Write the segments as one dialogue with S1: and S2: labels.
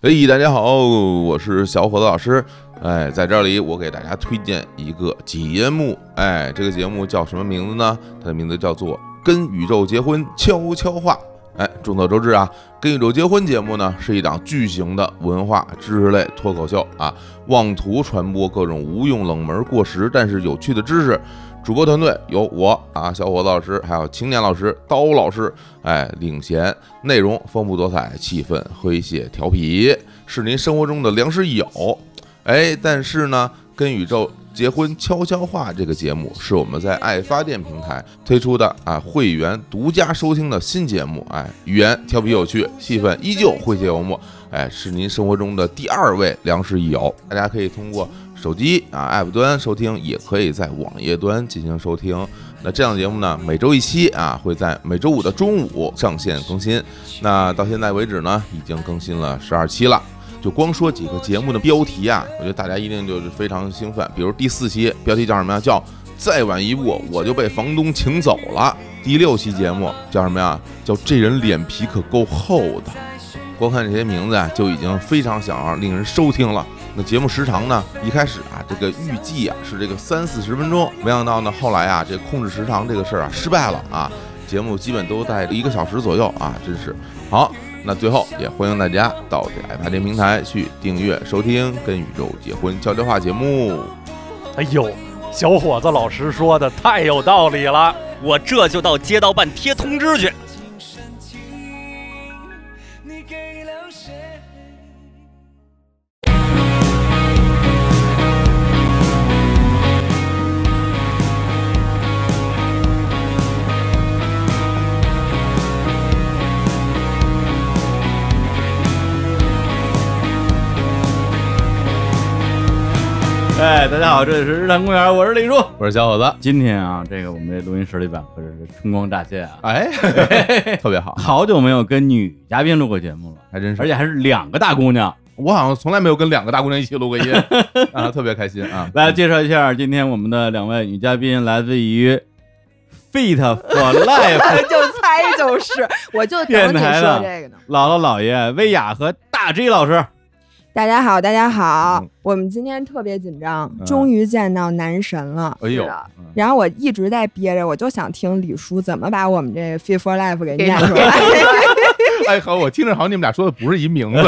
S1: 嘿，哎大家好，我是小伙子老师。哎，在这里我给大家推荐一个节目，哎，这个节目叫什么名字呢？它的名字叫做《跟宇宙结婚悄悄话》。哎，众所周知啊，《跟宇宙结婚》节目呢是一档巨型的文化知识类脱口秀啊，妄图传播各种无用、冷门、过时但是有趣的知识。主播团队由我啊，小伙子老师，还有青年老师、刀老师，哎，领衔，内容丰富多彩，气氛诙谐调皮，是您生活中的良师益友。哎，但是呢，跟宇宙结婚悄悄话这个节目是我们在爱发电平台推出的啊，会员独家收听的新节目。哎，语言调皮有趣，气氛依旧诙谐幽默。哎，是您生活中的第二位良师益友。大家可以通过手机啊 App 端收听，也可以在网页端进行收听。那这档节目呢，每周一期啊，会在每周五的中午上线更新。那到现在为止呢，已经更新了十二期了。就光说几个节目的标题啊，我觉得大家一定就是非常兴奋。比如第四期标题叫什么呀？叫“再晚一步我就被房东请走了”。第六期节目叫什么呀？叫“这人脸皮可够厚的”。光看这些名字啊，就已经非常想要令人收听了。那节目时长呢？一开始啊，这个预计啊是这个三四十分钟，没想到呢，后来啊，这控制时长这个事儿啊失败了啊，节目基本都在一个小时左右啊，真是好。那最后也欢迎大家到这爱发电平台去订阅收听《跟宇宙结婚悄悄话》节目。
S2: 哎呦，小伙子老师说的太有道理了。
S3: 我这就到街道办贴通知去。
S4: 你给了谁？
S5: 哎，大家好，这里是日坛公园，我是李叔。
S1: 我是小伙子，
S5: 今天啊，这个我们这录音室里边可是春光乍泄啊，
S1: 哎，特别好，
S5: 好久没有跟女嘉宾录过节目了，
S1: 还真是。
S5: 而且还是两个大姑娘。
S1: 我好像从来没有跟两个大姑娘一起录 过音啊，特别开心啊。
S5: 来介绍一下今天我们的两位女嘉宾，来自于 Fit for Life
S6: 就猜就是，我就等你说这个呢。
S5: 姥姥姥爷薇娅和大 G 老师。
S6: 大家好，大家好，
S1: 嗯
S6: 我们今天特别紧张
S5: 嗯，
S6: 终于见到男神了。
S1: 哎呦
S6: 是的，
S5: 嗯
S6: 然后我一直在憋着，我就想听李叔怎么把我们这 “fit for life” 给念出来。
S1: 哎，好，我听着好像你们俩说的不是一名字。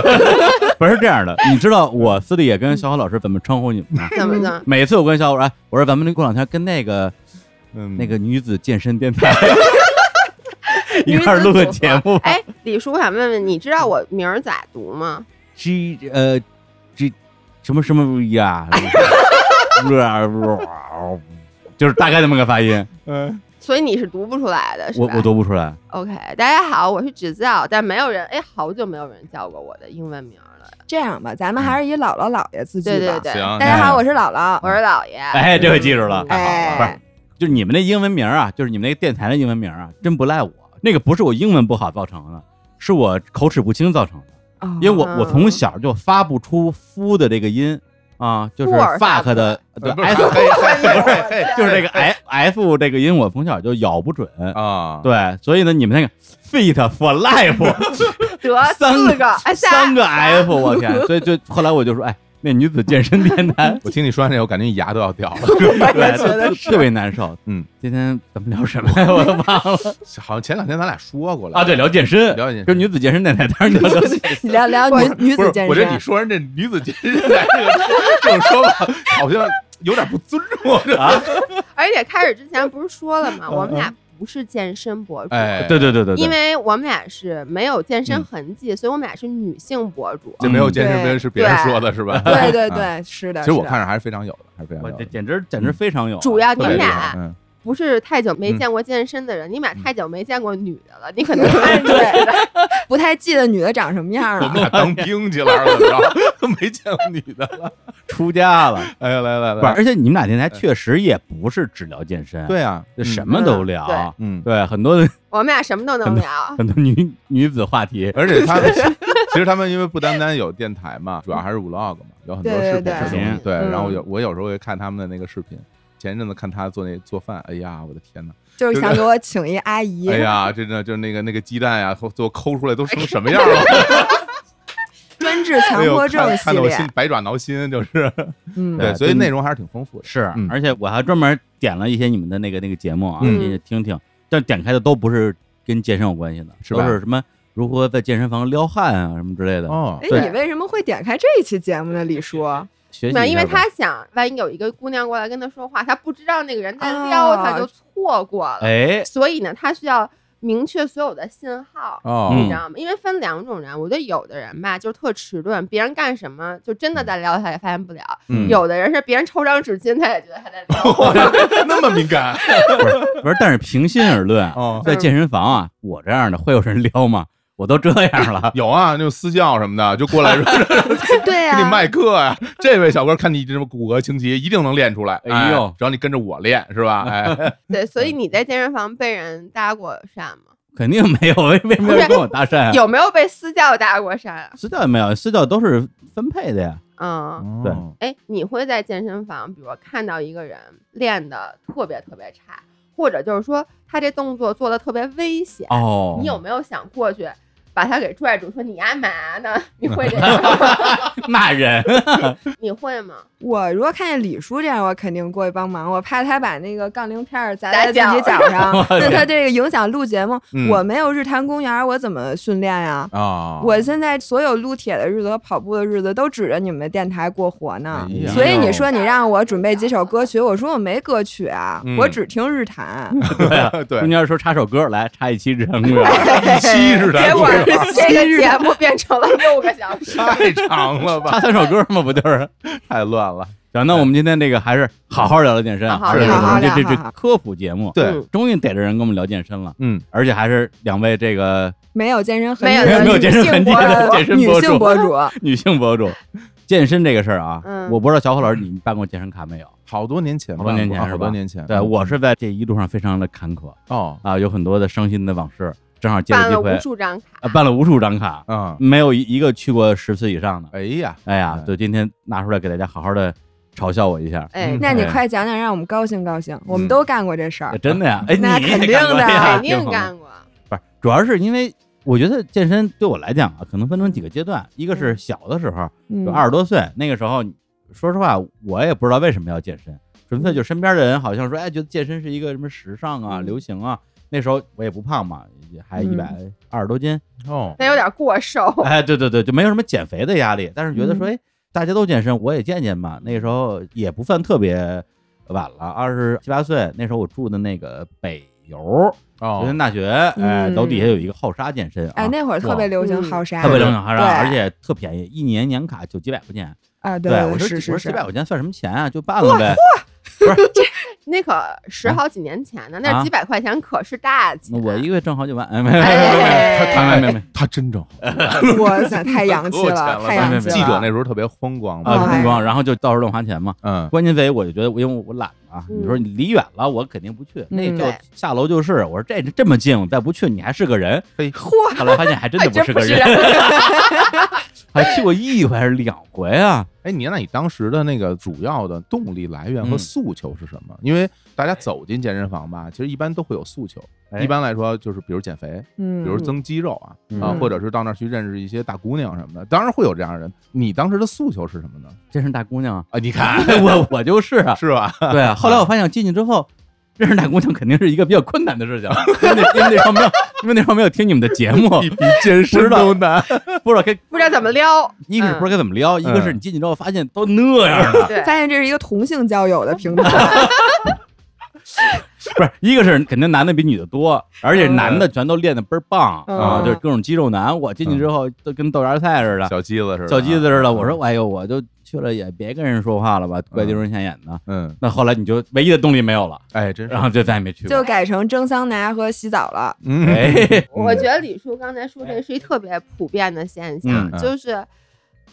S5: 不是这样的，你知道我私底下跟小虎老师怎么称呼你们 吗？
S6: 怎么怎么？
S5: 每次我跟小虎哎，我说咱们过两天跟那个
S1: 嗯，
S5: 那个女子健身电 台 一
S7: 女
S5: 块儿
S7: 子
S5: 录个
S7: 组合
S5: 节目吧。
S7: 哎，李叔，我想问问，你知道我名儿咋读吗？
S5: G 呃 G 什么什么 呀，就是大概这么个发音，
S1: 嗯，
S7: 所以你是读不出来的，是
S5: 我
S7: 吧
S5: 我读不出来。
S7: OK，大家好，我是指教，但没有人，哎，好久没有人叫过我的英文名儿了。
S6: 这样吧，咱们还是以姥姥姥爷自居吧。
S7: 对对对，
S1: 行，
S6: 大家好，我是姥姥。
S1: 嗯
S7: 我是姥爷。嗯
S5: 哎，这回记住了。
S7: 太
S5: 好了
S6: 哎，
S5: 就是你们那英文名啊，就是你们那电台的英文名啊，真不赖我。那个不是我英文不好造成的，是我口齿不清造成的。
S6: 哦
S5: 因为我
S7: 哦
S5: 我从小就发不出“夫”的这个音啊，就是
S7: 富尔发
S5: fuck 的对
S1: 不是
S5: f，
S1: 嘿 嘿嘿嘿嘿
S5: 就是 这个 f f 这个音，我从小就咬不准。
S1: 啊，，
S5: 对，所以呢，你们那个 fit for life
S7: 得
S5: 三个
S7: 四个，哎，仨
S5: 三个
S7: 仨
S5: F，我天！所以就后来我就说，哎，那女子健身电台
S1: 我听你说完这，我感觉你牙都要掉了，
S5: 对，特特别难受。
S1: 嗯，
S5: 今天咱们聊什么呀？我 都忘了
S1: 好像前两天咱俩说过了
S5: 啊。对，聊健身，
S1: 聊健身
S5: 跟女子健身电台，当然聊聊健身。
S6: 你聊聊女女
S1: 不是
S6: 子健，
S1: 我觉得你
S6: 身，
S1: 说人这女子健身台这个这种说法，好像有点不尊重我这。
S5: 啊
S7: 而且开始之前不是说了吗？我们俩不是健身博主，
S1: 哎，
S5: 对对对嗯对
S7: 因
S5: 对，
S7: 为我们俩是没有健身
S1: 嗯
S7: 痕迹，所以我们俩是女性博主。
S1: 这没有健身
S6: 对
S1: 跟是别人说的是吧？
S6: 对对
S1: 啊。
S6: 对，是的。
S1: 其实我
S6: 是的
S1: 看着还是非常有的，还是非常
S5: 我
S1: 有
S5: 这
S1: 的。
S5: 简直简直非常有啊。
S7: 嗯主要
S1: 特别
S7: 你们
S1: 厉
S7: 俩
S1: 害嗯，
S7: 不是太久没
S1: 嗯
S7: 见过健身的人，你们俩
S1: 嗯
S7: 太久没见过女的了，你可能看着
S6: 对，不太记得女的长什么样
S1: 我
S6: 了
S1: 们。俩当兵去了，还是怎么着？没见过女的 了。
S5: 出家了，
S1: 哎呀，来来
S5: 不是，
S1: 来，
S5: 而且你们俩电台确实也不是只聊健身，，
S1: 对呀，嗯
S5: 什？么都聊，
S1: 嗯，
S5: 对，很多的
S7: 我们俩什么都能聊。
S5: 很多女女子话题。
S1: 而且他们其实他们因为不单单有电台嘛，主要还是 vlog 嘛，有很多
S6: 对
S1: 视
S6: 对
S1: 频的东
S6: 对
S1: 西。
S5: 视频
S1: 对，
S6: 嗯
S1: 然后有我有时候会看他们的那个视频。前一阵子看他做那做饭，哎呀，我的天呐！哎
S6: 就是想给我请一阿姨。哎
S1: 哎呀，真的就是那个那个鸡蛋呀，后最后抠出来都成什么样了？
S7: 专
S6: 专治强
S1: 哎呦
S6: 迫
S1: 看
S6: 症系
S1: 看得我心
S6: 列，
S1: 百爪挠心，就是
S6: 嗯，
S5: 对
S1: 对，所以
S5: 跟
S1: 内容还是挺丰富的。
S5: 是
S1: 嗯，
S5: 而且我还专门点了一些你们的那个那个节目啊，
S1: 嗯
S5: 进去听听，但点开的都不是跟健身有关系的，
S1: 是
S5: 都
S1: 吧
S5: 是什么如何在健身房撩汉啊什么之类的，
S1: 哦
S6: 哎，
S5: 对
S6: 你为什么会点开这一期节目呢？李叔，
S5: 学习一
S7: 没
S5: 下吧。
S7: 有，因为他想，万一有一个姑娘过来跟他说话，他不知道那个人在撩
S6: 啊
S7: 他，就错过了。
S5: 哎，
S7: 所以呢，他需要明确所有的信号，
S1: 哦，。
S7: 你
S5: 嗯
S7: 知道吗？因为分两种人，我觉得有的人吧，就是特迟钝，别人干什么就真的在撩他，也发现不了；
S5: 嗯
S7: 有的人是别人抽张纸巾，他也觉得他在撩
S1: 那么敏感
S5: 不是，但是平心而论，
S1: 哦，，
S5: 在健身房啊，我这样的会有人撩吗？我都这样了
S1: 有啊，那种私教什么的就过来说
S6: 对
S1: 给你
S6: 啊，
S1: 卖课呀。这位小哥，看你这么骨骼清奇，一定能练出来。
S5: 哎呦
S1: 只要你跟着我练，是吧？哎，
S7: 对，所以你在健身房被人搭过讪吗？
S5: 肯定没有，为为什么要跟我搭讪 啊？
S7: 有没有被私教搭过讪啊？
S5: 私教也没有，私教都是分配的呀。
S7: 嗯，
S5: 对
S7: 哎，你会在健身房，比如看到一个人练的特别特别差，或者就是说他这动作做的特别危险，
S5: 哦
S7: 你有没有想过去把他给拽住，说你干嘛 呢？你会这样吗？
S5: 骂 人？，
S7: 你会吗？
S6: 我如果看见李叔这样，我肯定过去帮忙，我怕他把那个杠铃片儿砸
S7: 砸
S6: 在自己
S7: 脚
S6: 脚上 那他这个影响录节目。
S1: 嗯
S6: 我没有日坛公园，我怎么训练
S5: 哦
S6: 呀？
S1: 啊，
S6: 我现在所有撸铁的日子和跑步的日子都指着你们电台过活呢
S1: 哎，呀
S6: 所以你说你让我准备几首歌曲，我说我没歌曲啊，
S1: 嗯
S6: 我只听日坛。
S5: 对啊，
S1: 对
S5: 中间说插首歌来，插一期日常公园。
S6: 哎
S1: 一期是
S7: 结
S1: 咱
S7: 果这个节目变成了 六个小 时。
S1: 太长了
S5: 插
S1: 吧，
S5: 三首歌嘛，不就是？
S1: 太乱了。
S5: 行，那我们今天这个还是好好聊聊健身啊，
S7: 好好
S5: 这是
S1: 聊
S5: 我们这
S6: 好好
S5: 这
S6: 聊
S5: 这
S6: 好好
S5: 科普节目，
S1: 对，
S7: 嗯
S5: 终于逮着人跟我们聊健身了，
S1: 嗯，
S5: 而且还是两位这个
S6: 没有健身痕
S7: 没
S6: 迹
S7: 有
S6: 的
S7: 没有
S6: 女
S5: 健身
S6: 性
S5: 痕迹
S6: 博
S5: 的
S6: 主
S5: 健身
S6: 女
S5: 博主
S6: 性博主，
S5: 女性博主。健身这个事儿啊，
S7: 嗯
S5: 我不知道小伙老师你办过健身卡没有？
S1: 好多年前吧，
S5: 好多年前是吧
S1: 好多年前。
S5: 对我是在这一路上非常的坎坷
S1: 哦，
S5: 啊，有很多的伤心的往事，正好借
S7: 办
S5: 着机
S7: 了无
S5: 会
S7: 数张卡，
S5: 啊，办了无数张卡，
S1: 嗯，
S5: 没有一一个去过十次以上的。
S1: 哎呀，
S5: 哎呀
S1: 哎，
S6: 嗯
S5: 就今天拿出来给大家好好的嘲笑我一下，
S7: 哎
S1: 嗯，
S6: 那你
S5: 对
S6: 快讲讲，让我们高兴高兴。我们都干过这事儿
S5: 哎，真 的呀，哎，
S6: 那
S5: 你也
S6: 肯定
S5: 干过
S6: 的哎
S5: 呀
S7: 肯定
S5: 挺好
S7: 干过。
S5: 不是，主要是因为我觉得健身对我来讲啊，可能分成几个阶段，一个是小的时候，
S6: 嗯
S5: 就二十多岁那个时候，说实话，我也不知道为什么要健
S6: 嗯
S5: 身，纯粹就身边的人好像说，哎，觉得健身是一个什么时尚啊、
S6: 嗯
S5: 流行啊。那时候我也不胖嘛，也还一百二十多斤，
S1: 哦，
S7: 那有点过瘦，
S5: 哎，对对对，就没有什么减肥的压力，但是觉得
S6: 嗯
S5: 说，哎，大家都健身，我也健健吧。那个时候也不算特别晚了，二十七八岁，那时候我住的那个北邮
S1: 哦
S5: 邮电大学，哎，
S6: 嗯
S5: 楼底下有一个浩沙健身啊，
S6: 哎，那会儿特别流行
S7: 嗯
S6: 好杀，
S5: 特别流行浩沙，
S6: 对
S5: 而且特便宜，一年年卡就几百块钱。
S6: 啊，对
S5: 对，我说
S6: 是
S5: 我说几
S6: 是是
S5: 百，块钱算什么钱啊？就办了呗。
S7: 那可十好几年前呢，
S5: 啊
S7: 那几百块钱可是大
S5: 那
S7: 钱。
S5: 我一个月挣好几万，哎，没没没
S7: 哎
S5: 没没没没没
S1: 他真正好
S6: 哇 塞，太洋气了，太洋气了。哎
S1: 记者那时候特别风光
S5: 啊，
S1: 嘛，
S5: 风光，然后就到处乱花钱嘛。
S1: 嗯，
S5: 关键在于我就觉得，因为我懒啊，
S7: 嗯
S5: 你说你离远了，我肯定不去，那
S6: 嗯
S5: 就
S7: 对
S5: 下楼就是。我说这这么近，我再不去，你还是个人。
S1: 嘿
S5: 后来发现还真的
S7: 还
S5: 不
S7: 真
S5: 是
S7: 不
S5: 个
S7: 是
S5: 人， 还去过一回还是两回啊？
S1: 哎，你那你当时的那个主要的动力来源和
S5: 嗯
S1: 诉求是什么？因为大家走进健身房吧，其实一般都会有诉求，
S5: 哎
S1: 一般来说就是比如减肥，
S6: 嗯，
S1: 比如增肌肉啊
S5: 嗯
S1: 啊
S6: 嗯，
S1: 或者是到那儿去认识一些大姑娘什么的，当然会有这样的人。你当时的诉求是什么呢？！
S5: 真是大姑娘啊
S1: 啊，你看
S5: 我我就是啊，
S1: 是吧？
S5: 对啊。后来我发现我进去之后，认识大姑娘肯定是一个比较困难的事情， 因为那因为那时候没有，因为那时候没有听你们的节目，
S1: 比健身都难。
S5: 不知道该
S7: 不知道怎么撩，
S5: 一个是不知道该怎么撩，一个是
S1: 嗯
S5: 你进去之后发现都那样的，
S7: 对，
S6: 发现这是一个同性交友的 平台，
S5: 不是，一个是肯定男的比女的多，而且
S6: 嗯
S5: 男的全都练得倍儿棒
S6: 嗯
S5: 啊，就是各种肌肉男。我进去之后都跟豆芽菜似的，
S1: 小鸡子似的，啊
S5: 小鸡子似的。我说，哎呦，我就去了，也别跟人说话了吧，怪丢人现眼的。
S1: 嗯，
S5: 那后来你就唯一的动力没有了，
S1: 哎，真是
S5: 然，后就再也没去
S6: 就
S5: 过。
S6: 改成蒸桑拿和洗澡了。
S1: 嗯，
S5: 哎，
S7: 我觉得李叔刚才说这是一特别普遍的现象，
S1: 嗯
S7: 就是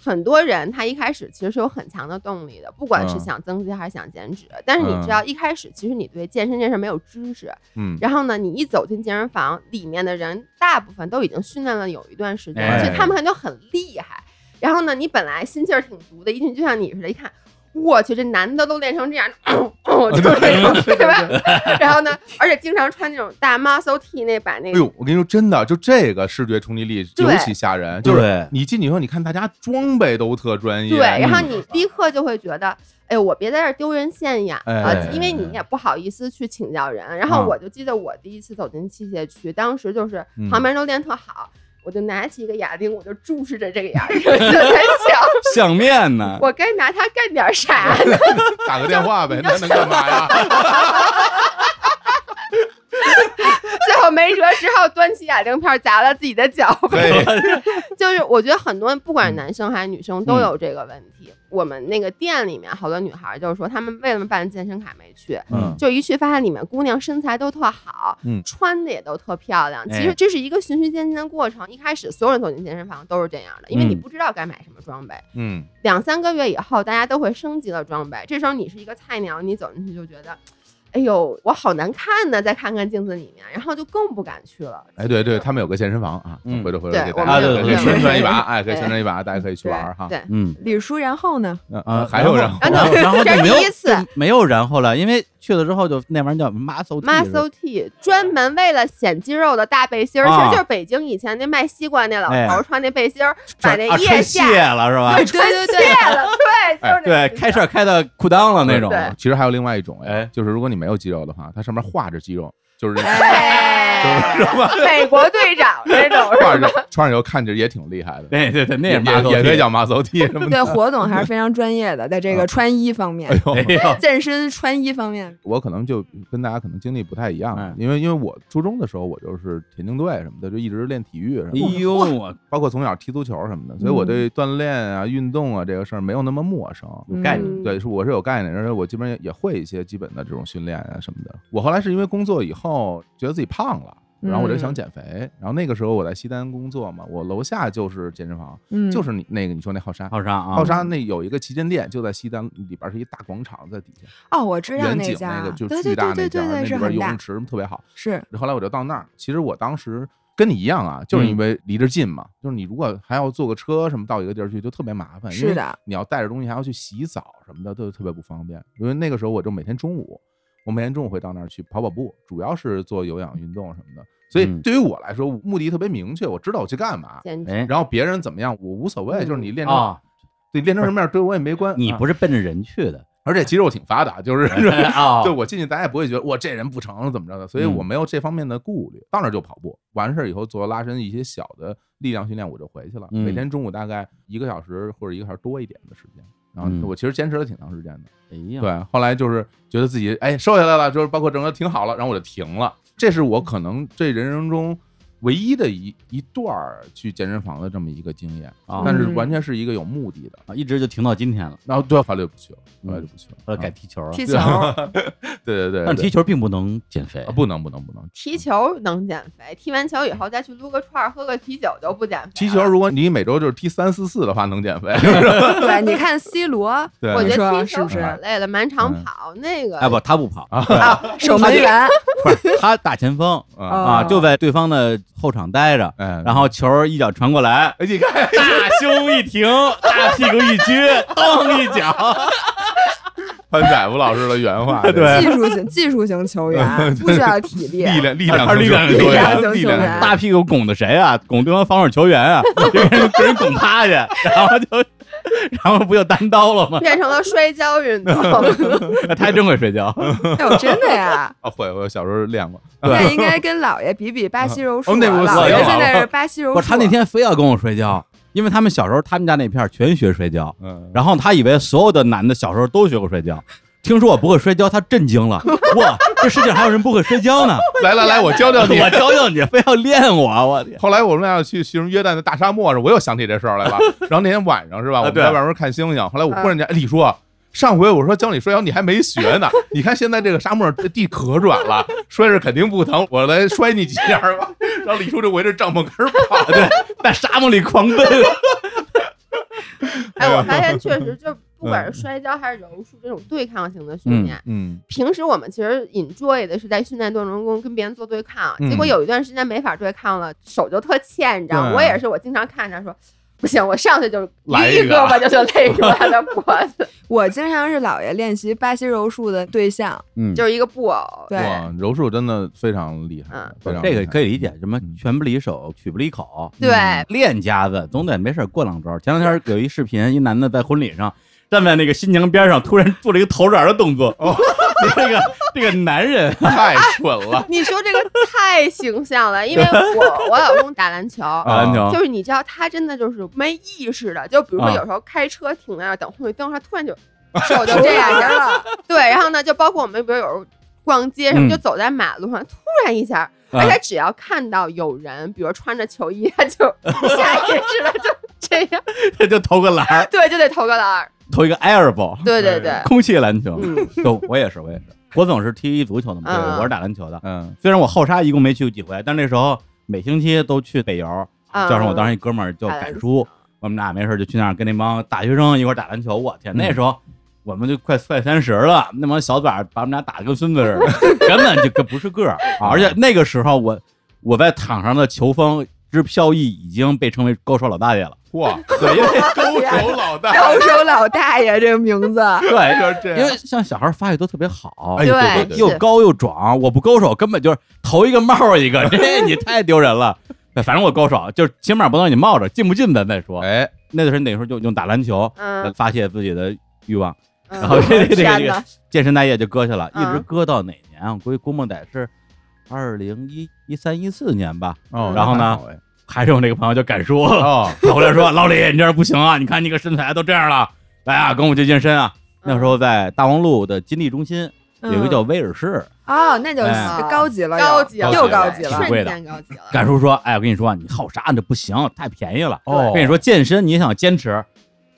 S7: 很多人他一开始其实是有很强的动力的，不管是
S1: 嗯
S7: 想增肌还是想减脂。但是你知道，一开始其实你对健身这事儿没有知识，
S1: 嗯，
S7: 然后呢，你一走进健身房，里面的人大部分都已经训练了有一段时间，
S5: 哎
S7: 所以他们就很厉害。然后呢，你本来心气儿挺足的，一进去就像你似的，一看，我去，这男的都练成这样， 肉，就是那种，哦对吧？ 然后呢，而且经常穿那种大 muscle T 那版那
S1: 哎
S7: 个，
S1: 呦，我跟你说，真的，就这个视觉冲击力
S7: 对
S1: 尤其吓人。就是
S5: 对
S1: 你进去以后，你看大家装备都特专业，
S7: 对，然后
S1: 嗯
S7: 你立刻就会觉得。哎，我别在这儿丢人现眼了，
S1: 哎
S7: 因为你也不好意思去请教人。然后
S1: 嗯
S7: 我就记得我第一次走进器械区，当时就是
S1: 嗯
S7: 旁边人都练特好，我就拿起一个哑铃，我就注视着这个哑铃，我就在想，
S5: 相面呢？
S7: 我该拿它干点啥呢？
S1: 打个电话呗，那能干嘛呀？
S7: 最后没辙，只好端起哑铃片砸在自己的脚。
S1: 对，
S7: 就是我觉得很多人，不管
S1: 嗯
S7: 是男生还是女生，都有这个问题。我们那个店里面好多女孩就是说，她们为了办健身卡没去，
S1: 嗯
S7: 就一去发现里面姑娘身材都特好，
S1: 嗯
S7: 穿的也都特漂亮。
S5: 哎
S7: 其实这是一个循序渐进的过程。一开始所有人走进健身房都是这样的，因为
S5: 嗯
S7: 你不知道该买什么装备。
S1: 嗯，
S7: 两三个月以后，大家都会升级了装备。这时候你是一个菜鸟，你走进去就觉得，哎呦，我好难看呢！再看看镜子里面，然后就更不敢去了。
S1: 哎，对对，他们有个健身房啊，
S5: 嗯
S1: 回头回头
S7: 对
S1: 给
S7: 我
S1: 大
S7: 们
S1: 家
S5: 有
S1: 可以
S5: 对
S1: 宣传一
S7: 对
S1: 把，哎，可以
S7: 对
S1: 宣传一把，大家可以去玩儿哈。
S7: 对，
S5: 嗯
S6: 李叔，然后呢？
S1: 嗯
S5: 啊
S1: 嗯，还有
S5: 然
S1: 然
S5: 后
S1: 后，
S5: 然后然后就
S7: 这
S5: 是没有
S7: 第一次
S5: 就没有然后了，因为去了之后就那玩意儿叫 muscle T，
S7: muscle T 专门为了显肌肉的大背心儿，其
S5: 啊
S7: 实就是北京以前那卖西瓜那老头
S5: 哎
S7: 儿穿那背心儿，把
S5: 穿
S7: 那
S5: 啊
S7: 腋
S5: 穿
S7: 下
S5: 卸了是吧
S7: 对？对对，
S1: 哎
S7: 了，对，就是那
S5: 对，
S7: 个
S5: 开事开到裤裆了那种。
S7: 对
S1: 其实还有另外一种，哎
S5: 哎，
S1: 就是如果你没有肌肉的话，它上面画着肌肉，就是人
S7: 哎美国队长那种
S1: 画
S7: 是
S1: 着
S7: 吧？
S1: 穿上以后看着也挺厉害的，
S5: 对对对，那
S1: 也
S5: 是 muscle
S1: 也可以
S5: T
S1: 叫马走 T 什么的。
S6: 对，火总还是非常专业的，在这个穿衣方面
S1: 哎，呦，
S5: 哎
S6: 健身穿衣方面，
S1: 我可能就跟大家可能经历不太一样
S5: 哎，
S1: 因为因为我初中的时候我就是田径队什么的，就一直练体育什么
S5: 呦
S1: 的，
S5: 哎呦我
S1: 包括从小踢足球什么的，所以
S7: 嗯
S1: 我对锻炼啊、运动啊这个事儿没有那么陌生。
S5: 有概念，
S7: 嗯
S1: 对，是我是有概念，而且我基本上也也会一些基本的这种训练啊什么的。我后来是因为工作以后觉得自己胖了，然
S6: 嗯
S1: 后我就想减肥。然后那个时候我在西单工作嘛，我楼下就是健身房，
S6: 嗯，
S1: 就是你那个你说那浩沙，
S5: 好上啊，
S1: 浩沙那有一个旗舰店，就在西单里边是一大广场，在底下
S6: 哦，我知道
S1: 远
S6: 那
S1: 景
S6: 家
S1: 那个，就
S6: 对
S1: 巨
S6: 对
S1: 大
S6: 对
S1: 那
S6: 对
S1: 家，
S6: 对
S1: 那
S6: 对，
S1: 里
S6: 是
S1: 边
S6: 很
S1: 游
S6: 大
S1: 泳，池特别好。
S6: 是
S1: 后来我就到那儿，其实我当时跟你一样啊，就是因
S5: 嗯
S1: 为离着近嘛，就是你如果还要坐个车什么到一个地儿去，就特别麻烦。因
S6: 是
S1: 为
S6: 的
S1: 你要带着东西还要去洗澡什么的，都特别不方便。因为那个时候我就每天中午，我每天中午会到那儿去跑跑步，主要是做有氧运动什么的。所以
S5: 嗯
S1: 对于我来说，目的特别明确，我知道我去干嘛。
S7: 简直
S5: 哎
S1: 然后别人怎么样我无所谓，就是你练成、
S5: 啊，
S1: 对练成什么样对我也没关。
S5: 你
S1: 啊
S5: 不是奔着人去 的
S1: 而且肌肉挺发达， 就是
S5: 啊
S1: 对我进去，大家也不会觉得哇这人不成怎么着的，所以我
S5: 嗯
S1: 没有这方面的顾虑。到那儿就跑步，完事儿以后做拉伸一些小的力量训练，我就回去了。
S5: 嗯
S1: 每天中午大概一个小时或者一个小时多一点的时间，然
S5: 嗯
S1: 后我其实坚持了挺长时间的。
S5: 哎呀，
S1: 对，后来就是觉得自己哎瘦下来了，就是包括整个挺好了，然后我就停了。这是我可能这人生中唯一的一一段儿去健身房的这么一个经验，
S5: 啊
S1: 但是
S6: 嗯
S1: 完全是一个有目的的。
S5: 啊一直就停到今天了，
S1: 然后对，后来就不去了，后来
S5: 嗯
S1: 就不去了，
S5: 后来改
S1: 啊
S5: 踢球了。
S6: 踢球，
S1: 对对对，
S5: 但
S1: 对
S5: 踢球并不能减肥
S1: 啊，不能不能不能。
S7: 踢球能减肥，踢完球以后再去撸个串儿、喝个啤酒都不减肥。
S1: 踢
S5: 哎
S1: 球，，如果你每周就是踢三四次的话，能减 肥。
S6: 对，你看 C 罗
S1: 对，
S7: 我
S6: 你
S7: 觉得
S6: 说
S7: 踢
S6: 是
S7: 球
S6: 不是
S7: 可累了，满场
S1: 嗯
S7: 跑那个
S5: 哎不，他不跑，
S6: 守门员，
S5: 不是他打前锋
S7: 哦
S1: 啊，
S5: 啊，
S6: 啊
S5: 就在对方的后场待着，
S1: 哎，
S5: 然后球一脚传过 来，
S1: 哎，你看，
S5: 大胸一挺，大屁股一撅，蹬一脚，
S1: 潘仔夫老师的原话，
S5: 对
S6: 技术型 技术型 球员，不需要体力，
S1: 力量力
S5: 他
S1: 量
S5: 是力量
S1: 很
S5: 球
S1: 多
S5: 员
S1: 呀
S6: 力量
S1: 力
S6: 球
S1: 量
S6: 员
S1: 很多！
S5: 大屁股拱的谁啊？拱对方防守球员啊， 给人给人拱趴下， 然后就，然后不就单刀了吗？
S7: 变成了摔跤运动。
S5: 他还真会睡觉，
S6: 哎呦，真的呀
S1: 啊，会，我小时候练过，
S6: 那应该跟姥爷比比巴西柔术啊。
S1: 哦那我
S6: 姥爷
S5: 我
S6: 现在是巴西柔
S5: 不
S6: 术。啊
S5: 是他那天非要跟我睡觉，因为他们小时候他们家那片儿全学摔跤，
S1: 嗯，
S5: 然后他以为所有的男的小时候都学过摔跤。听说我不会摔跤，他震惊 了。哇，这世界上还有人不会摔跤呢！
S1: 来来来，我教教你。
S5: 我教教你，非要练我，我天！
S1: 后来我们俩去形容约旦的大沙漠时，我又想起这事儿来 了。然后那天晚上是吧，我们
S5: 啊对
S1: 在外面看星星。后
S7: 啊
S1: 来我忽然间，哎，李叔，上回我说教你摔跤，你还没学呢。 你看现在这个沙漠地可软了，摔着肯定不疼，我来摔你几下吧。 然后李叔就围着帐篷根儿跑，对，
S5: 在沙漠里狂奔，
S7: 哎，我发现确实就不管是摔跤还是柔术这种对抗性的训练，
S1: 嗯
S7: 平时我们其实 enjoy 的是在训练过程中跟别人做对抗，
S1: 嗯
S7: 结果有一段时间没法对抗了，手就特欠，你知道吗？
S1: 对
S7: 我也是，我经常看着说。不行，我上去就是
S1: 来
S7: 一
S1: 一个
S7: 胳膊就就勒住他的脖子，
S6: 我经常是姥爷练习巴西柔术的对象，
S5: 嗯，
S7: 就是一个布偶。
S6: 对
S1: 哇，柔术真的非常厉害
S7: 嗯，
S1: 非常
S5: 这个可
S1: 以。
S5: 以理解，什么
S1: 嗯
S5: 拳不离手，曲不离口，
S7: 对！
S5: 嗯练家子总得没事儿过两招。前两天有一视频，一男的在婚礼上站在那个新娘边上，突然做了一个头勺的动作，
S1: 哦，
S5: 这个这个男人
S1: 太蠢了
S7: 你说这个太形象了，因为我我老公打篮球，
S1: 哦啊
S5: 打篮球
S7: 就，是你知道，他真的就是没意识的，就比如说
S5: 啊
S7: 有时候开车停在那儿等红绿灯，他 突然就手就这样一下了。对，然后呢，就包括我们比如有时候逛街什
S5: 嗯
S7: 么，就走在马路上，突然一下，
S5: 啊
S7: 而且只要看到有人，比如穿着球衣，他 就下意识的就这样，
S5: 就投个篮儿，
S7: 对，就得投个篮儿。
S5: 投一个 air ball，
S7: 对对对，
S5: 空气篮球。
S7: 嗯，
S5: 就我也是，我也是，我总是踢足球的嘛，
S7: 嗯
S5: 对我是打篮球的。
S1: 嗯，
S5: 虽然我后沙一共没去过几回，但那时候每星期都去北邮，
S7: 嗯
S5: 叫上我当时一哥们儿叫赶叔，我们俩没事儿就去那儿跟那帮大学生一块儿打篮球。我天，那时候我们就快快三十了，那帮小崽儿把我们俩打得跟孙子似的，根本就跟不是个儿。啊而且那个时候我我在场上的球风之飘逸已经被称为高手老大爷了。
S1: 哇，
S5: 对，因为
S1: 勾手老大，
S6: 高手老大爷这个名字，
S5: 对，
S1: 就是这
S5: 因
S1: 样。
S5: 为像小孩发育都特别好，
S1: 哎
S7: 对对
S5: 又
S7: 是
S5: 高又壮，我不勾手根本就是头一个冒儿一个， 这你太丢人了。对反正我勾手，就是起码不能让你冒着，进不进咱再说。
S1: 哎，
S5: 那段时间等于说就用打篮球
S7: 嗯
S5: 来发泄自己的欲望，
S7: 嗯
S5: 然后这个这个
S7: 天
S5: 这
S7: 哪
S5: 个健身大业就搁下了，一直
S7: 嗯
S5: 搁到哪年啊？我估计估摸得是二零一一三一四年吧。
S1: 哦
S5: 嗯然后呢？
S1: 那还好哎
S5: 还是我那个朋友就敢说，
S1: 哦，
S5: 跑过来说：“老李，你这样不行啊！你看你个身材都这样了，来啊，跟我去健身啊！”
S7: 嗯
S5: 那时候在大望路的金利中心有一个叫威尔士，
S6: 嗯哦，那就
S5: 哎
S6: 高级了又，
S7: 高级了，
S6: 又高级
S5: 挺
S6: 了。
S5: 贵
S7: 瞬
S5: 的
S7: 间高级了。
S5: 敢叔说：“哎，我跟你说啊，你好啥？你这不行，太便宜了。
S1: 哦
S5: 我跟你说，健身你想坚持，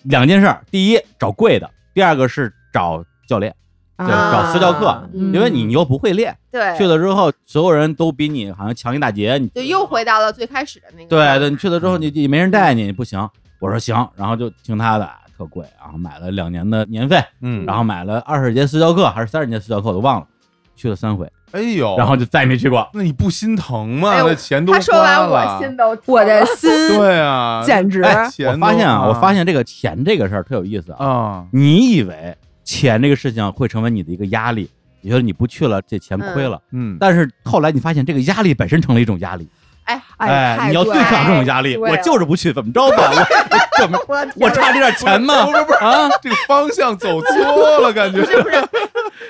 S5: 两件事儿：第一，找贵的；第二个是找教练，
S6: 啊
S5: 就是找私教课，
S7: 嗯
S5: 因为你又不会练，
S7: 对，
S5: 去了之后所有人都比你好像强一大截，你
S7: 就又回到了最开始的那个。
S5: 对对，你去了之后你你没人带你，你不行。我说行，然后就听他的，特贵，然后买了两年的年费，
S1: 嗯，
S5: 然后买了二十节私教课还是三十节私教课，我都忘了，去了三回，
S1: 哎呦，
S5: 然后就再也没去过。
S1: 那你不心疼吗？
S7: 哎呦
S1: 那钱都
S7: 他说
S1: 花
S7: 完
S1: 了
S7: 我心都
S6: 我
S7: 疼了
S6: 的心
S1: 对啊，
S6: 简直
S1: 哎钱
S5: 我
S1: 都
S5: 发现啊，
S1: 花
S5: 我发现这个钱这个事儿特有意思啊。
S1: 啊，
S5: 你以为钱这个事情会成为你的一个压力，你觉得你不去了这钱亏了，
S1: 嗯，
S5: 但是后来你发现这个压力本身成了一种压力，
S6: 哎，太
S5: 你要对
S6: 了
S5: 抗这种压力，
S7: 对了
S5: 我就是不去，怎么着吧，我怎么我差这点钱吗？啊，
S1: 这个方向走错了，感觉
S7: 是不是？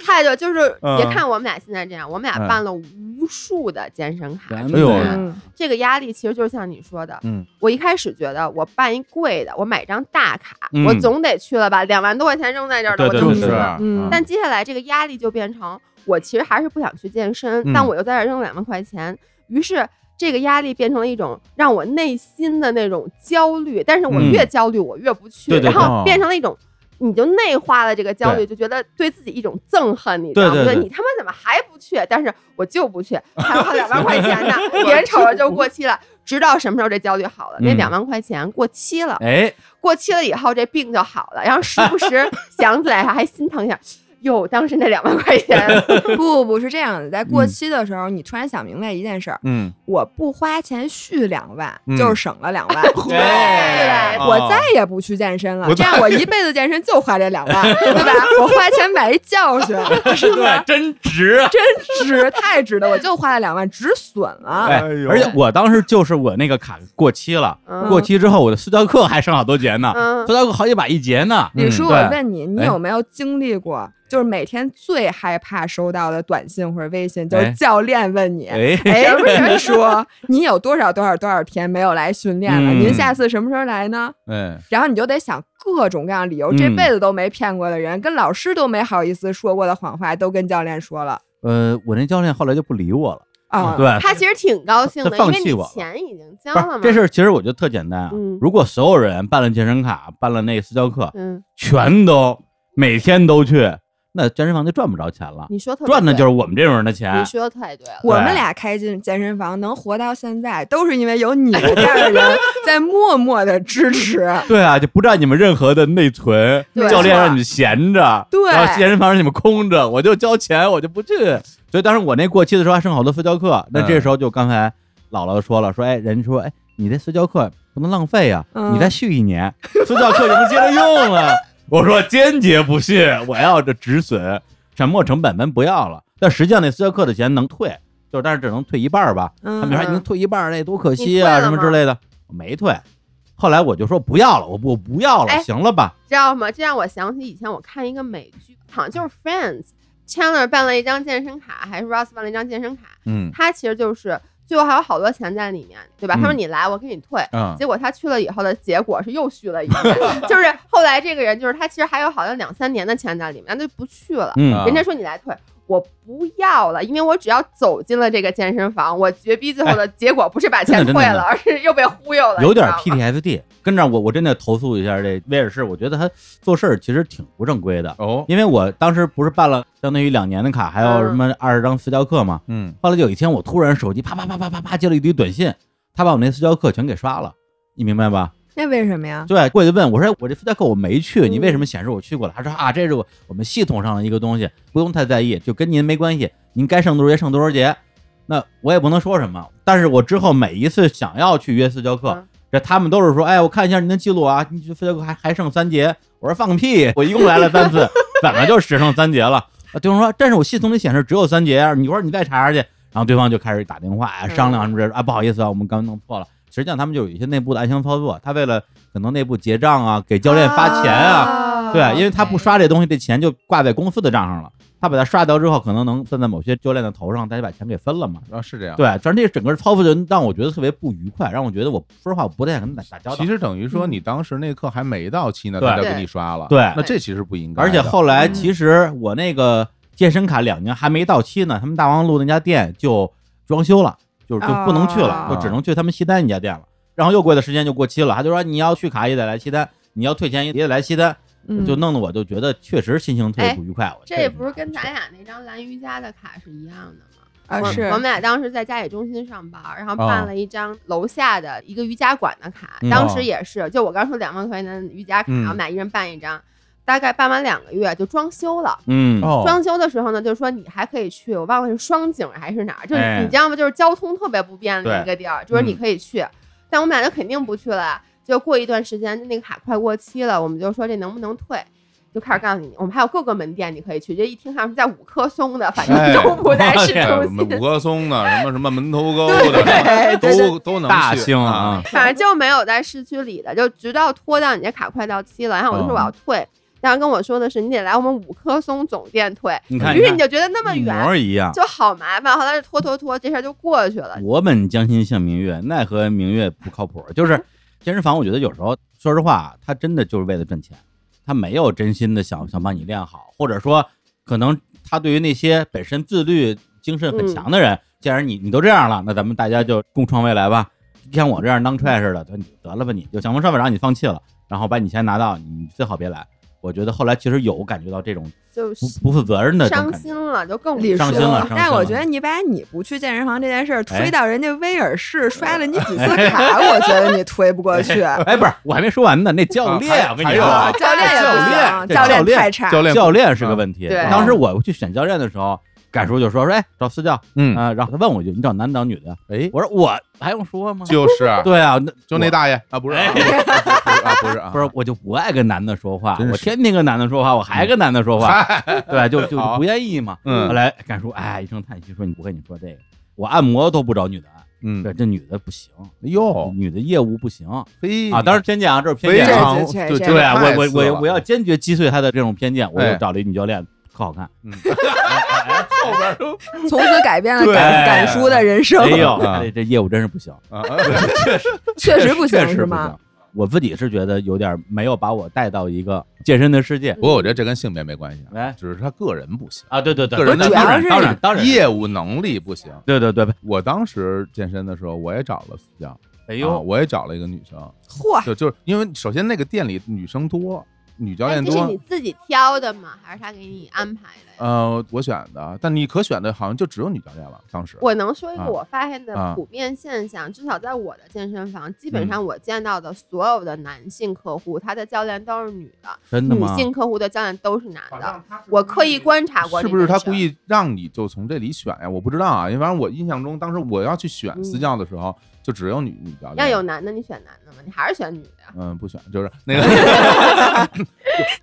S7: 态度就是，
S1: 嗯
S7: 别看我们俩现在这样，我们俩
S1: 嗯
S7: 办了无数的健身卡。
S5: 哎
S1: 呦
S6: 嗯
S7: 这个压力其实就是像你说的，
S1: 嗯，
S7: 我一开始觉得我办一贵的，我买一张大卡，
S5: 嗯
S7: 我总得去了吧，两万多块钱扔在这儿了，
S5: 对对
S7: 我
S1: 就
S7: 能
S5: 对
S7: 去
S1: 是啊
S5: 对
S7: 吗？
S6: 嗯
S7: 但接下来这个压力就变成，我其实还是不想去健身，
S1: 嗯
S7: 但我又在这儿扔两万块钱，于是。这个压力变成了一种让我内心的那种焦虑，但是我
S5: 嗯
S7: 越焦虑我越不去，
S5: 对对对
S7: 然后变成了一种，你就内化了这个焦虑，就觉得对自己一种憎恨，你知道吗？
S5: 对对对
S7: 觉得你他妈怎么还不去？但是我就不去，还花两万块 钱呢，眼瞅着就过期了。直到什么时候这焦虑好了，那
S5: 嗯
S7: 两万块钱过期了，
S5: 哎，
S7: 过期了以后这病就好了，然后时 不时想起来还心疼一下，哟，当时那两万 块钱，
S6: 不不是这样的，在过期的时候，你突然想明白一件事儿：
S1: 嗯，
S6: 我不花钱续两万
S1: 嗯，
S6: 就是省了两万。
S7: 对
S1: 哦
S6: 我再也不去健身了
S1: 我，
S6: 这样我一辈子健身就花这两万，对吧？我花钱买一教训，是吧？
S5: 真值啊！
S6: 真值，太值了！我就花了两万，止损了。
S5: 哎
S1: 哎呦，
S5: 而且我当时就是我那个卡过期了，
S7: 嗯
S5: 过期之后我的私教课还剩好多节呢，
S7: 嗯
S5: 私教课好几百一节呢。
S6: 李叔，
S5: 嗯
S6: 我
S5: 对
S6: 问你，你
S5: 哎
S6: 有没有经历过，就是每天最害怕收到的短信或者微信，就
S5: 哎
S6: 是教练问你，
S5: 哎，
S6: 哎， 你说你有多少多少多少天没有来训练了？
S5: 嗯
S6: 您下次什么时候来呢？
S1: 哎，
S6: 然后你就得想各种各样理由，这
S5: 嗯
S6: 辈子都没骗过的人，跟老师都没好意思说过的谎话，都跟教练说了
S5: 呃，我那教练后来就不理我了，
S6: 啊。
S5: 嗯对，
S7: 他其实挺高兴的，
S5: 他
S7: 因
S5: 放
S7: 为
S5: 弃
S7: 你
S5: 我了
S7: 钱已经交
S5: 不
S7: 了嘛
S5: 是。这事儿，其实我觉得特简单啊。
S7: 嗯
S5: 如果所有人办了健身卡，办了那私教课，
S7: 嗯，
S5: 全都每天都去，那健身房就赚不着钱了，
S7: 你说特别
S5: 赚的
S7: 对
S5: 就是我们这种人的钱
S7: 你。说的太对了，
S6: 我们俩开进健身房能活到现在，都是因为有你这样 的人在默默的支持。
S5: 对啊，就不占你们任何的内存，
S7: 对
S5: 教练让你们闲着，
S6: 对
S5: 然后健身房让你们空着，我就交钱，我就不去。所以当时我那过期的时候还剩好多私教课，那
S1: 嗯
S5: 这时候就刚才姥姥说了，说哎，人家说哎，你这私教课不能浪费呀、
S6: 嗯
S5: 你再续一年，私教课就能接着用了。 我说坚决不续，我要这止损，沉没成本咱不要了。但实际上那私教课的钱能退，就是但是只能退一半儿吧。
S6: 嗯
S5: 他们说
S7: 嗯
S5: 您退一半儿那多可
S7: 你
S5: 惜
S7: 退
S5: 啊，
S7: 了
S5: 什么之
S7: 吗
S5: 类的，我没退。后来我就说不要了，我不我不要了，
S7: 哎
S5: 行了吧？
S7: 知道吗？这让我想起以前我看一个美剧，好像就是《Friends》，Chandler 办了一张健身卡，还是 Ross 办了一张健身卡。
S1: 嗯
S7: 他其实就是最后还有好多钱在里面，对吧？他说
S5: 嗯
S7: 你来，我给你退。
S1: 啊，
S7: 结果他去了以后的结果是又续 了一年，就是后来这个人就是他其实还有好像两三年的钱在里面，他就不去了。
S5: 嗯，
S1: 啊
S7: 人家说你来退，我不要了，因为我只要走进了这个健身房，我绝逼最后的结果不是把钱
S5: 哎真的真的
S7: 退了，而是又被忽悠了，
S5: 有点
S7: 你知道吗
S5: PTSD。跟这儿我我真的投诉一下这威尔士，我觉得他做事儿其实挺不正规的。
S1: 哦，
S5: 因为我当时不是办了相当于两年的卡，还有什么
S7: 嗯
S5: 二十张私教课嘛。
S1: 嗯，
S5: 后来有一天，我突然手机啪啪啪啪啪啪接了一堆短信，他把我那私教课全给刷了，你明白吧？
S6: 那为什么呀？
S5: 对，过去问我说我这私教课我没去，你
S6: 嗯
S5: 为什么显示我去过了？他说啊，这是我我们系统上的一个东西，不用太在意，就跟您没关系，您该上多少节上多少节。那我也不能说什么，但是我之后每一次想要去约私教课
S7: 嗯，
S5: 这他们都是说，哎，我看一下您的记录啊，你这私教课还还剩三节。我说放个屁，我一共来了三次， 怎么就只剩三节了？啊，对方说，但是我系统里显示只有三节啊，你说你再查查去。然后对方就开始打电话啊，
S7: 嗯
S5: 商量什么之类的啊，不好意思啊，我们刚弄错了。实际上他们就有一些内部的暗箱操作，他为了可能内部结账啊，给教练发钱啊，
S6: 啊
S5: 对，因为他不刷这东西，这钱就挂在公司的账上了。他把它刷掉之后，可能能算在某些教练的头上，他就把钱给分了嘛。
S1: 啊是这样。
S5: 对，反正这整个操作就让我觉得特别不愉快，让我觉得我说实话我不太敢打打交道
S1: 其。实等于说
S6: 嗯
S1: 你当时那课还没到期呢，
S5: 对
S1: 他就给你刷了。
S5: 对
S1: 那这其实不应该的。
S5: 而且后来
S6: 嗯
S5: 其实我那个健身卡两年还没到期呢，他们大望路那家店就装修了，就是就不能去了
S6: 啊，
S7: 哦
S5: 就只能去他们西单一家店了。然后又过一段时间就过期了，他就说你要去卡也得来西单，你要退钱也得来西单，
S6: 嗯
S5: 就弄得我就觉得确实心情特别不愉快。我
S7: 哎这不是跟咱俩那张蓝瑜伽的卡是一样的吗？
S6: 啊
S5: 嗯
S7: 我
S6: 是
S7: 我们俩当时在家里中心上班，然后办
S1: 哦
S7: 了一张楼下的一个瑜伽馆的卡，
S5: 嗯
S7: 当
S1: 哦
S7: 时也是，就我刚说两万块钱的瑜伽卡，
S1: 嗯
S7: 我们俩一人办一张，大概办完两个月就装修了。
S5: 嗯
S1: 哦，
S7: 装修的时候呢，就是说你还可以去，我忘了是双井还是哪儿，就是
S5: 哎
S7: 你知道吗？就是交通特别不便的一
S5: 对
S7: 个地儿，就是
S1: 嗯
S7: 你可以去，但我们俩就肯定不去了。就过一段时间，那个卡快过期了，我们就说这能不能退？就开始告诉你，我们还有各个门店你可以去，这一听看是在五棵松的，反
S1: 哎
S7: 正都不在市
S1: 对
S5: 哎
S7: 中
S1: 我们
S7: 心，
S1: 五棵松 的，什么什么门头沟的，
S6: 对对
S1: 都都能
S5: 大
S1: 去
S5: 兴
S1: 啊
S5: 啊，，
S7: 反正就没有在市区里的，就直到拖到你这卡快到期了，然后我就说我要
S5: 哦
S7: 退，然后跟我说的是你得来我们五棵松总店退，
S5: 你看，
S7: 于是
S5: 你
S7: 你就觉得那么
S5: 看一
S7: 远，
S5: 模一样。
S7: 就好麻烦。后来就拖拖拖，这事儿就过去了。
S5: 我本将心向明月，奈何明月不靠谱。就是健身房，我觉得有时候说实话，他真的就是为了赚钱，他没有真心的想想把你练好，或者说可能他对于那些本身自律精神
S7: 嗯
S5: 很强的人，既然你你都这样了，那咱们大家就共创未来吧。像我这样当踹似的，就你得了吧你，就想方设法让你放弃了，然后把你钱拿到，你最好别来。我觉得后来其实有感觉到这种
S7: 就
S5: 不不负责任的这种
S7: 伤
S5: 感觉
S7: 心。了，就更
S6: 李
S5: 伤
S6: 叔
S5: 心了伤心
S6: 但我
S5: 了
S6: 觉得你把你不去健身房这件事儿
S5: 哎
S6: 推到人家威尔士刷了你几次 卡，我觉得你推不过去。
S5: 哎，不是，我还没说完呢。那教练，
S1: 啊
S5: 我跟
S1: 还
S5: 你
S1: 有
S5: 说
S1: 啊
S5: 啊，
S6: 啊教练也不
S5: 这
S6: 行，
S5: 练
S6: 教太差。
S1: 教练啊
S5: 教练是个问题。
S7: 对
S5: 当时我去选教练的时候，改叔就说说，哎，找私教啊、
S1: 嗯，
S5: 然后他问我一句，你找男的找女的呀？
S1: 哎，
S5: 我说我还用说吗？
S1: 就是
S5: 对啊，那
S1: 就那大爷啊，不是啊，不是啊，
S5: 我不是，我就不爱跟男的说话
S1: 真，是
S5: 我天天跟男的说话，我还跟男的说话，对，就就
S1: 好
S5: 就不愿意嘛。
S1: 嗯
S5: 后来改叔哎一声叹息说，你不跟你说这个，我按摩都不找女的按，
S1: 嗯，
S5: 对，
S1: 哎
S5: 这女的不行，
S1: 呦，
S5: 女的业务不行啊。
S1: 嘿
S5: 当然偏见啊，这是偏
S1: 非
S5: 见啊，
S1: 常
S6: 这这
S1: 对
S6: 这
S5: 对
S1: 啊，
S5: 啊，我我
S1: 太次了
S5: 我我要坚决击碎他的这种偏见，我
S1: 哎
S5: 就找了一女教练，可好看。
S1: 嗯后边儿都
S6: 从此改变了
S1: 对
S6: 敢敢叔的人生
S5: 哎，呦，
S1: 啊
S5: 这这业务真是不行，
S1: 啊啊
S6: 确实不行
S5: 确实
S6: 是
S5: 不
S6: 吗
S5: 行？。我自己是觉得有点没有把我带到一个健身的世界
S1: 不过我觉得这跟性别没关系啊，
S5: 来
S1: 只是他个人不行，
S5: 啊！对对对，
S1: 个人的
S6: 主要
S1: 当然
S6: 是
S1: 当然
S5: 哎当然
S1: 业务能力不行。
S5: 对对对，
S1: 我当时健身的时候，我也找了私教，
S5: 哎
S1: 哎
S5: 呦，
S1: 我也找了一个女
S7: 啊
S1: 生，
S6: 嚯，
S1: 就就是因为首先那个店里女生多，女教
S7: 哎
S1: 练
S7: 这是
S1: 多
S7: 你，自己挑的吗？还是他给你安排的
S5: 啊
S7: 呀？
S1: 呃，我选的，但你可选的好像就只有女教练了，当时
S7: 我能说一个
S1: 啊
S7: 我发现的
S1: 啊
S7: 普遍现象，至少在我的健身房，基
S1: 嗯
S7: 本上我见到的所有的男性客户，他的教练都是女的，
S5: 真的
S7: 女
S5: 吗？
S7: 性客户的教练都是男的。我刻意观察过
S1: 是
S7: 这件事
S1: 不
S7: 儿，
S1: 是他故意让你就从这里选呀？我不知道啊，因为反正我印象中，当时我要去选私教的时候，就只有女女表演。
S7: 嗯要有男的，你选男的嘛，你还是选女的呀？
S1: 嗯，不选，就是那个 就。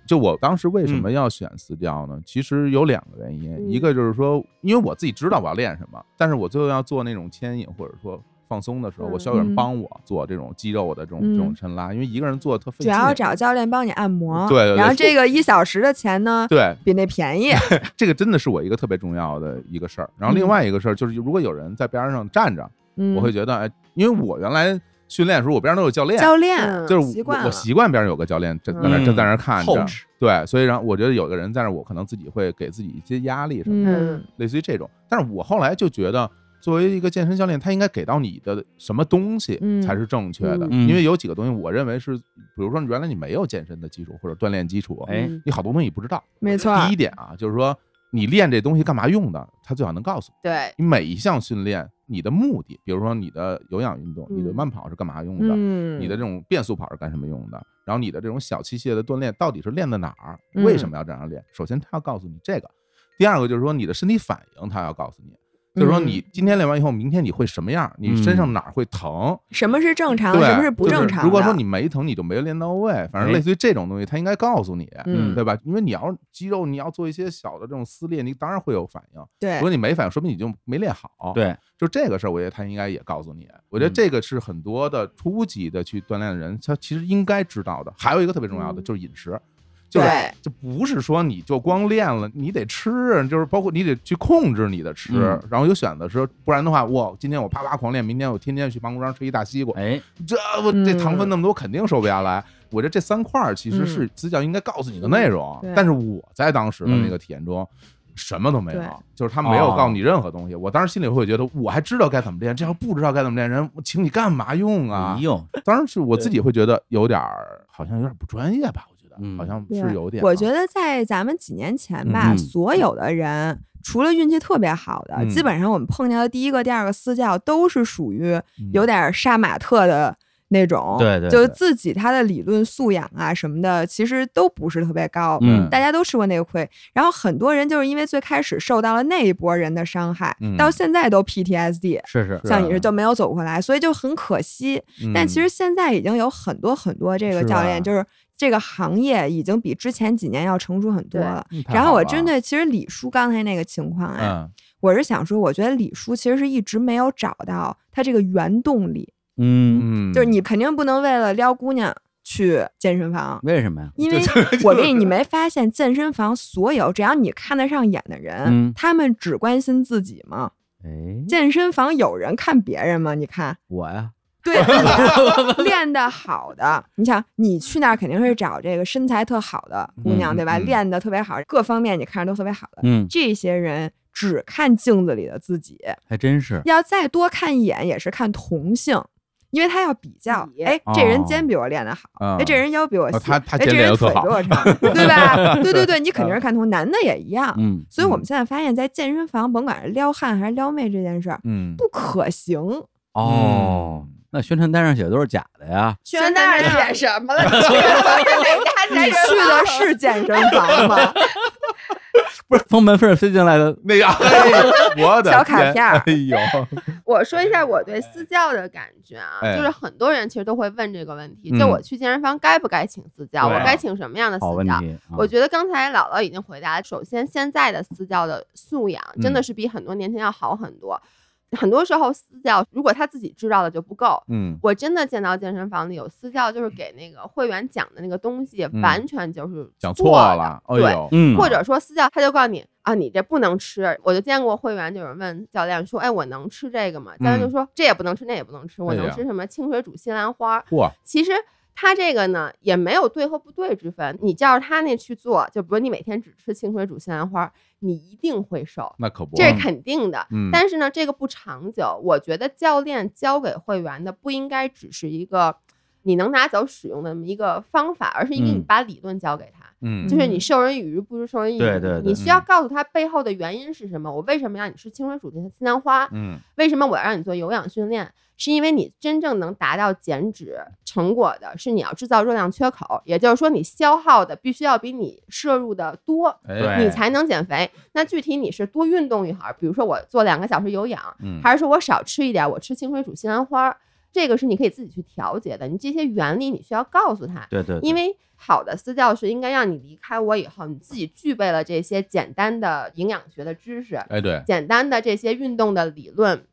S1: 就我当时为什么要选私教呢？其实有两个原因，
S7: 嗯
S1: 一个就是说，因为我自己知道我要练什么，但是我最后要做那种牵引或者说放松的时候，
S7: 嗯
S1: 我需要有人帮我做这种肌肉的这种、
S6: 嗯
S1: 这种抻拉，因为一个人做特费
S6: 主
S1: 劲。
S6: 要找教练帮你按摩，
S1: 对对对
S6: 然后这个一小时的钱呢，
S1: 对，
S6: 比那 便宜，
S1: 这个真的是我一个特别重要的一个事儿。然后另外一个事儿就是，如果有人在边上站着，
S6: 嗯，
S1: 我会觉得，哎，因为我原来训练的时候，我边上都有教练，
S6: 教练
S7: 嗯
S1: 就是
S6: 习
S1: 我
S6: 惯
S1: 我
S6: 了
S1: 习惯边上有个教练在在那儿
S5: 嗯
S1: 在在那儿看着
S5: 透视，
S1: 对，所以然后我觉得有个人在那儿，我可能自己会给自己一些压力什么的，
S6: 嗯，
S1: 类似于这种。但是我后来就觉得，作为一个健身教练，他应该给到你的什么东西
S6: 嗯
S1: 才是正确的？
S5: 嗯
S1: 因为有几个东西，我认为是，比如说原来你没有健身的基础或者锻炼基础，
S5: 哎
S7: 嗯
S1: 你好多东西不知道。
S6: 没错，
S1: 第一点啊，就是说你练这东西干嘛用的，他最好能告诉
S7: 对，
S1: 你。每一项训练你的目的，比如说你的有氧运动，
S7: 嗯
S1: 你的慢跑是干嘛用的，
S6: 嗯，
S1: 你的这种变速跑是干什么用的，然后你的这种小器械的锻炼到底是练的哪儿，
S6: 嗯
S1: 为什么要这样练？首先他要告诉你这个，第二个就是说你的身体反应，他要告诉你。就是说，
S6: 嗯
S1: 你今天练完以后，明天你会什么样？你身上哪儿会疼？
S6: 什么是正常，
S1: 对，
S6: 什么是啊不正
S1: 就是
S6: 常的？
S1: 如果说你没疼，你就没练到位。反正类似于这种东西，他应该告诉你。
S6: 嗯
S1: 对吧？因为你要肌肉，你要做一些小的这种撕裂，你当然会有反应。
S6: 对
S1: 如果你没反应，说明你就没练好。，
S5: 对，
S1: 就这个事儿，我觉得他应该也告诉你。我觉得
S5: 嗯
S1: 这个是很多的初级的去锻炼的人，他其实应该知道的。还有一个特别重要的
S7: 嗯
S1: 就是饮食，就是
S7: 对
S1: 就不是说你就光练了，你得吃，就是包括你得去控制你的吃，
S5: 嗯
S1: 然后有选择时候，不然的话，我今天我啪啪狂练，明天我天天去办公室吃一大西瓜，
S5: 哎，
S1: 这我这
S6: 嗯嗯
S1: 糖分那么多，肯定瘦不下来。我觉得这三块儿其实是私教应该告诉你的内容，
S6: 对
S1: 但是我在当时的
S5: 嗯
S1: 那个体验中。什么都没有
S6: 对，
S1: 就是他没有
S5: 哦
S1: 告诉你任何东西。我当时心里会觉得，我还知道该怎么练，这要不知道该怎么练，人我请你干嘛用啊
S5: 哎？呦，
S1: 当然是我自己会觉得有点儿，好像有点不专业吧？我觉得
S5: 嗯
S1: 好像
S6: 对
S1: 是有点啊。
S6: 我觉得在咱们几年前吧，
S5: 嗯
S6: 所有的人除了运气特别好的，
S1: 嗯
S6: 基本上我们碰见的第一个、第二个私教都是属于有
S1: 点
S6: 点杀马特的那种，
S5: 对对
S6: 就是
S5: 对
S6: 自己他的理论素养啊什么的，其实都不是特别高。
S5: 嗯
S6: 大家都吃过那个亏，然后很多人就是因为最开始受到了那一波人的伤害，
S1: 嗯啊
S6: 到现在都 PTSD，
S5: 是嗯是，
S6: 像你是就没有走过来，所以就很可惜。
S1: 嗯
S6: 但其实现在已经有很多很多这个
S1: 是
S6: 教
S1: 吧
S6: 练，就是这个行业已经比之前几年要成熟很多
S7: 对
S6: 了。
S1: 嗯，太
S6: 然后
S1: 好
S6: 我
S1: 了
S6: 针对其实李叔刚才那个情况啊，
S1: 嗯
S6: 我是想说，我觉得李叔其实是一直没有找到他这个原动力，
S5: 嗯，
S1: 嗯，
S6: 就是你肯定不能为了撩姑娘去健身房，
S5: 为什么呀？
S6: 因为我跟你你没发现健身房所有只要你看得上眼的人，
S5: 嗯
S6: 他们只关心自己吗？
S5: 哎，
S6: 健身房有人看别人吗？你看，
S5: 我呀，
S6: 对练，练得好的，你想你去那儿肯定是找这个身材特好的姑
S5: 嗯
S6: 娘，对吧？
S1: 嗯
S6: 练得特别好，各方面你看着都特别好的，
S5: 嗯，
S6: 这些人只看镜子里的自己，
S5: 还真是，
S6: 要再多看一眼也是看同性。因为他要比较
S7: 比，
S6: 哎，这人
S5: 哦
S6: 肩比我练得好，
S1: 啊
S6: 哎，这人腰比我
S1: 啊
S6: 细，
S1: 他他
S6: 哎，
S1: 肩
S6: 这
S1: 练
S6: 人
S1: 得特
S6: 腿
S1: 好
S6: 比我长， 对吧？ 对对对，你肯定是看同，男的也一样。
S5: 嗯，
S6: 所以我们现在发现，在健身房，甭管是撩汉还是撩妹这件事儿，
S1: 嗯
S6: 不可 行。
S5: 哦，那宣传单上写的都是假的呀，
S7: 宣那儿写什 么了？
S6: 你去的是健身房吗？
S5: 不是从门缝儿飞进来的，
S1: 那个，哎呦我的
S6: 小卡
S1: 天
S6: 片儿
S1: 哎呦，
S7: 我说一下我对私教的感觉啊，
S1: 哎
S7: 就是很多人其实都会问这个问题，
S1: 嗯
S7: 就我去健身房该不该请私教？
S5: 对啊
S7: 我该请什么样的私
S5: 好问
S7: 教？
S5: 题，啊
S7: 我觉得刚才姥姥已经回答了。首先，现在的私教的素养真
S1: 嗯
S7: 的是比很多年前要好很多。很多时候，私教如果他自己知道的就不够。
S1: 嗯
S7: 我真的见到健身房里有私教，就是给那个会员讲的那个东西，
S1: 嗯
S7: 完全就是
S1: 讲
S7: 错
S1: 错
S7: 的
S1: 了，哎
S7: 对，
S1: 呦，
S5: 嗯，
S7: 或者说私教他就告诉你啊，你这不能吃。我就见过会员就有人问教练说，哎，我能吃这个吗？教练就说这也不能吃，那也不能吃，
S1: 嗯
S7: 我
S1: 哎呀
S7: 能吃什么清水煮西兰花？
S1: 嚯，
S7: 其实。他这个呢，也没有对和不对之分。你照着他那去做，就比如你每天只吃清水煮西兰花，你一定会瘦，
S1: 那可不，
S7: 这是肯定的。
S1: 嗯
S7: 但是呢，这个不长久。我觉得教练教给会员的不应该只是一个你能拿走使用的一个方法，而是应该你
S5: 嗯
S7: 把理论教给他。
S1: 嗯
S7: 就是你授人以鱼不如授人以渔，
S5: 对对对
S7: 你需要告诉他背后的原因是什么。我为什么让你吃清水煮的西兰花？
S1: 嗯
S7: 为什么我要让你做有氧训练？是因为你真正能达到减脂成果的是你要制造热量缺口，也就是说你消耗的必须要比你摄入的多，
S1: 哎
S5: 对
S7: 你才能减肥。那具体你是多运动一会儿，比如说我做两个小时有氧，
S1: 嗯
S7: 还是说我少吃一点，我吃清水煮西兰花？这个是你可以自己去调节的。你这些原理你需要告诉他，
S5: 对对，
S7: 因
S5: 为
S7: 为好的私教是应该让你离开我以后，你自己具备了这些简单的营养学的知识，
S1: 哎，对，
S7: 简单的这些运动的理论。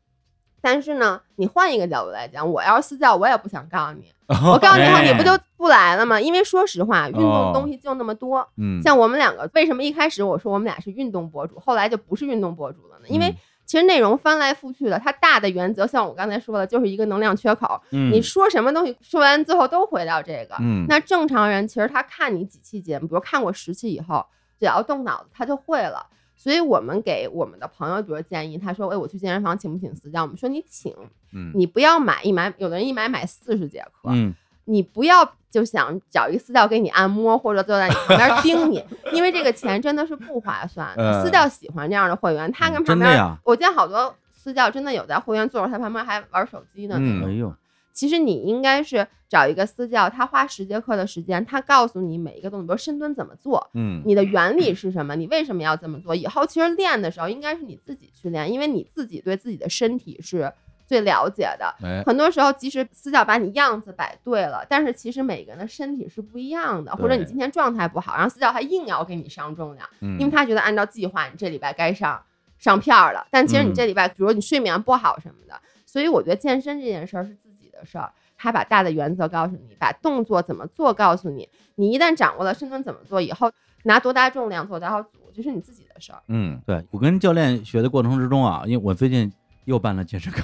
S7: 但是呢，你换一个角度来讲，我要是私教，我也不想告诉你。我告诉你以后，你
S5: 哎
S7: 不就不来了吗？因为说实话，运
S1: 哦
S7: 动东西就那么多。
S1: 嗯，
S7: 像我们两个，为什么一开始我说我们俩是运动博主，后来就不是运动博主了呢？因为
S1: 嗯
S7: 其实内容翻来覆去的，它大的原则，像我刚才说的，就是一个能量缺口。
S5: 嗯
S7: 你说什么东西，说完最后都回到这个。
S1: 嗯
S7: 那正常人其实他看你几期节目，比如看过十期以后，只要动脑子他就会了。所以我们给我们的朋友，比如建议，他说：“哎，我去健身房请不请私教？”我们说：“你请，
S1: 嗯
S7: 你不要买一买，有的人一买买四十节课，
S5: 嗯
S7: 你不要就想找一个私教给你按摩，或者坐在你旁边盯你，因为这个钱真的是不划算的。
S1: 呃
S7: 私教喜欢这样的会员，他跟
S5: 嗯
S7: 旁
S5: 真的
S7: 边，
S5: 呀
S7: 我见好多私教真的有在会员坐着，他旁边还玩手机呢。
S1: 嗯
S5: 哎呦，
S7: 其实你应该是找一个私教，他花十节课的时间，他告诉你每一个动作，比如深蹲怎么做，
S1: 嗯
S7: 你的原理是什么，你为什么要这么做。以后其实练的时候，应该是你自己去练，因为你自己对自己的身体是最了解的。
S1: 哎，
S7: 很多时候，即使私教把你样子摆对了，但是其实每个人的身体是不一样的，或者你
S1: 对
S7: 今天状态不好，然后私教还硬要给你上重量，
S1: 嗯
S7: 因为他觉得按照计划，你这礼拜该上上票了，但
S5: 嗯
S7: 其实你这礼拜，比如你睡眠不好什么的，所以我觉得健身这件事儿是自己的事儿。他把大的原则告诉你，把动作怎么做告诉你，你一旦掌握了深蹲怎么做以后，拿多大重量做多少组，这是你自己的事儿。
S1: 嗯，
S5: 对我跟教练学的过程之中啊，因为我最近又办了健身卡，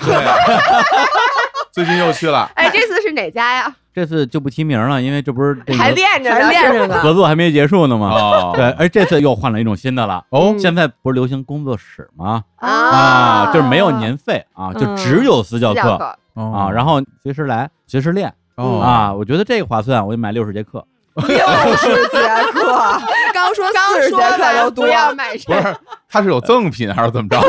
S1: 最近又去了，
S7: 哎，这次是哪家呀？
S5: 这次就不提名了，因为这不是这
S6: 还
S5: 个
S6: 练着呢，
S7: 还练着呢
S5: 合作还没结束呢嘛。
S1: 哦，
S5: 啊对，而这次又换了一种新的了。
S1: 哦
S5: 现在不是流行工作室吗？
S7: 啊
S5: 啊，就是没有年费啊，就只有私教
S7: 私
S5: 课
S7: 教课，
S5: 啊，
S1: 后
S5: 然后随时来，随时练
S1: 哦
S5: 啊。我觉得这个划算，我就买六十节课。
S6: 六十节 课，刚说
S7: 刚
S6: 四十节
S7: 说
S6: 课
S7: 的
S6: 都多
S7: 不，要买
S1: 不是他是有赠品还是怎么 着？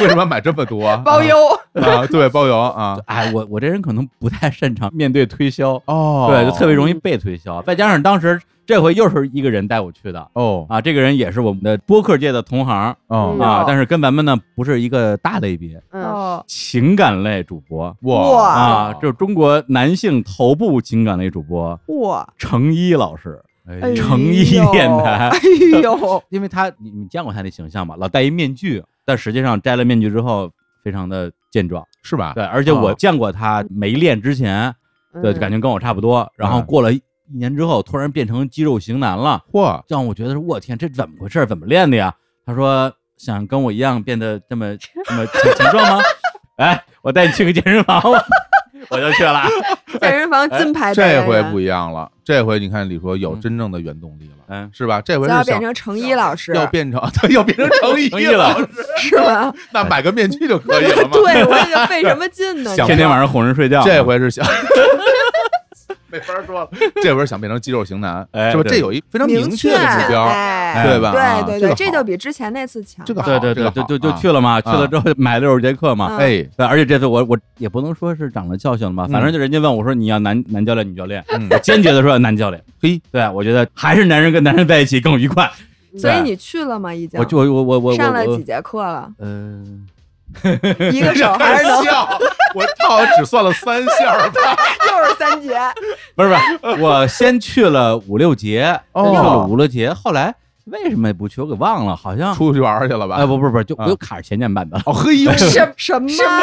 S1: 为什么买这么多？
S7: 包邮，
S1: 啊，对，包邮啊，
S5: 哎，我我这人可能不太擅长面对推销，
S1: 哦，
S5: 对，就特别容易被推销。再加上当时这回又是一个人带我去的
S1: 哦
S5: 啊，这个人也是我们的播客界的同行
S1: 哦
S7: 嗯
S5: 啊，但是跟咱们呢不是一个大类别，
S7: 嗯，
S5: 情感类主播
S1: 哇
S5: 啊，就是中国男性头部情感类主播
S6: 哇，
S5: 程一老师，
S6: 哎呦
S5: 程一电台
S6: 哎 呦，
S5: 因为他你你见过他那形象吧，老戴一面具，但实际上摘了面具之后非常的健壮，
S1: 是吧？啊
S5: 对，而且我见过他没练之前，
S7: 嗯
S5: 对，就感觉跟我差不多，然后
S1: 嗯
S5: 过了一年之后，突然变成肌肉型男了，
S1: 嚯，
S5: 让我觉得是我天，这怎么回事？怎么练的呀？他说想跟我一样变得这么 这么强强壮吗？哎，我带你去个健身房吧， 我就去了。
S6: 健身房金牌代言
S1: 哎这
S6: 人
S1: 回不一样了，这回你看李叔有
S5: 嗯
S1: 真正的原动力了，
S5: 嗯，
S1: 是吧？这回
S6: 就要
S1: 是
S6: 变
S1: 想
S6: 成程一老师，
S1: 要变成 对要变成成毅
S5: 成毅了，
S6: 是吧？
S1: 那买个面具就可以了嘛。
S6: 对，我这个费什么劲呢？
S1: 想
S5: 天天晚上哄着睡觉。啊
S1: 这回是想。 没法说了，这回是想变成肌肉型男，
S5: 哎
S1: 是吧？
S5: 对
S1: 这有一非常
S6: 明
S1: 确的目标，
S6: 哎
S1: 对吧啊
S6: 对对
S1: 这个
S6: 对，
S1: 好
S6: 这就比之前那次强。
S1: 这个好
S5: 对对对，
S1: 这
S5: 就
S1: 个
S5: 就
S1: 好
S5: 就
S1: 啊
S5: 去了嘛，去了之后买六十节课嘛。
S6: 嗯
S1: 哎，
S5: 对，而且这次我我也不能说是长了教训了吧，反正就人家问我说你要男男教练女教练，
S1: 嗯
S5: 我坚决的说要男教练。
S1: 嘿，
S5: 对我觉得还是男人跟男人在一起更愉快。
S6: 所以你去了吗？已经
S5: 哎我就我我我我
S6: 上了
S5: 我，
S6: 几节课了
S5: 嗯，
S6: 一个 手还是能
S1: 笑，我他好像只算了三下吧。
S6: 又是 三节，
S5: 不是不是， 我先去了五六节，
S1: 哦
S5: 先去了五六节，后来为什么不去？我给忘了，好像
S1: 出去玩去了吧？
S5: 哎不不不，就
S1: 啊
S5: 我又卡着前年办的了。
S1: 哦，嘿呦，
S6: 什什么？
S7: 什么？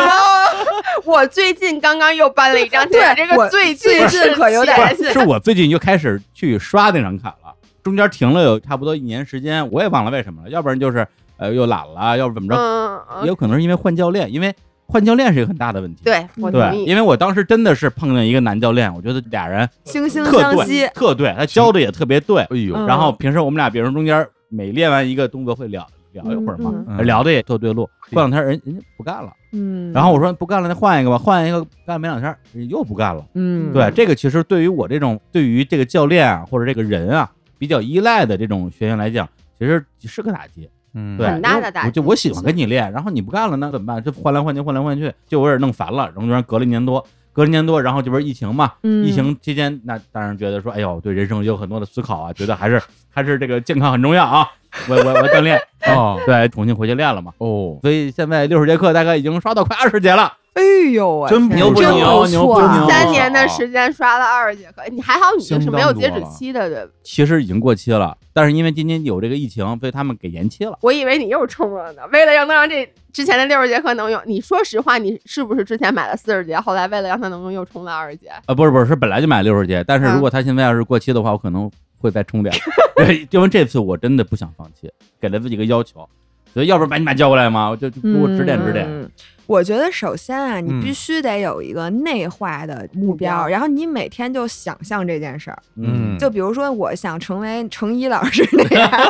S7: 我最近刚刚又办了一张，
S6: 对
S7: 对，这
S6: 我
S7: 个最
S6: 最
S7: 近
S6: 近可有点
S7: 是
S6: 担心
S5: 是我最近又开始去刷那张卡了，中间停了有差不多一年时间，我也忘了为什么了，要不然就是呃又懒了，要不怎么着，
S7: 嗯，
S5: 也
S7: 嗯
S5: 有可能是因为换教练，因为换教练是一个很大的问题。
S7: 对，我同
S5: 对，
S7: 意。
S5: 因为我当时真的是碰见一个男教练，我觉得俩人
S6: 惺惺
S5: 特
S6: 相惜
S5: 对，，特对，他教的也特别对。
S1: 哎呦，
S6: 嗯
S5: 然后平时我们俩，比如中间每练完一个动作会聊聊一会儿嘛，
S1: 嗯
S5: 聊的也特对路。过两天人人家不干了，
S6: 嗯，
S5: 然后我说不干了，那换一个吧，换一个干没两天人又不干了。
S6: 嗯，
S5: 对，这个其实对于我这种对于这个教练啊或者这个人啊比较依赖的这种学员来讲，其实是个打击。
S1: 嗯
S5: 对，
S7: 很大的打击
S5: 我就我喜欢跟你练，然后你不干了，那怎么办？这换来换去，换来换去，就我有点弄烦了。然后就让隔了一年多，隔了一年多，然后这不是疫情嘛？
S6: 嗯
S5: 疫情期间，那当然觉得说，哎呦，对人生有很多的思考啊，觉得还是 还是这个健康很重要啊。 我我我锻炼，
S1: 哦
S5: 对，重新回去练了嘛。
S1: 哦，
S5: 所以现在六十节课大概已经刷到快二十节了，
S6: 哎呦我
S5: 真
S6: 天
S5: 牛
S6: 真
S5: 不
S6: 不
S5: 牛牛不
S6: 错啊
S5: 牛
S7: 三年的时间刷了二十节课，你还好，你就是没有截止期的，对吧？
S5: 其实已经过期了，但是因为今年有这个疫情，被他们给延期了。
S7: 我以为你又冲了呢，为了要能让这之前的六十节课能用，你说实话，你是不是之前买了四十节，后来为了让它能用又冲了二十节？
S5: 啊，不是不是，是本来就买六十节，但
S6: 啊
S5: 是如果它现在要是过期的话，我可能会再充点儿， 对因为这次我真的不想放弃，给了自己一个要求，所以要不然把你俩叫过来嘛，我就就给我指点指点。
S6: 嗯我觉得首先啊，你
S1: 嗯
S6: 必须得有一个内化的目标，
S7: 标
S6: 然后你每天就想象这件事儿。
S1: 哎
S5: 嗯，
S6: 就比如说，我想成为程一老师那样，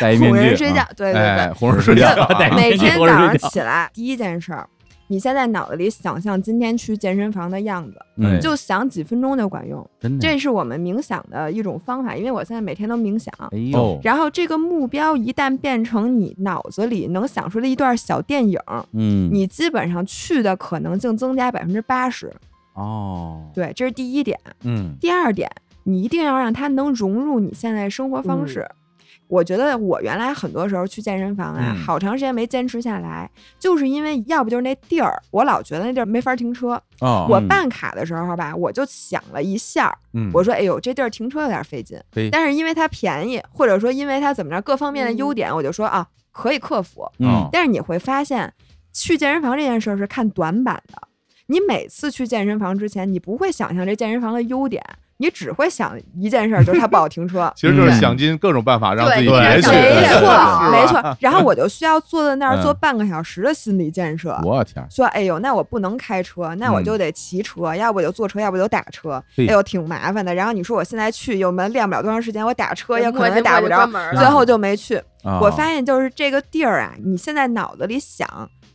S5: 戴一面
S6: 哄
S5: 具，啊
S6: 人睡觉，对对呃对，
S1: 哎，哄人睡觉啊，
S5: 对
S6: 每天早
S5: 我
S6: 上
S5: 是这样
S6: 起来第一件事儿，你先在脑子里想象今天去健身房的样子，
S5: 嗯，
S6: 就想几分钟就管用。
S5: 真的，
S6: 这是我们冥想的一种方法，因为我现在每天都冥想。
S5: 哎呦，
S6: 然后这个目标一旦变成你脑子里能想出来一段小电影，
S5: 嗯，
S6: 你基本上去的可能性增加百分之八十。
S5: 哦，
S6: 对，这是第一点。
S1: 嗯，
S6: 第二点，你一定要让它能融入你现在生活方式。我觉得我原来很多时候去健身房啊，
S1: 嗯嗯
S6: 好长时间没坚持下来，就是因为要不就是那地儿，我老觉得那地儿没法停车。
S1: 哦，
S6: 我
S5: 嗯
S6: 办卡的时候吧，我就想了一下儿，
S1: 嗯
S6: 我说：“哎呦，这地儿停车有点费劲
S1: 嘿，。
S6: 但是因为它便宜，或者说因为它怎么着各方面的优点，我就说啊，可以克服。”
S5: 嗯，
S6: 但是你会发现，去健身房这件事儿是看短板的。你每次去健身房之前，你不会想象这健身房的优点，你只会想一件事儿，就是它不好停 车
S1: 其实
S5: 嗯
S1: 就是想尽各种办法让自己
S7: 对
S1: 别去，
S7: 对
S6: 没
S7: 是吧
S6: 错，没错。然后我就需要坐在那儿
S1: 嗯
S6: 做半个小时的心理建设，
S1: 我天，
S6: 说：“哎呦，那我不能开车，那我就得骑车，要不我就坐车，要不我就打车。哎
S1: 嘿
S6: 呦，挺麻烦的。然后你说我现在去又没练不了多长时间，我打车也可
S7: 摸
S6: 能也
S7: 着
S6: 打不
S7: 摸着
S6: 着
S7: 关，门儿
S6: 最
S7: 了。
S6: 后就没去。我
S1: 我
S6: 发现就是这个地儿啊，你现在脑子里想，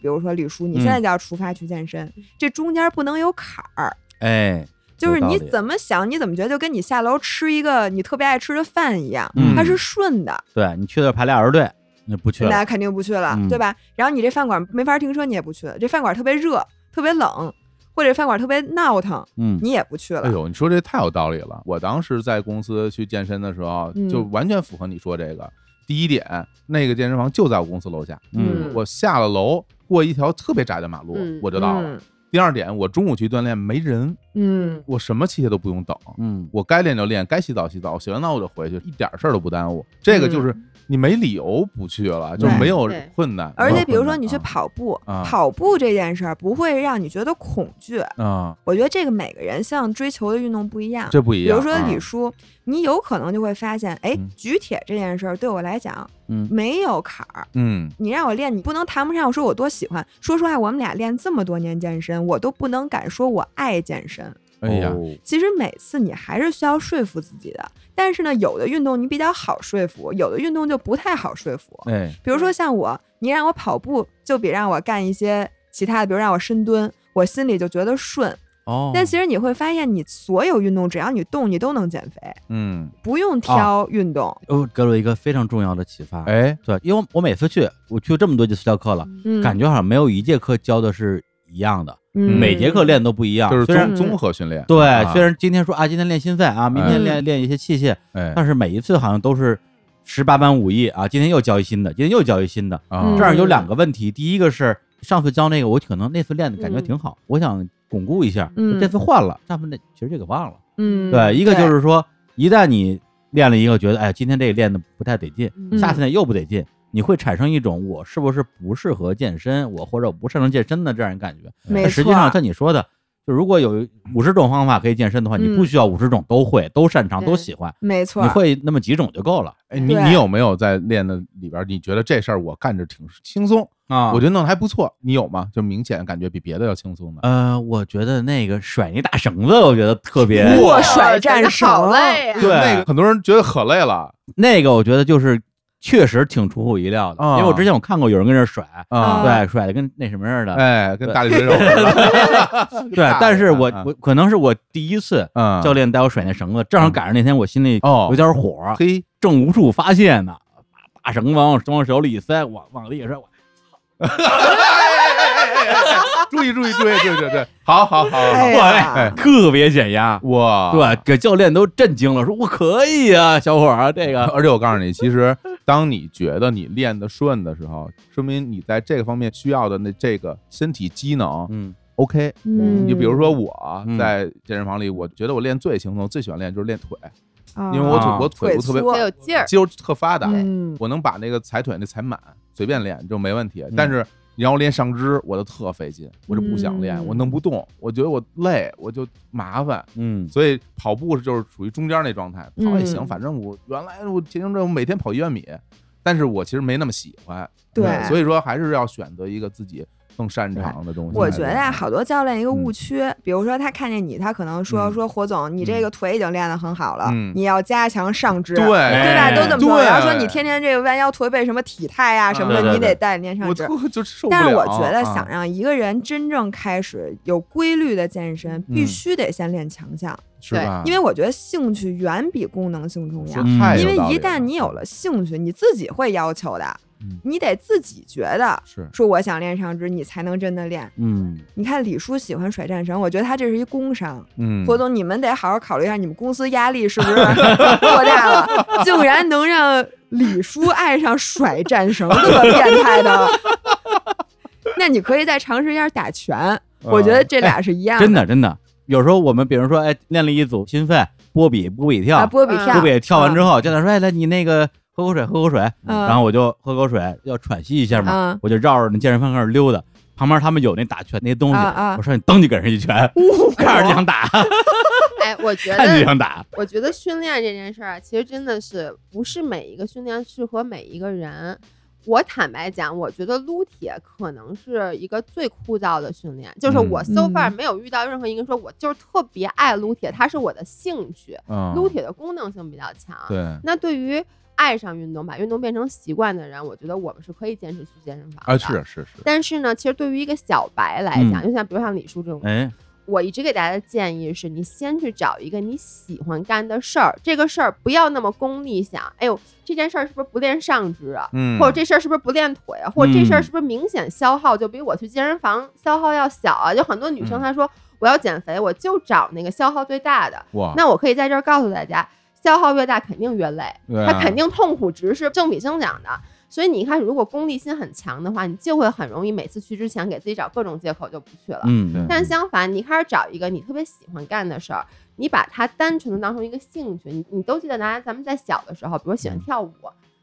S6: 比如说李叔，你现
S1: 嗯
S6: 在就要出发去健身，这中间不能有坎儿。
S5: 哎，
S6: 就是
S5: 有道
S6: 你
S5: 理
S6: 怎么想，你怎么觉得，就跟你下楼吃一个你特别爱吃的饭一样，
S5: 嗯
S6: 它是顺的，
S5: 对你去那儿排俩小时队，你就不去了
S6: 那，肯定不去了，
S5: 嗯
S6: 对吧？然后你这饭馆没法停车，你也不去了；这饭馆特别热，特别冷，或者饭馆特别闹腾，
S5: 嗯，
S6: 你也不去了。
S1: 哎呦，你说这太有道理了！我当时在公司去健身的时候，
S6: 嗯
S1: 就完全符合你说这个。第一点，那个健身房就在我公司楼下，
S5: 嗯
S7: 嗯
S1: 我下了楼过一条特别窄的马路，
S7: 嗯
S1: 我就到了。第二点，我中午去锻炼没人，
S6: 嗯，
S1: 我什么器械都不用等，
S5: 嗯，
S1: 我该练就练，该洗澡洗澡，洗完澡我就回去，一点事儿都不耽误。这个就是你没理由不去了，就
S6: 嗯对
S1: 没有
S7: 对
S1: 困难。
S6: 而且比如
S1: 没有困
S6: 说
S1: 难
S6: 你去跑步，
S1: 啊
S6: 跑步这件事儿不会让你觉得恐惧。
S1: 啊，
S6: 我觉得这个每个人向追求的运动不一样，
S1: 这不一
S6: 比
S1: 样
S6: 如
S1: 啊。
S6: 说李叔，你有可能就会发现，哎
S1: 嗯，
S6: 举铁这件事儿对我来讲，
S5: 嗯
S6: 没有坎儿。
S1: 嗯，
S6: 你让我练，你不能谈不上说我多喜欢。说实话，我们俩练这么多年健身，我都不能敢说我爱健身。
S1: 哎呀，
S5: 哦
S6: 其实每次你还是需要说服自己的，但是呢，有的运动你比较好说服，有的运动就不太好说服。
S5: 哎，
S6: 比
S1: 嗯
S6: 如说像我，你让我跑步，就比让我干一些其他的，比如让我深蹲，我心里就觉得顺。
S5: 哦，
S6: 但其实你会发现，你所有运动只要你动，你都能减肥。
S1: 嗯，
S6: 不用挑运动，
S5: 哦，给了我一个非常重要的启发，，
S1: 哎，
S5: 对，因为我每次去，我去这么多节私教课了，
S6: 嗯，
S5: 感觉好像没有一节课教的是一样的，
S6: 嗯
S5: 每节课练都不一样，
S1: 就是
S5: 虽然
S1: 啊综综合训练。
S5: 对，
S1: 啊
S5: 虽然今天说啊，今天练心肺啊，明
S6: 嗯
S5: 天练练一些器械，
S1: 哎，
S5: 但是每一次好像都是十八般武艺啊，今天又教一新的，今天又教一新的，
S1: 啊
S5: 这样有
S6: 嗯
S5: 两个问题，第一个是上次教那个，我可能那次练的感觉
S7: 嗯
S5: 挺好，我想巩固一下，
S6: 嗯
S5: 这次换了，上次那其实这个忘了，
S6: 嗯，
S5: 对，一个就是说，一旦你练了一个，觉得哎今天这个练的不太得劲，
S6: 嗯
S5: 下次呢又不得劲，你会产生一种我是不是不适合健身，我或者我不擅长健身的这样一个感觉。但
S6: 没错，
S5: 实际上，像你说的，就如果有五十种方法可以健身的话，你
S6: 嗯
S5: 不需要五十种都会、都擅长、
S7: 对
S5: 都喜欢，
S6: 没错，
S5: 你会那么几种就够了
S1: 哎，你
S6: 对
S1: 你有没有在练的里边儿，你觉得这事儿我干着挺轻松，
S5: 啊
S1: 我觉得弄得还不错，你有吗？就明显感觉比别的要轻松的。
S5: 呃，我觉得那个甩那大绳子，我觉得特别
S6: 哇
S7: 哇
S6: 甩嗯战哦
S7: 真的好
S6: 绳
S7: 累啊呀！
S5: 对
S1: 那个很多人觉得可累了
S5: 那个，我觉得就是确实挺出乎我意料的，
S1: 啊
S5: 因为我之前我看过有人跟那儿甩，
S1: 啊，
S5: 对，甩的跟那什么似的，
S1: 哎，跟大力水手 似的。
S5: 对，但是我
S1: 啊
S5: 我可能是我第一次
S1: 嗯，
S5: 教练带我甩那绳子，正好赶上那天我心里
S1: 哦
S5: 有点火，
S1: 嘿，
S5: 正无处发泄呢，把大绳子往我往我手里一塞，往往地下摔，我
S1: 注意注意注意注意注意注意，好好好，
S6: 哎
S1: 好
S6: 呀
S1: 哎
S5: 特别减压，
S1: 哇，
S5: 对，给教练都震惊了，说我可以啊，小伙儿，这个
S1: 而且我告诉你，其实当你觉得你练得顺的时候，说明你在这个方面需要的那这个身体机能
S5: 嗯
S1: OK。
S6: 嗯，
S1: 你比如说我
S5: 嗯
S1: 在健身房里，我觉得我练最轻松、最喜欢练就是练腿，
S6: 啊，
S1: 因为我腿
S5: 啊
S1: 我腿
S6: 腿
S1: 部特别
S6: 粗
S7: 得有劲儿。
S1: 肌肉特发达，
S6: 嗯
S1: 我能把那个踩腿那踩满，随便练就没问题
S5: 嗯。
S1: 但是你让我练上肢，我就特费劲，我就不想练，
S6: 嗯
S1: 我弄不动，我觉得我累，我就麻烦。
S5: 嗯
S1: 所以跑步就是属于中间那状态，
S6: 嗯
S1: 跑也行，反正我原来我田径队我每天跑一万米，但是我其实没那么喜欢。
S6: 对
S1: 嗯所以说还是要选择一个自己更擅长的东西。
S6: 我觉得呀，好多教练一个误
S1: 嗯
S6: 区，比如说他看见你，他可能说
S1: 嗯
S6: 说火总，你这个腿已经练得很好了，
S1: 嗯
S6: 你要加强上肢，啊
S1: 对
S6: 对吧？
S5: 哎
S6: 都这么说，
S1: 对
S6: 然后说你天天这个弯腰驼背什么体态呀、什么的，
S5: 对对
S6: 你
S5: 对
S6: 得带练上
S1: 我
S6: 肢。
S1: 特就 受不了。
S6: 但是我觉得，想
S1: 啊
S6: 让一个人真正开始有规律的健身，
S5: 嗯
S6: 必须得先练强项，
S1: 是吧？
S6: 因为我觉得兴趣远比功能性重要
S1: 说。啊太
S5: 嗯
S6: 因
S1: 有
S6: 为
S1: 道理
S6: 一旦你有了兴趣，你自己会要求的，
S1: 嗯
S6: 你得自己觉得
S1: 是
S6: 说我想练上肢，你才能真的练。
S5: 嗯
S6: 你看李叔喜欢甩战绳，我觉得他这是一工伤。
S1: 嗯
S6: 郭总，你们得好好考虑一下，你们公司压力是不是过大了， 竟然能让李叔爱上甩战绳这么变态的？ 那你可以再尝试一下打拳，我
S1: 啊
S6: 觉得这俩是一
S1: 哎
S6: 样
S5: 真的真的，有时候我们比如说，哎，练了一组心肺、波比、波比
S6: 啊，
S5: 跳、
S6: 波比
S7: 嗯
S6: 跳，
S5: 波比跳完之后，教练说：“哎，来，你那个喝口水，喝口水。”
S6: 嗯，
S5: 然后我就喝口水，要喘息一下嘛，
S6: 嗯
S5: 我就绕着那健身房开始溜达。旁边他们有那打拳那东西，
S6: 啊啊
S5: 我说你蹬就给人一拳，看着就想打，
S7: 哎，我觉
S5: 看着就
S7: 得，
S5: 想打。
S7: 我觉得训练这件事儿啊，其实真的是不是每一个训练适合每一个人。我坦白讲，我觉得撸铁可能是一个最枯燥的训练，就是我
S1: 嗯
S7: so far
S6: 嗯
S7: 没有遇到任何一个人说我就是特别爱撸铁，它是我的兴趣。
S1: 嗯
S7: 撸铁的功能性比较强，
S1: 对。
S7: 那对于爱上运动、把运动变成习惯的人，我觉得我们是可以坚持去健身房的
S1: 啊，是。嗯是是，
S7: 但是呢，其实对于一个小白来讲，就像比如像李叔这种，
S5: 哎，
S7: 我一直给大家的建议是，你先去找一个你喜欢干的事儿，这个事儿不要那么功利想，哎呦，这件事儿是不是不练上肢啊？
S1: 嗯
S7: 或者这事儿是不是不练腿啊？或者
S5: 嗯
S7: 这事儿是不是明显消耗就比我去健身房消耗要小啊？有很多女
S1: 嗯
S7: 生她说我要减肥，我就找那个消耗最大的。
S1: 哇，
S7: 那我可以在这儿告诉大家，消耗越大肯定越累，
S1: 对啊
S7: 它肯定痛苦值是正比增长的。所以你一开始如果功利心很强的话，你就会很容易每次去之前给自己找各种借口就不去了。
S5: 嗯，
S7: 但相反，你开始找一个你特别喜欢干的事儿，你把它单纯的当成一个兴趣，你你都记得拿咱们在小的时候，比如喜欢跳舞，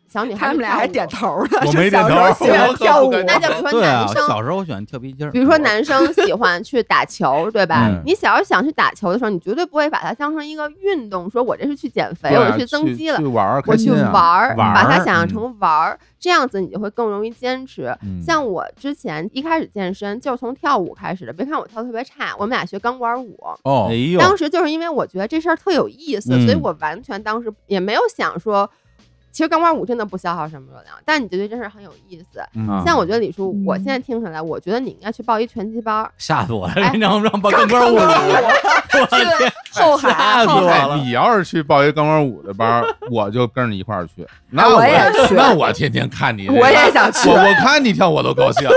S7: 小女
S6: 嗯
S7: 孩
S6: 他们
S7: 就
S6: 俩还
S7: 跳舞
S6: 点，头呢，
S1: 我
S6: 说
S1: 没点
S6: 小时
S1: 头
S6: 候喜欢
S1: 我
S6: 跳舞，
S7: 那就比如说
S5: 对啊
S7: 男，生
S5: 小时候我喜欢跳皮筋儿，
S7: 比如说男生喜欢去打球，对吧？
S1: 嗯
S7: 你小时候想去打球的时候，你绝对不会把它当成一个运动，说我这是去减肥，
S1: 对啊
S7: 我是去增肌了
S1: 去，玩儿，
S7: 我
S1: 开
S7: 去
S1: 心啊
S7: 玩
S5: 玩
S7: 儿，把它
S5: 儿
S7: 想象
S5: 嗯
S7: 成玩儿，这样子你就会更容易坚持。
S1: 嗯
S7: 像我之前一开始健身就是从跳舞开始的，别看我跳得特别差，我们俩学钢管舞。
S1: 哦
S5: 哎，呦，
S7: 当时就是因为我觉得这事儿特有意思，所以
S5: 嗯
S7: 我完全当时也没有想说，其实钢管舞真的不消耗什么热量，但你就觉得这事儿很有意思。
S5: 嗯
S7: 像我觉得李叔，我
S6: 嗯
S7: 现在听起来，我觉得你应该去报一拳击班儿。
S5: 吓死我了，
S7: 哎
S5: 让让把钢管舞，我 天，
S6: 后
S5: 吓
S6: 海
S5: 死
S6: 后
S5: 我
S6: 海，
S1: 哎，你要是去报一钢管舞的班 儿，我就跟着你一块儿去。那
S6: 啊我也去
S1: 那我天天看你这个，
S6: 我也想去
S1: 我我看你跳，我都高兴，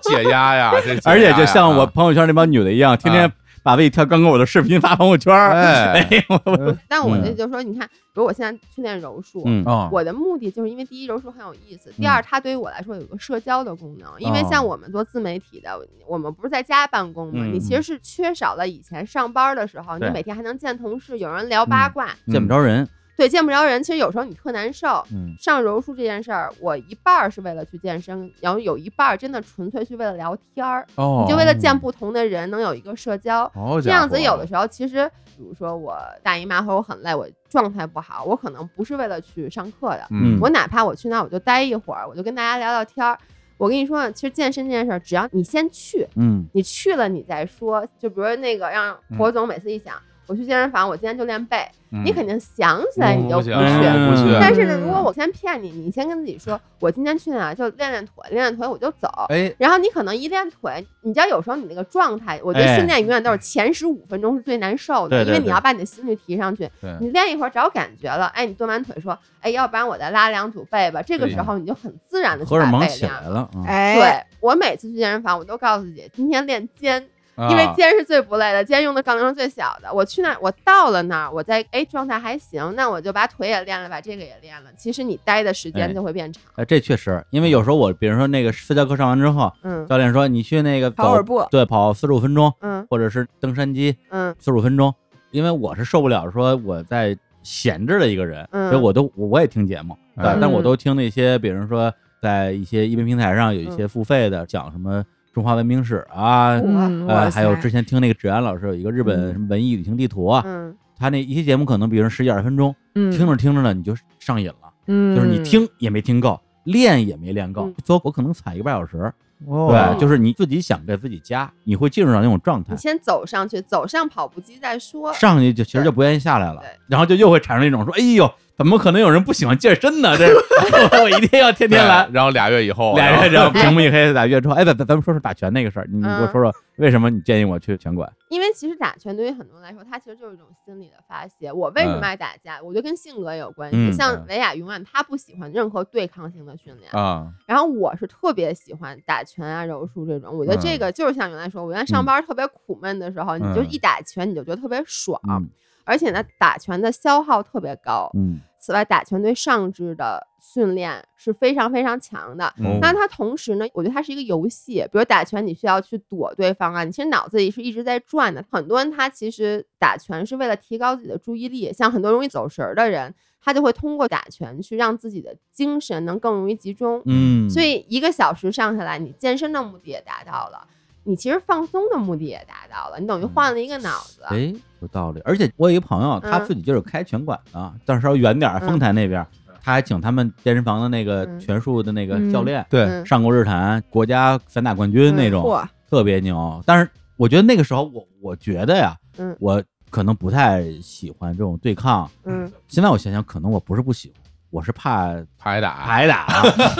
S1: 解压呀，这解压呀
S5: 而且就像我
S1: 啊
S5: 朋友圈那帮女的一样，天天把自己跳钢管舞的视频发朋友圈儿。
S1: 哎
S5: 啊 哎，我
S7: 但我
S5: 嗯
S7: 这就说，你看，比如我现在去练柔术，
S5: 嗯
S1: 啊，
S7: 我的目的就是因为第一，柔术很有意思；第二，它对于我来说有一个社交的功能。因为
S1: 哦
S7: 像我们做自媒体的，我们不是在家办公嘛，
S5: 嗯
S7: 你其实是缺少了以前上班的时候，你
S5: 对嗯
S7: 每天还能见同事，有人聊八卦，
S5: 见不着人，
S7: 对，见不着人，其实有时候你特难受。
S1: 嗯
S7: 上柔术这件事儿，我一半儿是为了去健身，然后有一半儿真的纯粹是为了聊天儿，
S1: 哦
S7: 你就为了见不同的人，能有一个社交。
S1: 好
S7: 这
S1: 家
S7: 样子
S1: 伙
S7: 有的时候，其实比如说我大姨妈或者我很累，我状态不好，我可能不是为了去上课的，
S1: 嗯
S7: 我哪怕我去那儿我就待一会儿，我就跟大家聊聊天儿。我跟你说，啊其实健身这件事儿，只要你先去，
S5: 嗯，
S7: 你去了你再说。就比如那个让
S1: 嗯
S7: 火总每次一想，我去健身房，我今天就练背，你肯定想起来你就
S1: 嗯不
S7: 去。
S1: 行我不去。
S7: 但是呢，
S6: 嗯
S7: 如果我先骗你，你先跟自己说，我今天去哪儿就练练腿，练练腿我就走。
S1: 哎，
S7: 然后你可能一练腿，你知道有时候你那个状态，我觉得
S5: 哎
S7: 训练永远都是前十五分钟是最难受的，
S5: 对对
S7: 因为你
S5: 对
S7: 要把你的心率提上去。
S1: 对
S7: 你练一会儿找感觉了，哎，你蹲完腿说，哎，要不然我再拉两组背吧。这个
S1: 对
S7: 时候你就很自然的去
S5: 荷尔
S7: 把
S5: 蒙
S7: 背
S5: 起
S7: 量
S5: 来。了，嗯
S6: 哎，
S7: 对我每次去健身房，我都告诉自己，今天练肩，因为
S1: 啊
S7: 肩是最不累的，肩用的杠铃是最小的。我去那，我到了那儿，我在哎状态还行，那我就把腿也练了，把这个也练了。其实你待的时
S5: 哎
S7: 间就会变长。
S5: 哎，这确实，因为有时候我，比如说那个私教课上完之后，
S7: 嗯
S5: 教练说你去那个
S6: 跑会儿步
S5: 走对，跑四十五分钟，
S7: 嗯
S5: 或者是登山机
S7: 嗯
S5: 四十五分钟，因为我是受不了说我在闲置的一个人，
S7: 嗯
S5: 所以我都我我也听节目，对，
S1: 哎
S5: 但我都听那些，比如说在一些音频平台上有一
S7: 嗯
S5: 些付费的，讲什么中华文明史啊。
S6: 嗯，
S5: 呃，
S6: 哇
S5: 还有
S6: 塞
S5: 之前听那个芷安老师有一个日本什么文艺旅行地图啊，
S7: 嗯，
S5: 他那一期节目可能比如十几二十分钟，
S6: 嗯
S5: 听着听着呢你就上瘾了，
S6: 嗯，
S5: 就是你听也没听够，练也没练够
S7: 嗯，
S5: 所以我可能踩一个半小时，
S1: 哦
S5: 对，就是你自己想给自己加，你会进入到那种状态
S7: 你，先走上去，走上跑步机再说。
S5: 上去就其实就不愿意下来了
S7: 对，
S5: 然后就又会产生一种说，哎呦，怎么可能有人不喜欢健身呢？这我一定要天天来
S1: 对。然后俩月以后，
S5: 俩月之后，
S1: 然后
S5: 屏幕一黑，俩月之后，哎，咱咱咱们说说打拳那个事儿，你你给我
S7: 嗯
S5: 说说为什么你建议我去拳馆？
S7: 因为其实打拳对于很多人来说，它其实就是一种心理的发泄。我为什
S5: 嗯
S7: 么爱打架？我觉得跟性格也有关系。
S5: 嗯
S7: 像维亚永远他不喜欢任何对抗性的训练，
S1: 啊，
S7: 然后我是特别喜欢打拳啊、柔术这种。我觉得这个就是像原来说，我原来上班特别苦闷的时候，你就
S1: 嗯
S7: 一打拳你就觉得特别爽，
S5: 嗯
S7: 而且呢，打拳的消耗特别高。
S5: 嗯
S7: 此外，打拳对上肢的训练是非常非常强的。
S1: 嗯
S7: 那它同时呢，我觉得它是一个游戏。比如打拳，你需要去躲对方啊，你其实脑子里是一直在转的。很多人他其实打拳是为了提高自己的注意力，像很多容易走神儿的人，他就会通过打拳去让自己的精神能更容易集中。
S5: 嗯，
S7: 所以一个小时上下来，你健身的目的也达到了，你其实放松的目的也达到了，你等于换了一个脑子。
S5: 嗯哎，有道理。而且我有一朋友，他
S7: 嗯
S5: 自己就是开拳馆啊的，但是稍微远点儿，丰台那边儿，
S1: 嗯
S5: 他还请他们健身房的那个
S7: 嗯
S5: 拳术的那个
S6: 嗯
S5: 教练，
S1: 对，
S7: 嗯
S5: 上过日坛国家散打冠军那种，
S6: 嚯
S5: 特别牛。但是我觉得那个时候我，我觉得呀，
S7: 嗯
S5: 我可能不太喜欢这种对抗。
S7: 嗯，
S5: 现在我想想，可能我不是不喜欢，我是怕
S1: 拍打，
S5: 挨 打。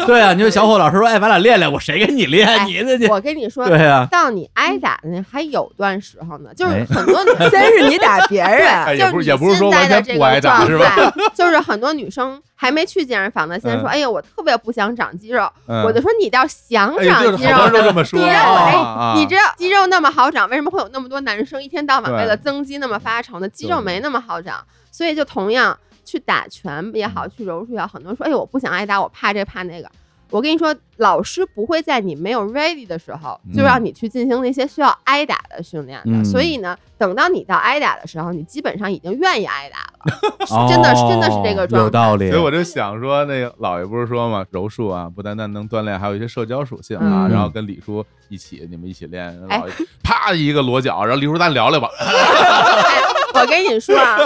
S5: 对啊，你说小伙老师说，哎，咱俩练练，我谁跟你练？
S7: 哎
S5: 你这这
S7: 我跟你说，
S5: 对啊，
S7: 到你挨打的那还有段时候呢，就是
S5: 哎
S7: 很多女
S6: 嗯
S7: 生。
S6: 先是你打别人，
S1: 哎也不是
S7: 就
S1: 也不是说
S7: 你现在
S1: 完全不
S7: 的这个
S1: 挨打
S7: 状
S1: 是吧？
S7: 态就是很多女生还没去健身房呢，现在说：“
S1: 嗯
S7: 哎呀，我特别不想长肌肉。”
S1: 嗯
S7: 我就说：“你倒想
S1: 哎，就
S7: 长肌
S1: 是好
S7: 肉
S1: 多人都
S7: 呢
S1: 这么说，
S7: 你让我哎
S1: 啊，
S7: 你这肌肉那么好长，为什么会有那么多男生一天到晚为了增肌那么发愁呢？肌肉没那么好长，所以就同样去打拳也
S1: 嗯
S7: 好，去柔术也好，很多人说，哎呦，我不想挨打，我怕这怕那个。我跟你说，老师不会在你没有 ready 的时候
S1: 嗯
S7: 就让你去进行那些需要挨打的训练的，
S5: 嗯
S7: 所以呢，等到你到挨打的时候，你基本上已经愿意挨打了。
S5: 哦
S7: 真的是真的是这个状态
S5: 有道理
S1: 所以。我就想说，那个姥爷不是说嘛，柔术啊，不单单能锻炼，还有一些社交属性啊。
S7: 嗯
S1: 然后跟李叔一起，你们一起练，
S7: 哎
S1: 姥爷啪一个裸脚，然后李叔咱聊聊吧。
S7: 哎我跟你说啊，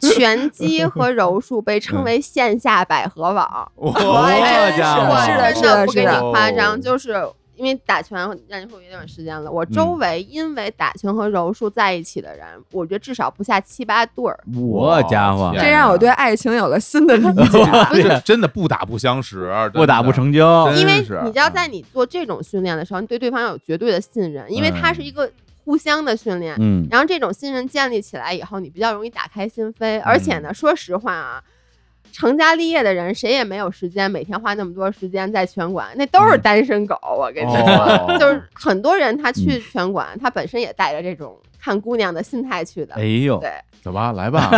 S7: 拳击和柔术被称为线下百合网。
S1: 哦哇
S7: 哎
S5: 哦家伙
S7: 我
S6: 是的是
S7: 真
S6: 的
S7: 不给
S6: 是的
S7: 你夸
S1: 哦
S7: 张，就是因为打拳让你会有点时间了。我周围因为打拳和柔术在一起的人，我觉得至少不下七八对儿。
S5: 我家伙，
S1: 天
S6: 这让我对爱情有了 新的理解。
S1: 这真的不打不相识，真的
S5: 不打不。成交。
S1: 真
S7: 因为
S1: 是
S7: 你知道，在你做这种训练的时候，你对对方要有绝对的信任，因为它是一个互相的训练。
S5: 嗯，
S7: 然后这种信任建立起来以后，你比较容易打开心扉。而且
S1: 嗯
S7: 呢，说实话啊，成家立业的人谁也没有时间每天花那么多时间在拳馆，那都是单身狗。我跟你
S1: 嗯哦 嗯
S7: 说，啊 就是很多人他去拳馆，他本身也带着这种看姑娘的心态去的
S5: 哎。呦，
S7: 对，
S1: 走吧，来吧，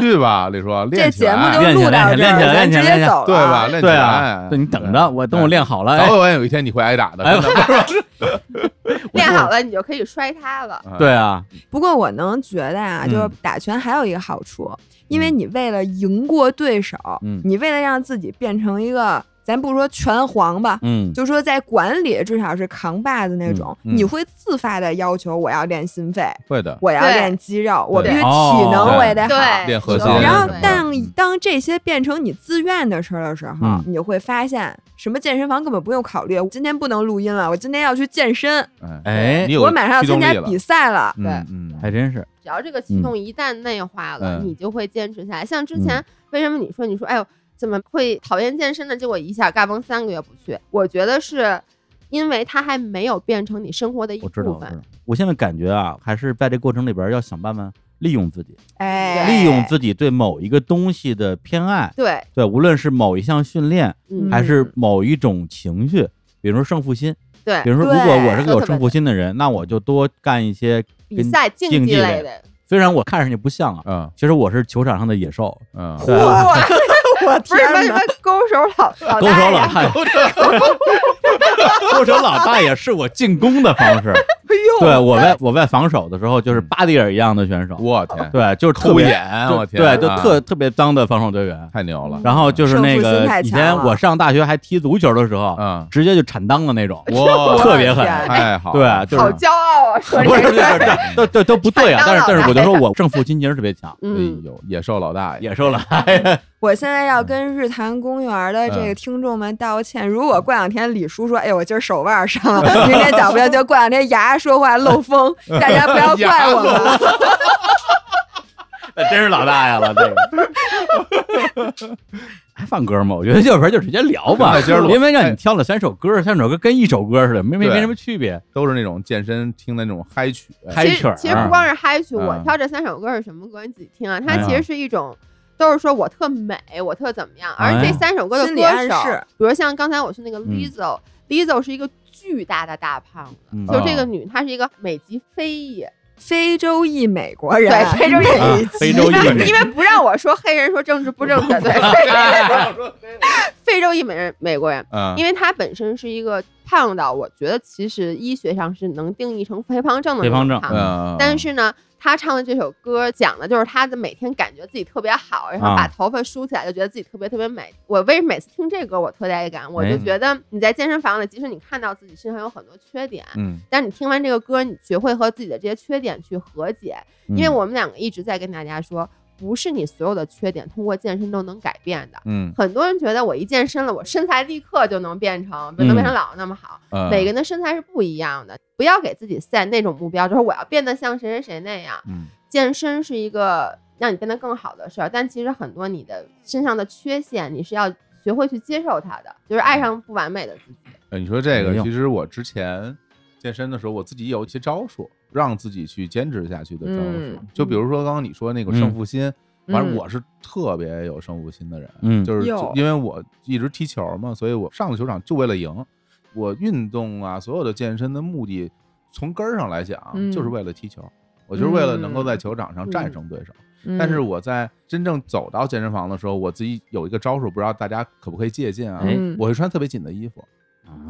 S1: 去吧，李叔，
S6: 这
S1: 练起
S6: 节目
S1: 来，
S6: 就录到这儿，咱直接走了。
S1: 对吧？练起
S5: 对啊
S1: 来，，
S5: 对你等着，我等我练好了，哎
S1: 早晚有一天你会挨打的。
S5: 哎
S1: 真的
S7: 练好了你就可以摔它了。
S1: 嗯
S5: 对啊，
S6: 不过我能觉得啊，
S5: 嗯
S6: 就是打拳还有一个好处，因
S1: 嗯
S6: 为你为了赢过对手，
S5: 嗯
S6: 你为了让自己变成一个，咱不说拳皇吧。
S5: 嗯，
S6: 就说在管理，至少是扛把子那种，
S1: 嗯嗯
S6: 你会自发的要求我要练心肺，
S1: 会的，
S6: 我要
S7: 对
S6: 练肌肉，我必
S7: 对
S6: 须体
S5: 哦
S6: 能我也得好。
S7: 对，
S1: 练核
S7: 你
S1: 心
S7: 说
S1: 对
S7: 的
S6: 然后
S7: 对，
S6: 当
S1: 嗯
S6: 当这些变成你自愿的事儿的时候，
S5: 嗯
S6: 你会发现什么健身房根本不用考虑，我今天不能录音了，我今天要去健身，
S5: 哎
S1: 嗯你，有
S6: 我马上要
S1: 驱动
S6: 参
S1: 力
S6: 加
S1: 了
S6: 比赛了。
S1: 嗯
S7: 对
S1: 嗯，
S5: 还真是，
S7: 只要这个
S5: 嗯
S7: 启动一旦内化了，
S1: 嗯
S7: 你就会坚持下来。像之前为什么你说你说哎呦怎么会讨厌健身呢？结果一下嘎嘣三个月不去，我觉得是因为它还没有变成你生活的一
S5: 我知道，
S7: 部
S5: 我知
S7: 分
S5: 道。。我现在感觉啊，还是在这过程里边要想办法利用自己，
S6: 哎，
S5: 利用自己对某一个东西的偏爱，
S7: 对，
S5: 对，无论是某一项训练，
S7: 嗯，
S5: 还是某一种情绪，比如说胜负心，
S7: 对
S5: 比如说，如果我是个
S7: 对
S5: 有胜负心的人，那我就多干一些
S7: 比
S5: 跟
S7: 赛
S5: 竞
S7: 技
S5: 技
S7: 类
S5: 类
S7: 的，
S5: 虽然我看上去不像啊，
S1: 嗯
S5: 其实我是球场上的野兽，
S1: 嗯，
S5: 对
S7: 哇，
S5: 吧，
S6: 我
S7: 不是
S6: 天
S7: 什么什
S6: 哪
S7: 么勾手老 老
S5: 勾
S7: 大
S5: 手老
S7: 爷，
S5: 大爷，勾手老大爷是我进攻的方式。
S6: 哎
S5: 对
S6: 呦，
S5: 我外我外防守的时候就是巴蒂尔一样的选手，
S1: 我天，
S5: 对，就是特
S1: 偷
S5: 别
S1: 眼，我天，
S5: 对，就
S1: 啊
S5: 特特别脏的防守队员。
S1: 太牛了，
S5: 然后就是那
S6: 胜负
S5: 个
S6: 心太
S5: 以
S6: 强
S5: 前
S6: 了
S5: 我上大学还踢足球的时候，
S1: 嗯，
S5: 直接就铲裆的那种，
S1: 哇，
S5: 特别狠。
S7: 天
S1: 太好，
S5: 对，，就
S7: 好
S5: 是
S7: 骄傲啊！说这
S5: 不是不是不
S7: 个，
S5: 是，这 这都不对啊！但是但是我就说我胜负心其实特别强，
S1: 哎
S7: 嗯，
S1: 呦，野兽老大爷，
S5: 野兽了，哎呀
S6: 我现在要跟日坛公园的这个听众们道歉。如果过两天李叔说：“哎，我今儿手腕伤了，明天脚不行，就过两天牙说话漏风，大家不要怪我
S1: 牙
S6: 们。
S5: 真是老大爷了，这个。 还放歌吗？我觉得要不然就直接聊吧
S1: 那今儿，录
S5: 因为让你挑了三首歌，三首歌跟一首歌似的，没没
S1: 对
S5: 没什么区别。
S1: 都是那种健身听的那种嗨曲，
S5: 嗨
S7: 其
S5: 曲
S7: 实
S5: 儿
S7: 其实
S5: 啊
S7: 不光是嗨曲，我
S1: 嗯
S7: 挑这三首歌是什么歌？你自己听啊，它
S5: 哎呀
S7: 其实是一种。都是说我特美，我特怎么样，而
S5: 哎
S7: 这
S5: 呀
S7: 三首歌的
S6: 心理
S7: 歌
S6: 暗
S7: 手
S6: 示，
S7: 比如像刚才我是那个
S5: 嗯
S7: Lizzo，Lizzo 是一个巨大的大胖子，
S5: 嗯
S7: 就这
S1: 哦
S7: 个女，她是一个美籍 非裔，”
S6: 非洲裔美国人，
S7: 对非洲裔
S5: 啊
S6: 美
S5: 非洲裔
S7: 因为不让我说黑人说政治不正 确，对，非洲裔美人美国人，
S1: 嗯，
S7: 因为他本身是一个胖到，我觉得其实医学上是能定义成肥胖症的
S5: 肥胖症
S7: 那种胖
S1: 嗯，
S5: 啊
S7: 但是呢，他唱的这首歌讲的就是他的每天感觉自己特别好，然后
S5: 啊
S7: 把头发梳起来就觉得自己特别特别美。我为什么每次听这歌我特带感？我就
S5: 哎
S7: 觉得你在健身房里，即使你看到自己身上有很多缺点，
S1: 嗯，
S7: 但你听完这个歌，你学会和自己的这些缺点去和解，因为
S5: 嗯
S7: 我们两个一直在跟大家说，不是你所有的缺点通过健身都能改变的。
S1: 嗯
S7: 很多人觉得我一健身了，我身材立刻就能变成，能变成老那么好。
S1: 嗯，
S7: 每个人的身材是不一样的，不要给自己 set 那种目标，就是我要变得像谁谁谁那样。
S1: 嗯
S7: 健身是一个让你变得更好的事儿，但其实很多你的身上的缺陷，你是要学会去接受它的，就是爱上不完美的自己。
S1: 呃，你说这
S5: 没
S1: 个，
S5: 用
S1: 其实我之前健身的时候，我自己有一些招数，让自己去坚持下去的招数
S7: 嗯。
S1: 就比如说刚刚你说那
S5: 嗯
S1: 个胜负心，反正
S7: 嗯
S1: 我是特别有胜负心的人，
S5: 嗯
S1: 就是就
S6: 哟
S1: 因为我一直踢球嘛，所以我上了球场就为了赢。我运动啊，所有的健身的目的，从根儿上来讲，
S7: 嗯
S1: 就是为了踢球。我就是为了能够在
S7: 嗯
S1: 球场上
S7: 嗯
S1: 战胜对手，但是我在真正走到健身房的时候，我自己有一个招数，不知道大家可不可以借鉴啊？
S5: 哎
S1: 我会穿特别紧的衣服，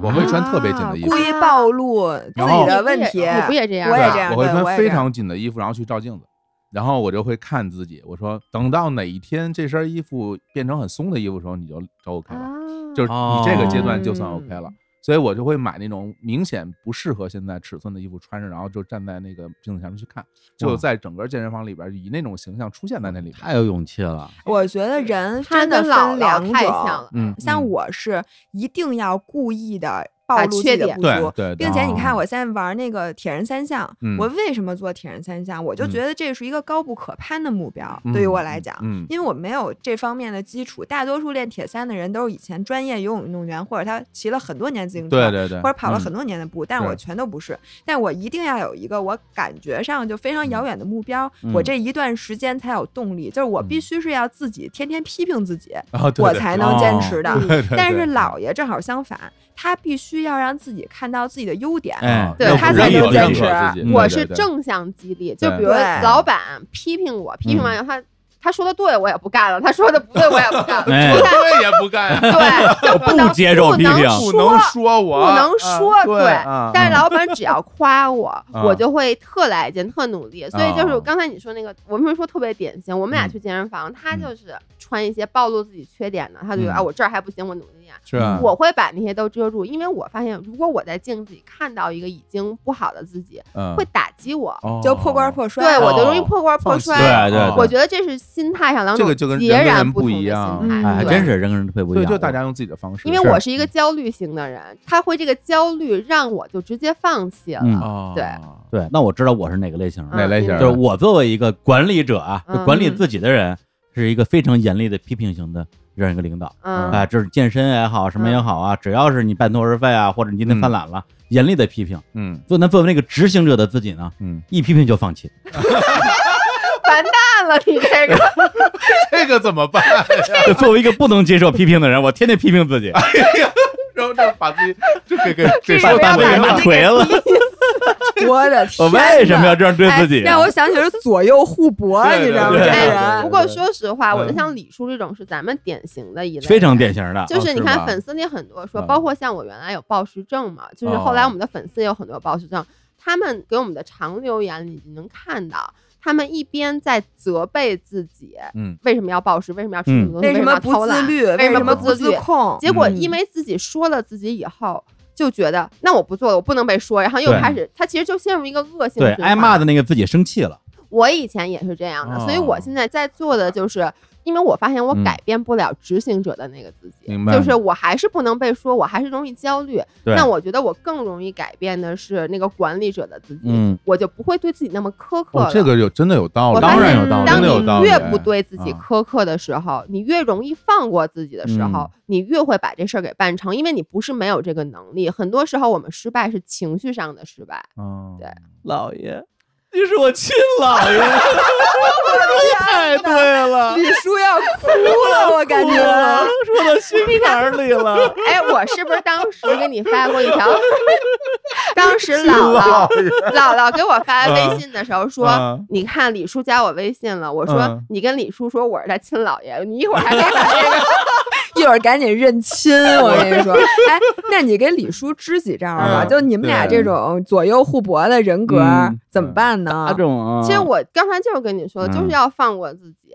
S1: 我
S5: 啊
S1: 会穿特别紧的衣服
S6: 嗯故，意暴露自己的问题。
S7: 你不也这样吗？
S6: 我也
S1: 对
S6: 这样
S1: 我会
S6: 对我
S1: 穿
S6: 也
S1: 非
S6: 这样
S1: 常紧的衣服，然后去照镜子，然后我就会看自己，我说等到哪一天这身衣服变成很松的衣服的时候，你就就 OK 了，
S7: 啊，
S1: 就是你这个阶段就算
S7: 哦
S1: OK 了。所以我就会买那种明显不适合现在尺寸的衣服穿着，然后就站在那个镜子前面去看，就
S5: 哇
S1: 在整个健身房里边以那种形象出现在那里边。
S5: 太有勇气了，
S6: 我觉得人
S7: 他
S6: 真的
S7: 跟姥
S6: 分两
S7: 姥
S6: 种，
S7: 太像了。
S1: 嗯，
S6: 像
S1: 嗯
S6: 我是一定要故意的暴
S7: 把
S6: 露自
S7: 缺
S6: 己的
S7: 点
S6: 不
S1: 对
S6: 足，
S1: 对对
S6: 并且你看
S5: 哦
S6: 我现在玩那个铁人三项，
S1: 嗯
S6: 我为什么做铁人三项？我就
S1: 嗯
S6: 觉得这是一个高不可攀的目标，对于
S1: 嗯
S6: 我来讲。
S1: 嗯
S6: 因为我没有这方面的基础，大多数练铁三的人都是以前专业游泳运动员，或者他骑了很多年自行
S1: 对
S6: 车，
S1: 对对，
S6: 或者跑了
S1: 嗯
S6: 很多年的步，但我
S1: 对
S6: 全都不是。但我一定要有一个我感觉上就非常遥远的目标，
S5: 嗯
S6: 我这一段时间才有动力。就是我必须是要自己天天批评自己，
S1: 啊，对
S6: 我
S1: 对
S6: 才
S5: 对
S6: 能坚
S5: 哦
S6: 持的。
S7: 对
S1: 对对
S6: 但
S1: 对
S6: 是姥爷正好相反，他必须要让自己看到自己的优点。
S5: 哎，
S7: 对
S1: 要
S7: 他
S1: 不
S7: 才
S1: 认
S7: 能
S1: 可
S7: 坚
S1: 认
S7: 持
S1: 可自己
S7: 我
S1: 对
S7: 是
S1: 对对
S7: 正向激励，就
S1: 对
S7: 比如
S6: 对
S7: 老板批评我，批评完以后他他说的对我也不干了，他说的不对我也不干了，
S5: 哎
S7: 不干
S1: 对也不干，
S7: 对，就
S5: 不
S7: 能
S5: 接受批评
S7: 不
S1: 嗯不
S7: 能
S1: 能
S7: 说。
S1: 说我，
S7: 不能说
S1: 啊对
S7: 对
S1: 啊，
S7: 但是老板只要夸 我，
S1: 嗯
S7: 我就会特来劲、特努力。所以就是
S1: 哦
S7: 刚才你说那个，我们说特别典型。我们
S1: 嗯
S7: 俩去健身房，他就是穿一些暴露自己缺点的，他就觉
S1: 嗯
S7: 得啊，我这儿还不行，我努力点。
S1: 是啊吧？
S7: 我会把那些都遮住，因为我发现，如果我在镜子里看到一个已经不好的自己，
S1: 嗯
S7: 会打击我，
S1: 哦
S6: 就破罐破摔。
S7: 对我就
S1: 哦
S7: 容易破罐破
S1: 放弃
S7: 摔。
S5: 对对
S1: 哦
S7: 我觉得这是心态上两
S1: 这
S7: 种
S1: 个就跟
S7: 截
S1: 人跟
S7: 然
S1: 人不
S7: 同
S1: 一
S7: 的
S1: 样啊
S7: 心态，
S5: 哎，还
S7: 对
S5: 真是人跟人特别不一
S1: 对，
S5: 样，
S1: 就大家用自己的方式，
S7: 因为我是一
S5: 嗯
S7: 个焦虑型的人，他会这个焦虑让我就直接放弃了。
S5: 嗯
S1: 啊，
S7: 对
S5: 对，那我知道我是哪个类型了，
S1: 哪类型
S7: 嗯
S1: 儿？
S5: 就是我作为一个管理者啊，
S7: 嗯
S5: 就管理自己的人，是一个非常严厉的批评型的这样一个领导
S7: 嗯
S5: 啊，就是健身也好，什么也好啊，只要是你半途而废啊，或者你今天犯懒了，严厉的批评。
S1: 嗯
S5: 就那作为那个执行者的自己呢，
S1: 嗯，
S5: 一批评就放弃，
S7: 完蛋了，你这个
S1: 这个怎么办？
S7: 哎
S5: 就作为一个不能接受批评的人，我天天批评自己，
S1: 然后这把自己就给给给
S6: 这
S1: 说
S6: 个
S1: 大
S5: 大
S6: 要
S1: 腿
S5: 腿
S6: 把
S5: 大
S1: 了
S6: 这。
S5: 腿了，
S6: 我的天，
S5: 我为什么要？这样对自己啊
S6: 哎？让我想起了左右互搏，
S1: 对
S6: 你知道吗？
S5: 对
S6: 这
S5: 对
S6: 个
S5: 对
S6: 人
S7: 不过说实话，
S5: 嗯
S7: 我觉得像李叔这种是咱们典型的一类，
S5: 非常典。型的，啊
S7: 就是你看粉
S5: 丝
S7: 丝里很多说，
S5: 嗯哦
S7: 包括像我原来有暴食症嘛，就是后来我们的粉丝也有很多暴食症，他们给我们的长留言里你能看到，他们一边在责备自己，
S5: 嗯，
S7: 为什么要暴食，为什么要吃
S5: 嗯
S7: 这么多东西，
S6: 为什么
S7: 么
S6: 不
S7: 偷
S6: 自
S7: 懒，
S6: 律？
S7: 为
S6: 为
S7: 什
S6: 什
S7: 么
S6: 么
S7: 不
S6: 不
S7: 自
S6: 自
S7: 律？
S6: 控？
S7: 结果
S5: 嗯
S7: 因为自己说了自己以后，就觉得那我不做了，我不能被说，然后又
S5: 对
S7: 开始，他其实就陷入一个恶性
S5: 对，
S7: 循
S5: 挨
S7: 环
S5: 骂的那个自己生气了，
S7: 我以前也是这样的，所以我
S5: 哦
S7: 现在在做的就是，因为我发现我
S5: 嗯
S7: 改变不了执行者的那个自己，
S5: 明白
S7: 就是我还是不能被说，我还是容易焦虑。
S5: 对
S7: 那我觉得我更容易改变的是那个管理者的自己，
S5: 嗯
S7: 我就不会对自己那么苛刻了。
S1: 哦，这个有真的有道
S7: 我
S1: 理，
S7: 发
S5: 当然
S7: 现
S5: 有道理
S7: 当
S1: 哦真的有道
S7: 你
S1: 理。
S7: 越不对自己
S1: 啊
S7: 苛刻的时候，你越容易放过自己的时候，
S5: 嗯
S7: 你越会把这事儿给办成，因为你不是没有这个能力。很多时候我们失败是情绪上的失败，
S5: 嗯
S7: 对
S5: 老爷，你是我亲老 爷，太对了，
S6: 李叔要哭了，我 感觉。
S5: 说到心坎儿里 了，
S7: 哎，我是不是当时给你发过一 条？当 时姥姥姥姥给我 发微信的时候说：“
S5: 嗯
S7: 你看李叔加我微信了。”我说：“
S5: 嗯
S7: 你跟李叔说我是他亲姥爷，你一会儿还给把这个。
S6: 一会儿赶紧认亲，我跟你说。哎，那你给李叔支几招吧？
S5: 嗯
S6: 就你们俩
S5: 对
S6: 这种左右互搏的人格
S5: 嗯
S6: 怎么办
S5: 阿
S6: 呢？
S5: 种啊，
S7: 其实我刚才就是跟你说的，就是
S5: 嗯
S7: 要放过自己，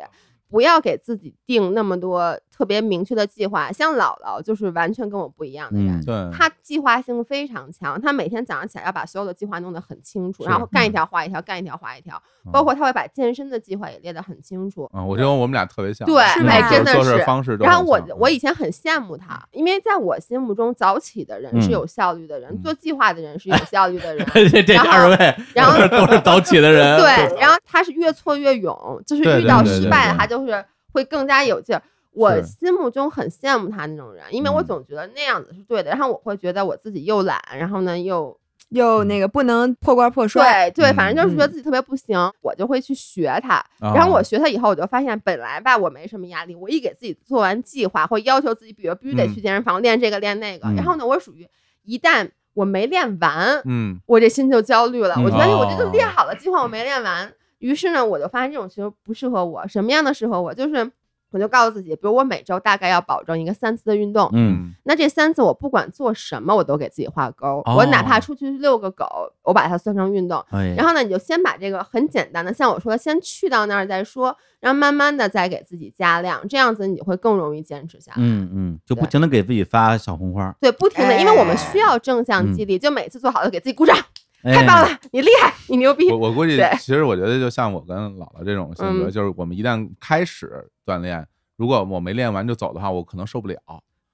S7: 不要给自己定那么多特别明确的计划。像姥姥就是完全跟我不一样的人。
S5: 嗯，
S1: 对，
S7: 他计划性非常强，他每天早上起来要把所有的计划弄得很清楚，
S5: 是嗯
S7: 然后干一条画一条，干一条画一条，
S1: 嗯
S7: 包括他会把健身的计划也列得很清楚。
S1: 啊，我觉得我们俩特别像，
S7: 对
S6: 是吧
S1: 哎，
S6: 真
S7: 的
S1: 做事
S7: 是
S1: 方式都很
S7: 然后
S1: 像。
S7: 我我
S5: 嗯
S7: 以前很羡慕他，因为在我心目中，早起的人是
S5: 嗯
S7: 有效率的人，
S5: 嗯，
S7: 做计划的人是有效率的人
S5: 这这
S7: 然后
S5: 二位
S7: 然 后
S5: 都是早起的人，
S7: 对，然后他是越挫越勇，就是
S1: 对
S7: 遇
S1: 对
S7: 到
S1: 对
S7: 失
S1: 对
S7: 败
S5: 对
S7: 他就是会更加有劲儿。我
S1: 是
S7: 心目中很羡慕他那种人，因为我
S5: 嗯
S7: 总觉得那样子是对的，然后我会觉得我自己又懒，然后呢又
S6: 又那个不能破罐破摔。
S7: 对对，反正就是觉得
S6: 嗯
S7: 自己特别不行，我就会去学他。然后我学他以后，我就发现本来吧，我没什么压力，我一给自己做完计划或要求自己，比如必须得去健身房练这个练那个，
S5: 嗯
S7: 然后呢，我属于一旦我没练完，
S1: 嗯，
S7: 我这心就焦虑了。我觉得哎
S1: 嗯
S7: 我这个
S1: 哦
S7: 列好了计划，我没练完，于是呢，我就发现这种其实不适合我。什么样的适合我？就是我就告诉自己，比如我每周大概要保证一个三次的运动，
S5: 嗯，
S7: 那这三次我不管做什么，我都给自己画勾。我哪怕
S5: 哦
S7: 出去遛个狗，我把它算成运动。
S5: 哎呀，
S7: 然后呢，你就先把这个很简单的，像我说的，先去到那儿再说，然后慢慢的再给自己加量，这样子你会更容易坚持下来。
S5: 嗯嗯，就不
S7: 对
S5: 停的给自己发小红花，
S7: 对，不停的，因为我们需要正向
S5: 嗯
S7: 激励，就每次做好的给自己鼓掌，
S5: 哎
S7: 太棒了，你厉害，你牛逼
S1: 嗯我。我估计
S7: 对，
S1: 其实我觉得就像我跟姥姥这种性格，
S7: 嗯
S1: 就是我们一旦开始锻炼，如果我没练完就走的话，我可能受不了，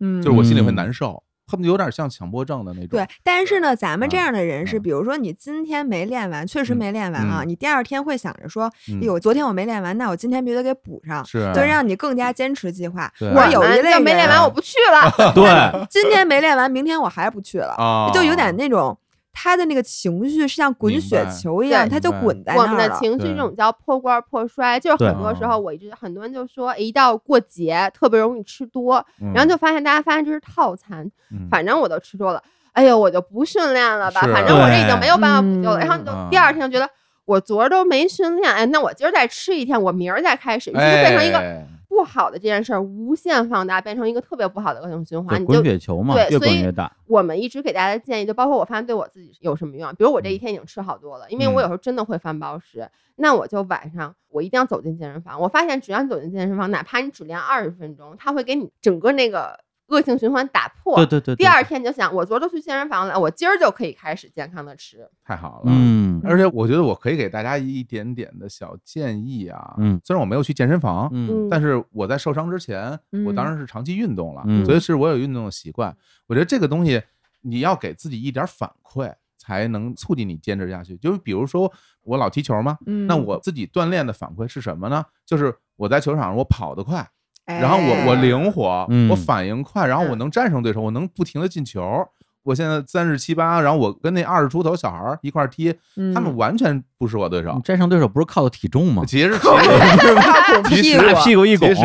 S6: 嗯，
S1: 就是我心里会
S5: 嗯
S1: 难受，恨不得有点像强迫症的那种。
S6: 对，但是呢，咱们这
S1: 啊
S6: 样的人是，
S1: 嗯
S6: 比如说你今天没练完，确实
S1: 嗯
S6: 没练完啊，
S1: 嗯
S6: 你第二天会想着说，哎
S1: 嗯，
S6: 呦，昨天我没练完，那我今天必须得给补上，
S1: 是
S6: 就让你更加坚持计划。
S1: 对
S6: 我有一类
S7: 要没练完
S6: 人啊
S7: 我不去 了。
S5: 对，
S6: 今天没练完，明天我还不去了，
S1: 啊，
S6: 就有点那种他的那个情绪是像滚
S1: 明
S6: 雪
S1: 白
S6: 球一样，
S7: 对
S6: 他就
S1: 明白
S6: 滚在
S7: 我
S6: 那
S7: 们
S6: 儿
S7: 的
S6: 了。
S7: 情绪
S1: 对
S7: 这种叫破罐破摔，就是
S5: 对
S7: 很多时候我一直很多人就说，哎一到过节特别容易吃多，
S1: 嗯，
S7: 然后就发现大家发现这是套餐，
S1: 嗯
S7: 反正我都吃多了，哎呦我就不训练了吧，
S1: 是
S7: 反正我这已经
S5: 对
S7: 没有办法补救了。
S6: 嗯
S7: 然后你就
S1: 啊
S7: 第二天就觉得我昨儿都没训练，哎，那我今儿再吃一天，我明儿再开始，于是就变成一个
S1: 哎
S7: 不好的这件事儿无限放大，变成一个特别不好的恶性循
S5: 对
S7: 环，你就
S5: 滚雪球嘛，
S7: 对
S5: 越
S7: 所
S5: 滚
S7: 以
S5: 越大，
S7: 我们一直给大家的建议，就包括我发现对我自己有什么用啊，比如我
S5: 嗯
S7: 这一天已经吃好多了，因为我有时候真的会翻暴食，那我就晚上我一定要走进健身房。我发现只要你走进健身房，哪怕你只练二十分钟，它会给你整个那个恶性循环打破。
S5: 对对对，
S7: 第
S5: 对，
S7: 二天你就想，我昨儿都去健身房了，我今儿就可以开始健康的吃。
S1: 太好了，。
S5: 嗯
S1: 而且我觉得我可以给大家一点点的小建议啊，
S5: 嗯，
S1: 虽然我没有去健身房，
S5: 嗯
S7: 嗯，
S1: 但是我在受伤之前，我当
S6: 嗯
S1: 然是长期运动了，
S5: 嗯
S1: 所以是我有运动的习惯。我觉得这个东西你要给自己一点反馈，才能促进你坚持下去。就是比如说我老踢球嘛，
S6: 嗯
S1: 那我自己锻炼的反馈是什么呢？就是我在球场上我跑得快，
S6: 哎
S1: 然后我我灵活，
S5: 嗯
S1: 我反应快，然后我
S7: 嗯
S1: 能战胜对手，我能不停的进球。我现在三十七八，然后我跟那二十出头小孩儿一块儿踢，
S6: 嗯
S1: 他们完全不是我对手
S5: 你。战胜对手不是靠体重 吗？
S1: 其实 其实
S5: 嗯
S6: 他拱
S1: 其
S6: 嗯屁
S1: 实
S6: 股，
S5: 屁股一
S1: 其实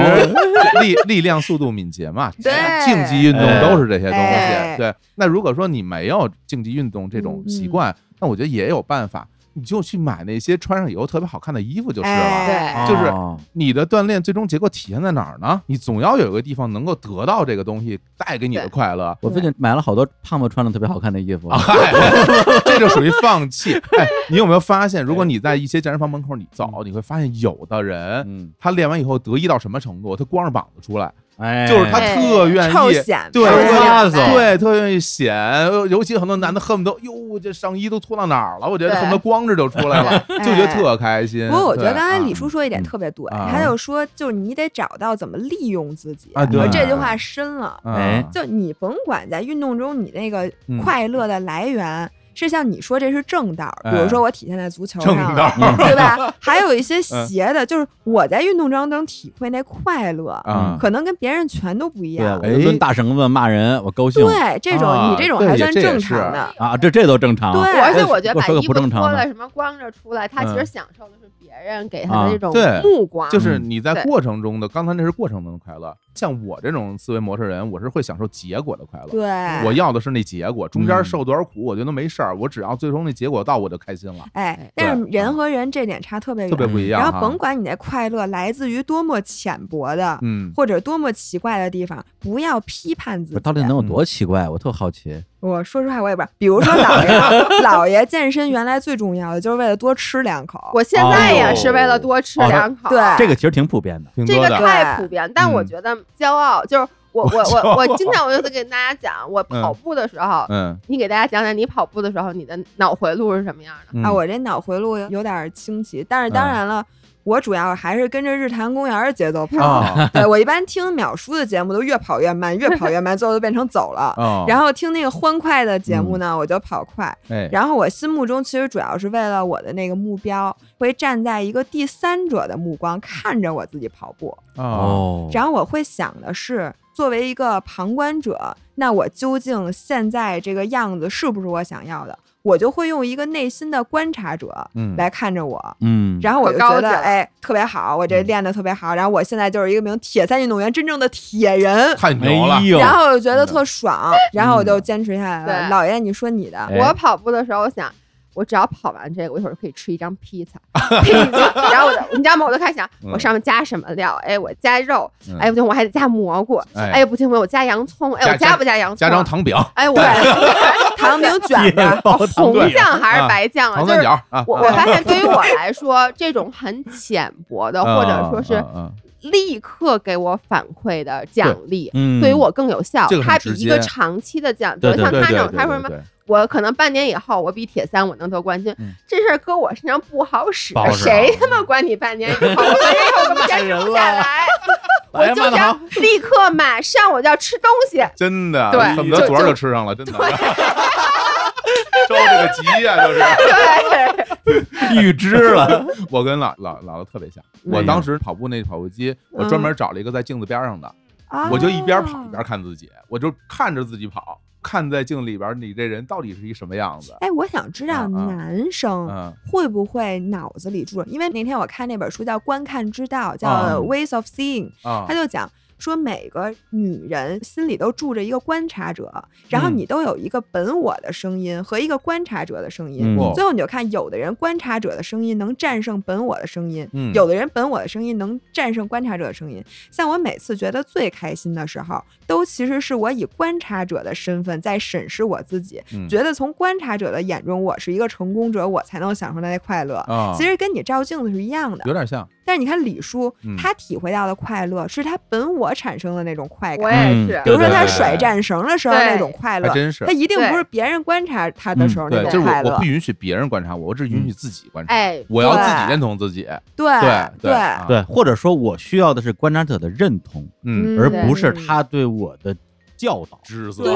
S1: 力力量、速度、敏捷嘛，
S6: 对
S1: 竞技运动都是这些东
S6: 哎嗯
S1: 西。对，那如果说你没有竞技运动这种习惯，那我觉得也有办法，你就去买那些穿上以后特别好看的衣服就是了。
S6: 哎
S1: 就是
S5: 哦
S1: 你的锻炼最终结果体现在哪儿呢？你总要有一个地方能够得到这个东西带给你的
S7: 对
S1: 快乐。
S5: 我最近买了好多胖子穿的特别好看的衣服，
S1: 嗨， 这就属于放弃。哎，你有没有发现，如果你在一些健身房门口你走，你会发现有的人
S5: 嗯，
S1: 他练完以后得意到什么程度？他光着膀子出来，
S5: 哎，
S1: 就是他特愿
S6: 臭
S1: 意，
S6: 显
S1: 对
S6: 摆
S1: 对
S5: 拉走
S1: 对，特愿意显。呃尤其很多男的恨不得，哟，我这上衣都脱到哪儿了？我觉得
S7: 对
S1: 恨不得光着就出来了，
S6: 哎
S1: 就觉得特开心。
S6: 不过我觉得
S1: 对
S6: 刚才
S1: 啊
S6: 李叔说一点
S5: 嗯
S6: 特别对，
S1: 啊
S6: 他就说就是你得找到怎么利用自己。
S1: 啊对
S6: 我这句话深了，
S1: 嗯
S5: 哎
S6: 就你甭管在运动中你那个
S1: 嗯
S6: 快乐的来源。是像你说这是正道，
S1: 哎
S6: 比如说我体现在足球上
S1: 正
S6: 了，
S1: 道嗯
S6: 对吧？还有一些邪的，就是我在运动中能体会那嗯快乐，
S1: 啊，
S6: 可能跟别人全都不一
S5: 对，
S6: 样
S5: 我。就抡大绳子骂人，我高兴
S6: 对，这种
S1: 啊
S6: 你这种
S1: 对
S6: 还算
S1: 这也
S6: 正
S1: 是
S6: 常的，
S5: 啊，这这都正常。
S6: 对
S7: 而且我觉得把
S5: 说个
S7: 衣
S5: 不
S7: 服
S5: 正
S7: 脱
S5: 常啊
S7: 了，
S5: 的，
S7: 什么光着出来，他其
S1: 嗯
S7: 实享受的是别人给他
S5: 啊
S7: 的这种
S1: 对
S7: 目光，
S1: 就是
S6: 嗯
S1: 你在
S7: 对
S1: 过程中的，刚才那是过程中的快乐。像我这种思维模式人，我是会享受结果的快乐。
S6: 对，
S1: 我要的是那结果，中间
S5: 嗯
S1: 受多少苦我觉得没事儿，我只要最终那结果到我就开心了，
S6: 哎，但是
S1: 对啊
S6: 人和人这点差特别远
S1: 特，别不一样哈。
S6: 然后甭管你那快乐来自于多么浅薄的，
S1: 嗯，
S6: 或者多么奇怪的地方，不要批判自
S5: 不是
S6: 己。
S5: 到底能有多奇怪？我特好奇。
S6: 我说实话，我也不知道。比如说 姥爷，啊姥爷健身原来最重要的就是为了多吃两口。
S7: 我现在也是为了多吃
S5: 哦
S7: 两口，
S6: 对
S5: 这个其实挺普遍的，
S1: 挺
S7: 这
S1: 多
S7: 个
S1: 的。
S7: 太普遍，但我
S1: 嗯
S7: 觉得骄傲就是我我我我经常我就得跟大家讲，我跑步的时候，
S1: 嗯
S7: 你给大家讲讲你跑步的时候你的脑回路是什么样的。
S1: 嗯
S6: 啊，我这脑回路有点清奇，但是当然了，我主要还是跟着日坛公园的节奏跑。
S1: 啊
S6: 对我一般听秒叔的节目都越跑越慢，越跑越慢，最后就变成走了。
S1: 啊，
S6: 然
S1: 后
S6: 后听那个欢快的节
S1: 嗯
S6: 目呢，我就跑快。
S1: 哎，
S6: 然后我心目中其实主要是为了我的那个目标，会站在一个第三者的目光看着我自己跑步，
S1: 哦，
S6: 然后我会想的是，作为一个旁观者，那我究竟现在这个样子是不是我想要的？我就会用一个内心的观察者
S1: 嗯
S6: 来看着我，
S5: 嗯，
S6: 然后我就
S7: 可
S6: 觉
S7: 高级
S6: 得
S7: 了
S6: 哎特别好，我这
S1: 嗯
S6: 练的特别好，然后我现在就是一名铁三运动员，真正的 铁人。
S1: 太牛了嗯
S5: 哎，呦，
S6: 然后我就觉得特爽，然后我就坚持下来了。
S7: 对
S6: 老爷，你说你的，
S5: 哎
S7: 我跑步的时候，我想。我只要跑完这个，我一会儿可以吃一张披萨， 披萨。然后我就，你知道吗？我就开始想，
S1: 嗯
S7: 我上面加什么料？哎，我加肉，
S1: 嗯
S7: 哎不行，我还得加蘑菇，
S1: 哎
S7: 哎不行，我加洋葱，哎
S1: 加
S7: 我加不加洋葱？
S1: 加张糖饼，
S7: 哎我
S6: 糖饼卷子，
S7: 红酱还是白酱啊？
S1: 糖
S7: 就
S1: 三
S7: 是
S1: 角 啊，
S7: 我我发现对于我来说，这种很浅薄的，啊或者说
S5: 啊
S7: 是
S1: 嗯
S7: 立刻给我反馈的奖励，
S5: 嗯，
S7: 对于我更有效
S1: 这个。很
S7: 它比
S1: 直接
S7: 一个长期的奖，比
S5: 对
S7: 如
S5: 对
S7: 像
S1: 对
S7: 他
S1: 对对
S7: 那种，他说什
S1: 对
S7: 么，
S1: 对，
S7: 我可能半年以后我比铁三我能得冠军
S5: 嗯，
S7: 这事儿搁我身上不好使
S5: 不好，使
S1: 啊
S7: 谁他
S1: 嗯
S7: 妈管你半年以后？我半年以后怎么坚持不 下来？我就想立刻马上我就要吃东 西，
S1: 真的，
S7: 对
S1: 恨不得
S7: 就
S1: 昨儿就
S7: 就
S1: 吃上了，真的。 着这个急呀，就是
S7: 对，
S5: 预知了，
S1: 我跟姥姥姥姥特别像。
S7: 嗯
S1: 我当时跑步那跑步机，我专门找了一个在镜子边上的，
S7: 啊
S6: 啊
S1: 我就一边跑一边看自己，我就看着自己跑，看在镜里边你这人到底是一什么样子。
S6: 哎，我想知道
S1: 嗯嗯
S6: 男生
S1: 嗯，
S6: 会不会脑子里住？因为那天我看那本书叫《观看之道》，叫
S1: 嗯
S6: 《Ways of Seeing》，
S1: 啊
S6: 他，就讲说每个女人心里都住着一个观察者，然后
S1: 嗯
S6: 你都有一个本我的声音和一个观察者的声音。
S5: 嗯
S1: 哇
S6: 最后你就看，有的人观察者的声音能战胜本我的声音，
S1: 嗯
S6: 有的人本我的声音能战胜观察者的声音。像我每次觉得最开心的时候，都其实是我以观察者的身份在审视我自己，
S1: 嗯
S6: 觉得从观察者的眼中我是一个成功者，我才能享受那些快乐。
S1: 啊，
S6: 其实跟你照镜子是一样的，
S1: 有点像，
S6: 但是你看李叔
S1: 嗯，
S6: 他体会到的快乐是他本我产生的那种快
S7: 我
S6: 感，
S7: 也
S5: 嗯
S7: 是
S6: 比。如说他
S1: 对对对
S6: 甩战绳的时候
S7: 对
S6: 那种快
S1: 还
S6: 乐，
S1: 真是嗯
S6: 那。一定
S7: 对
S6: 不是别人观察他的时候那
S1: 对，就是
S6: 种快
S1: 我我
S6: 乐
S1: 不。允许别人观察我，我只允许自己观察。
S7: 哎，
S1: 我要
S6: 对
S1: 自己认同自己，
S6: 对
S1: 对
S6: 对，
S1: 啊
S5: 对，或者说我需要的是观察者的认同，
S1: 嗯，
S5: 而不是他对我的教导。
S1: 指责，
S6: 对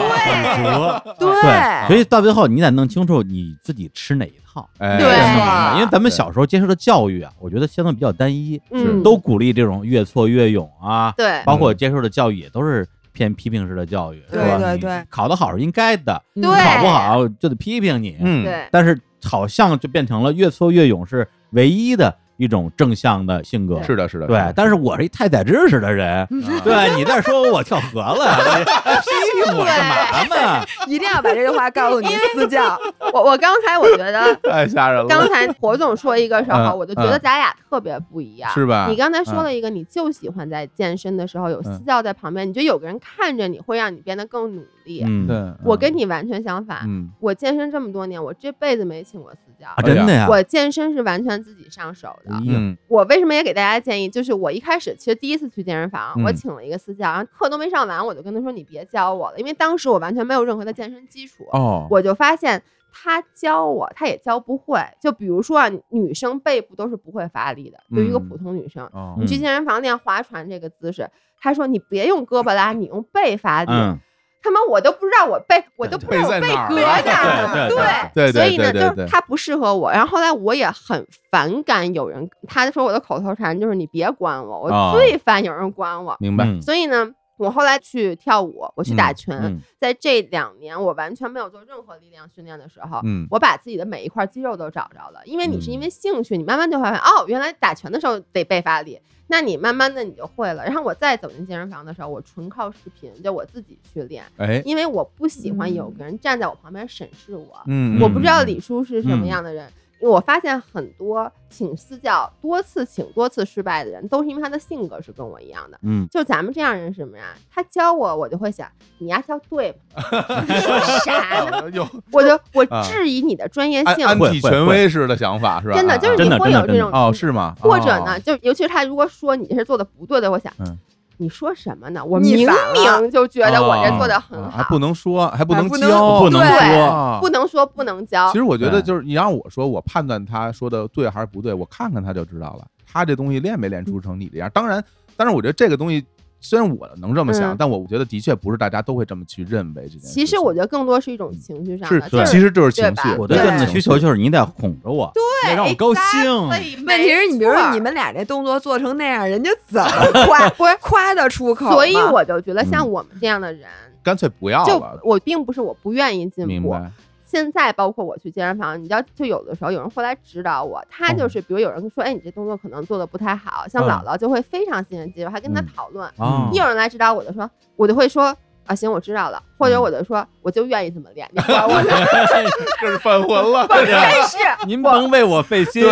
S5: 对，
S6: 对
S5: 所以到最后你得弄清楚你自己吃哪一套。
S1: 哎，
S7: 对
S5: 是
S6: 啊
S5: 吧因为咱们小时候接受的教育啊，我觉得相对比较单一，
S7: 嗯，
S5: 都鼓励这种越挫越勇啊，
S7: 对，
S5: 包括接受的教育也都是偏批评式的教育，
S6: 对
S5: 是吧
S6: 对
S5: 你
S6: 对
S5: 考得好是应该的，
S6: 嗯
S7: 对
S5: 考不好就得批评你，
S1: 嗯，
S7: 对，
S5: 但是好像就变成了越挫越勇是唯一的一种正向的性格，
S1: 是的，是的，，
S5: 对，但是我是一太宰治似的人， 对你再说我我跳河了，哎批评我干嘛呢？
S6: 一定要把这句话告诉 你私教。
S7: 我我刚才我觉得
S1: 太吓人
S7: 刚
S1: 了，
S7: 才火总说一个时候，
S1: 嗯
S7: 我就觉得
S1: 嗯
S7: 咱俩特别不一样。
S1: 是吧？嗯
S7: 你刚才说了一个，你就喜欢在健身的时候有私教在旁边，你觉得有个人看着你会让你变得更努力。
S5: 嗯，
S1: 对，，
S7: 我跟你完全相反，
S1: 嗯，
S7: 我健身这么多年，我这辈子没请过私教。
S5: 啊，真的呀，
S7: 我健身是完全自己上手的。
S1: 嗯
S7: 我为什么也给大家建议，就是我一开始其实第一次去健身房，
S1: 嗯
S7: 我请了一个私教，然后课都没上完，我就跟他说你别教我了，因为当时我完全没有任何的健身基础。
S1: 哦，
S7: 我就发现他教我，他也教不会。就比如说啊，女生背部都是不会发力的，对于一个
S1: 嗯
S7: 普通女生，
S1: 哦
S7: 你去健身房练划船这个姿势，他说你别用胳膊拉，你用背发力。
S5: 嗯，
S7: 他妈，我都不知道我背，我都不知道我
S1: 背在
S7: 背
S1: 哪儿啊
S7: 搁
S1: 了
S7: 哪儿，
S1: 对对对
S5: 对
S7: 所以呢，
S1: 对对
S7: 就是
S1: 对
S7: 他不适合我。然后后来我也很反感有人，他说我的口头禅就是你别管我，
S1: 哦
S7: 我最烦有人管我。
S1: 明白，
S5: 嗯
S7: 所以呢，我后来去跳舞，我去打拳，
S5: 嗯
S7: 在这两年我完全没有做任何力量训练的时候，
S1: 嗯
S7: 我把自己的每一块肌肉都找着了。因为你是因
S5: 嗯
S7: 为兴趣，你慢慢就会发现，哦，原来打拳的时候得背发力，那你慢慢的你就会了。然后我再走进健身房的时候，我纯靠视频，就我自己去练，
S1: 哎，
S7: 因为我不喜欢有个人站在我旁边审视我。
S1: 嗯，
S7: 我不知道李叔是什么样的人。我发现很多请私教多次请多次失败的人，都是因为他的性格是跟我一样的。
S5: 嗯，
S7: 就咱们这样人是什么呀？他教我，我就会想，你丫教对 吗？你说啥呢？
S1: 嗯有
S7: 我就我
S1: 啊
S7: 质疑你的专业
S1: 安
S7: 性，
S1: 安
S5: 会
S1: 体
S5: 会
S1: 权威式的想法是吧？
S7: 真的
S1: 啊
S7: 就是
S5: 真
S7: 你
S5: 的
S7: 会
S5: 真
S7: 有
S5: 的
S7: 这
S5: 真
S7: 种
S1: 哦，是吗？
S7: 或者呢，
S1: 哦，
S7: 就尤其是他如果说你是做的不对的，我想
S5: 嗯，
S7: 你说什么呢？我
S6: 你
S7: 明
S6: 反了
S7: 明就觉得我这
S1: 哦
S7: 做的很
S1: 啊还
S7: 好，
S1: 不能说，还不
S6: 还
S1: 能
S6: 不能
S1: 教，
S5: 不能
S7: 对
S5: 说，
S1: 啊
S7: 不能说不能教
S1: 其。实我觉得
S5: 对
S1: 就是你让我说，我判断他说的对还是不对，我看看他就知道了。他这东西练没练出成你这样？当然，当然，我觉得这个东西虽然我能这么想，
S7: 嗯
S1: 但我觉得的确不是大家都会这么去认为这件事情。
S7: 其实我觉得更多是一种情绪上
S1: 嗯是
S7: 的，就，
S1: 其实就是情
S7: 对
S1: 绪
S7: 吧。
S5: 我
S7: 对
S5: 对
S7: 这样
S5: 锻
S7: 的
S5: 的需求就是你得哄着我，对，让我高兴，
S6: 问题是你比如说你们俩这动作做成那样，人家怎 么夸
S7: 不是
S6: 夸得出口吗？
S7: 所以我就觉得像
S5: 嗯
S7: 我们这样的人，
S1: 干脆不要
S7: 就
S1: 了，
S7: 我并不是我不愿意
S1: 嗯
S7: 进
S1: 明
S7: 步。
S1: 白？
S7: 现在包括我去健身房，你知道，就有的时候有人会来指导我，他就是比如有人说，哎，你这动作可能做的不太好，像
S5: 哦嗯
S7: 姥姥就会非常信任肌肉，还跟他
S5: 嗯
S7: 讨论。
S5: 啊
S7: 一有人来指导我的时候，我就会说。啊，行，我知道了，或
S5: 嗯
S7: 者我就说，我就愿意这么练， 你管我呢？
S1: 这是犯浑了，
S5: 啊
S7: 但是，
S5: 哎您甭为我费心，
S7: 对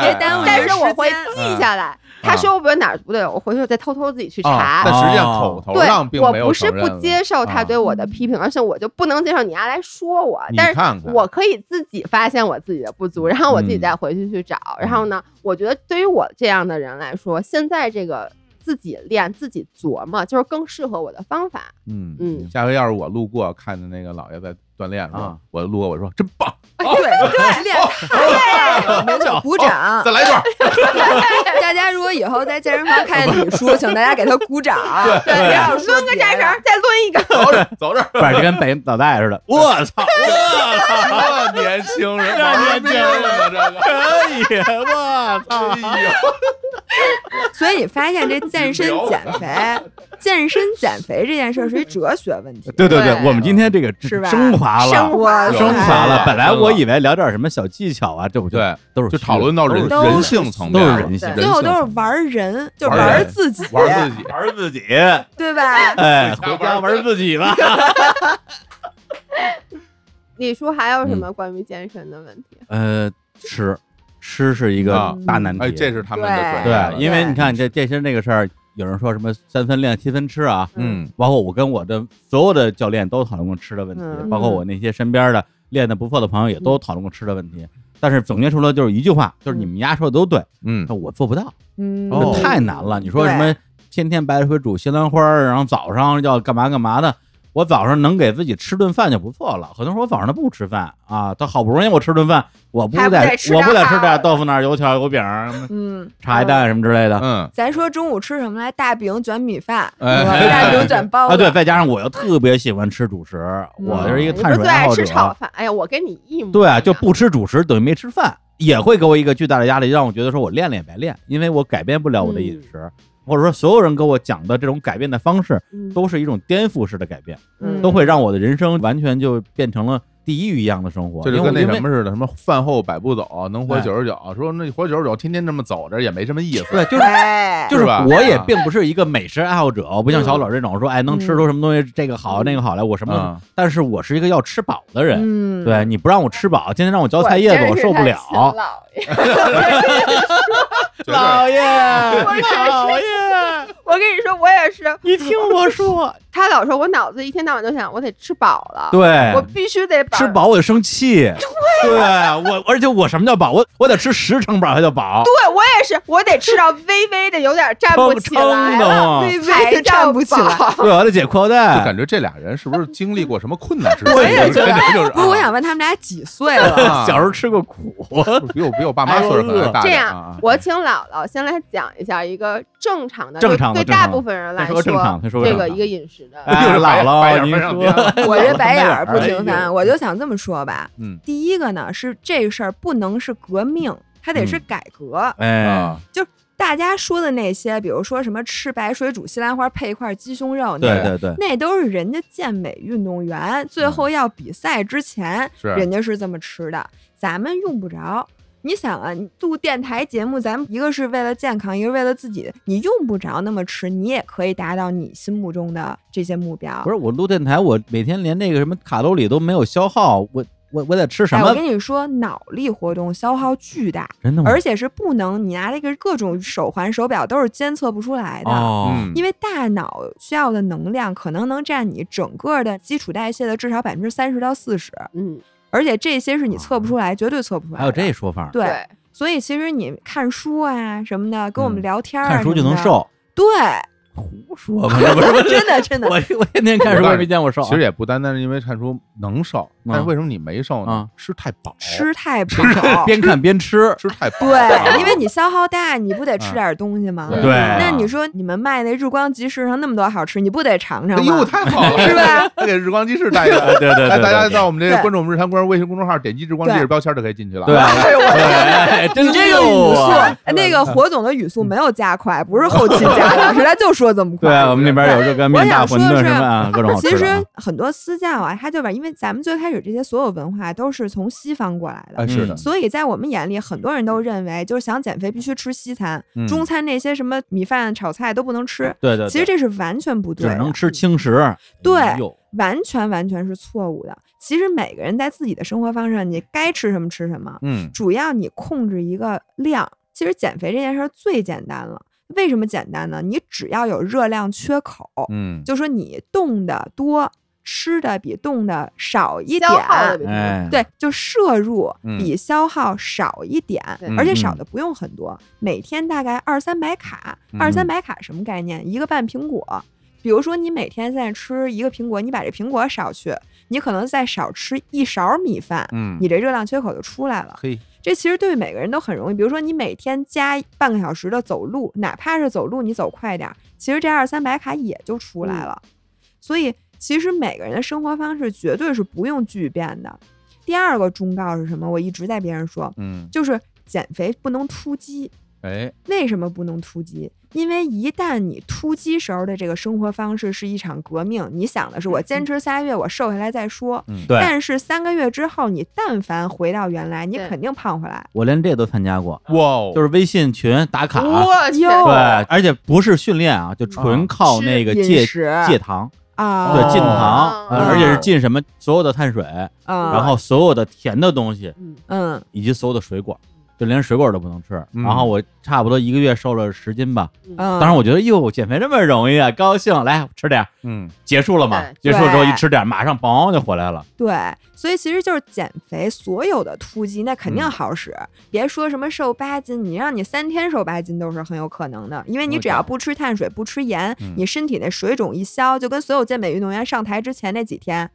S6: 别耽误你
S7: 但
S6: 的
S7: 是我
S6: 时
S7: 会
S6: 间。
S5: 嗯
S7: 记下来。他说我哪儿不对，我回去再偷偷自己
S5: 哦
S7: 去
S1: 啊
S7: 查。
S1: 但实际上口头上并
S7: 对，我
S1: 没
S7: 不
S1: 有
S7: 是
S1: 承认
S7: 不接受
S5: 啊
S7: 他对我的批评，而且我就不能接受你丫来说我。
S1: 你
S7: 但是
S1: 看看
S7: 我可以自己发现我自己的不足，然后我自己
S1: 嗯
S7: 再回去去找。然后呢，我觉得对于我这样的人来说，现在这个自己练、自己琢磨，就是更适合我的方法。
S1: 嗯
S7: 嗯
S1: 下回要是我路过看见那个老爷在锻炼是吧
S5: 啊
S1: 我路过我说真棒，
S6: 对对，
S1: 哦
S6: 练太好了，没错，鼓
S7: 啊
S6: 掌
S1: 再。来一段儿。
S6: 大家如果以后在健身房看见李 叔，请大家给他鼓掌，对不要说
S7: 抡个
S6: 别啊
S7: 扎绳
S6: 的
S7: 儿，再抡一个。
S1: 走着走着，
S5: 反正跟北脑袋似的，我操，
S1: 这年轻人，
S5: 这年轻人
S1: 我这个。
S5: 可以，我操，
S1: 哎呀，
S6: 所以你发现这健身减肥、健身减肥这件事儿是一哲学问题。
S5: 对对
S7: 对
S5: 对，我们今天这个
S6: 是吧
S5: 升华了，
S7: 升
S6: 哇
S7: 华
S6: 塞
S5: 升华
S1: 了
S5: 了。本来
S1: 升
S5: 我
S1: 了
S5: 以为聊点什么小技巧啊，这不
S1: 对，
S5: 都是
S1: 就
S5: 虚
S1: 讨论到人
S5: 都是
S1: 人性层
S5: 都
S1: 面
S5: 是
S1: 了，
S5: 人性
S7: 对
S6: 最后都是玩人，就
S1: 玩
S6: 玩
S1: 人
S6: 自己，
S1: 玩自己，
S5: 玩自己，
S6: 对吧？
S5: 哎，
S1: 回家
S5: 回家玩自己吧。
S7: 李叔还
S5: 嗯
S7: 有什么关于健身的问题？
S5: 呃，吃吃是一
S1: 啊
S5: 个大难题，
S1: 哎，这是他们的
S5: 对，因为
S6: 对
S5: 你看哎这健身这个事儿，有人说什么三分练七分吃啊，
S1: 嗯
S5: 包括我跟我的所有的教练都讨论过吃的问题，
S7: 嗯
S5: 包括我那些身边的练的不错的朋友也都讨论过吃的问题。但是总结出来就是一句话，就是你们丫说的都对，
S1: 嗯
S5: 但我做不到，
S6: 嗯，
S1: 哦
S5: 这太难了。你说什么天天白水煮西兰花儿，然后早上要干嘛干嘛的？我早上能给自己吃顿饭就不错了。很多人说我早上他不吃饭啊，他好不容易我吃顿饭，我不
S7: 还不
S5: 得
S7: 得吃
S5: 我不
S7: 点
S5: 得
S7: 好
S5: 吃
S7: 的
S5: 点豆腐脑、油条、油饼、
S6: 嗯，
S5: 茶叶蛋什么之类的。
S1: 嗯，
S6: 咱说中午吃什么来？大饼卷米饭，
S1: 哎
S6: 大饼卷包
S7: 哦
S5: 啊，对，
S6: 子，
S5: 再加上我又特别喜欢吃主食，我就是一个
S7: 嗯你
S5: 碳
S7: 不
S5: 水
S7: 最
S5: 爱
S7: 爱
S5: 好者
S7: 吃。炒饭？哎呀，我跟你一模一
S5: 对，啊
S7: 样
S5: 就不吃主食等于没吃
S7: 嗯
S5: 饭，也会给我一个巨大的压力，让我觉得说我练练也白练，因为我改变不了我的饮食。或者说所有人给我讲的这种改变的方式，
S7: 嗯
S5: 都是一种颠覆式的改变，
S7: 嗯
S5: 都会让我的人生完全就变成了地狱一样的生 活。
S1: 这就
S5: 因为
S1: 跟那
S5: 因为
S1: 什么似的，什么饭后百步走，能活
S5: 哎
S1: 九十九。说那活九十九，天天这么走着也没什么意思。
S5: 对，就是
S6: 哎，
S5: 就是
S1: 是吧嗯
S5: 我也并不是一个美食爱好者，我不像小老这种说哎能吃
S7: 嗯
S5: 出什么东西这个好那个好来，我什么都
S1: 嗯
S5: 但是我是一个要吃饱的人。
S6: 嗯，
S5: 对你不让我吃饱，今天让我嚼菜叶 子，我受不了。
S1: 绝对
S5: 爷，
S7: 老
S5: 爷，
S7: 我跟你说，我也是，
S5: 你听我说，
S7: 他老说我脑子一天到晚都想，我得吃饱了，
S5: 对
S7: 我，必须得饱
S5: 吃。饱我就生气。对，我而且我什么叫饱？我我得吃十成饱才叫饱。
S7: 对我也是，我得吃到微微的有点站不起来
S5: 撑得
S7: 了，
S5: 慌
S6: 微
S7: 才
S6: 微
S7: 叫
S6: 站不起 来。
S7: 饱。
S5: 对，我得解裤腰
S1: 就
S5: 带。
S1: 感觉这俩人是不是经历过什么困难之
S5: 我
S1: 类
S5: 也
S1: 的？
S5: 觉
S1: 真的就是
S6: 不是，我想问他们俩几岁 了？哎
S1: 啊
S5: 小时候吃过苦，
S1: 比我比我爸妈岁数可能大
S7: 这
S1: 点
S7: 样
S1: 啊，。
S7: 我请姥姥先来讲一下一个正常的，
S5: 正常的
S7: 对对
S5: 正常
S7: 大
S5: 的
S7: 部分人
S5: 他
S7: 来
S5: 说个正常，他说
S7: 这
S5: 正
S7: 个
S5: 常
S7: 一个饮食的。
S5: 哎
S1: 又是白
S5: 姥姥
S1: 白眼
S5: 您
S1: 翻上
S5: 说
S1: 天了
S6: 我这白眼儿不
S5: 哎呦
S6: 平凡，我就想这么说吧。
S1: 嗯，
S6: 第一个呢是这个事儿不能是革命，它得是
S5: 嗯
S6: 改革。
S5: 哎，
S1: 啊，
S6: 大家说的那些，比如说什么吃白水煮西兰花配一块鸡胸肉，那
S5: 对嗯
S6: 个
S5: 对对，
S6: 那都是人家健美运动员最后要比赛之前，
S1: 是
S6: 人家是这么吃的，咱们用不着。你想啊，你录电台节目，咱们一个是为了健康，一个是为了自己，你用不着那么吃，你也可以达到你心目中的这些目标。
S5: 不是我录电台，我每天连那个什么卡路里都没有消耗，我我我得吃什
S6: 哎，
S5: 么嗯
S6: 我跟？你说，脑力活动消耗巨大，
S5: 真的吗？
S6: 而且是不能你拿这个各种手环、手表都是监测不出来的。
S5: 哦，
S1: 嗯，
S6: 因为大脑需要的能量可能能占你整个的基础代谢的至少百分之三十到四十，
S7: 嗯，
S6: 而且这些是你测不出来，绝对测不出来
S5: 哦
S6: 的。
S5: 还有这说法儿，
S6: 对，所以其实你看书啊什么的，跟我们
S5: 嗯
S6: 聊天、啊
S5: 看书就
S6: 什么
S5: 能
S6: 的，
S5: 瘦，
S6: 对，
S5: 胡 说吧，这不是
S6: 真的真的
S5: 我我天天看书，我也没见过瘦啊。
S1: 其实也不单单是因为看书能瘦，但
S5: 嗯
S1: 是为什么你没瘦呢
S5: 啊？
S1: 吃太饱，啊
S6: 吃太饱，
S5: 边看边吃，
S1: 吃太饱，
S6: 对，因为你消耗大，你不得吃
S5: 嗯
S1: 啊
S6: 点东西吗？
S1: 对
S6: 那你说你们卖那日光集市上那么多好吃，你不得尝尝
S1: 哎
S6: 吗？
S1: 呦太好了，
S6: 是吧？
S1: 他给日光鸡翅带一个。
S5: 对 对
S1: 哎，大家
S5: 对
S1: 到我们这个
S6: 对
S1: 关注我们日坛公园微信公众号，点击日光鸡翅标签就可以进去了。啊
S5: 对，哎真
S6: 你这个
S5: 溜
S6: 语速哎
S5: 啊！，
S6: 那个火总的语速没有加快，不是后期 加的，是他就说这么快。
S5: 对啊我们那边有热干面、大馄饨什么啊，各种好
S6: 其
S5: 吃
S6: 实
S5: 的啊。
S6: 很多私教啊，他就把，因为咱们最开始这些所有文化都是从西方过来的，
S1: 哎是的
S5: 嗯，
S6: 所以在我们眼里，很多人都认为就是想减肥必须吃西餐，
S1: 嗯
S6: 中餐那些什么米饭、炒菜都不能吃。
S5: 对对，
S6: 其实这是完全不
S5: 对
S6: 对
S5: 只
S6: 的，
S5: 能吃轻食。
S6: 对
S5: 哎呦
S6: 完全完全是错误的。其实每个人在自己的生活方式上，你该吃什么吃什么，
S1: 嗯，
S6: 主要你控制一个量。其实减肥这件事儿最简单了，为什么简单呢？你只要有热量缺口，
S1: 嗯，
S6: 就说你动的多，吃的比动的少一点
S7: 消，耗的比较
S5: 哎，，
S6: 对，就摄入
S1: 嗯
S6: 比消耗少一点，
S7: 对
S6: 而且
S5: 嗯
S6: 少的不用很多，每天大概二三百卡。二三百卡什么概念？一个半苹果。比如说你每天在吃一个苹果，你把这苹果少去，你可能再少吃一勺米饭，
S1: 嗯，
S6: 你这热量缺口就出来了。
S1: 嘿，
S6: 这其实对每个人都很容易。比如说你每天加半个小时的走路，哪怕是走路你走快点儿，其实这二三百卡也就出来了。所以其实每个人的生活方式绝对是不用巨变的。第二个忠告是什么？我一直在别人说，
S1: 嗯，
S6: 就是减肥不能突击。
S1: 哎，
S6: 为什么不能突击？因为一旦你突击时候的这个生活方式是一场革命，你想的是我坚持仨月，我瘦下来再说。
S5: 对
S6: 但是三个月之后，你但凡回到原来，你
S7: 对
S6: 肯定胖回来。
S5: 我连这都参加过，
S1: 哇哦，
S5: 啊就是微信群打卡。
S7: 我去，
S5: 对啊
S6: 哟，
S5: 而且不是训练啊，就纯靠那个
S6: 吃
S5: 戒
S6: 饮食
S5: 戒糖，
S6: 啊，
S5: 对，禁
S7: 哦
S5: 糖，呃而且是禁什么所有的碳水，
S6: 啊，
S5: 然后所有的甜的东西，
S7: 嗯，
S6: 嗯，
S5: 以及所有的水果，就连水果都不能吃。
S1: 嗯
S5: 然后我差不多一个月瘦了十斤吧。
S6: 嗯
S5: 当时我觉得哟，减肥这么容易啊，高兴，来吃点儿，
S1: 嗯，
S5: 结束了嘛？结
S6: 对
S5: 束之后一吃点儿，马上嘣就回来了。
S6: 对，所以其实就是减肥所有的突击，那肯定
S5: 嗯
S6: 好使。别说什么瘦八斤，你让你三天瘦八斤都是很有可能的，因为你只要不吃碳水、不吃盐，
S1: 嗯
S6: 你身体那水肿一消，就跟所有健美运动员上台之前那几天，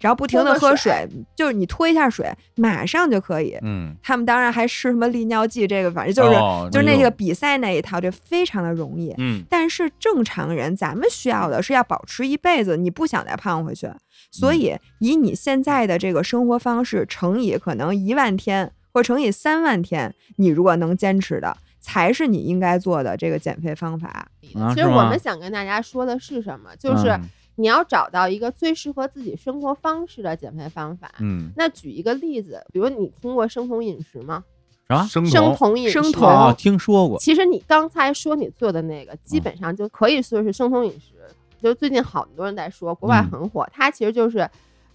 S6: 然后不停的
S7: 喝
S6: 喝
S7: 喝
S6: 水，就是你脱一下水，马上就可以。
S1: 嗯，
S6: 他们当然还吃什么利尿剂，这个反正就是、
S1: 哦
S6: 就是
S1: 那
S6: 那
S1: 种
S6: 个比赛那一套，这非常的容易。
S5: 嗯，
S6: 但是正常人，咱们需要的是要保持一辈子，你不想再胖回去，所
S1: 嗯
S6: 以以你现在的这个生活方式乘以可能一万天或乘以三万天，你如果能坚持的，才是你应该做的这个减肥方法。
S5: 啊
S7: 其实
S5: 是
S7: 我
S5: 吗
S7: 们想跟大家说的是什么，就是
S5: 嗯
S7: 你要找到一个最适合自己生活方式的减肥方法。
S5: 嗯
S7: 那举一个例子，比如你听过生酮饮食吗？
S5: 啥
S1: 生
S7: 生
S1: 酮
S7: 酮饮食，
S6: 啊生酮
S5: 啊？听说过，啊
S7: 其实你刚才说你做的那个，基本上就可以说是生酮饮食，就是最近好多人在说，国
S5: 嗯
S7: 外很火，它其实就是。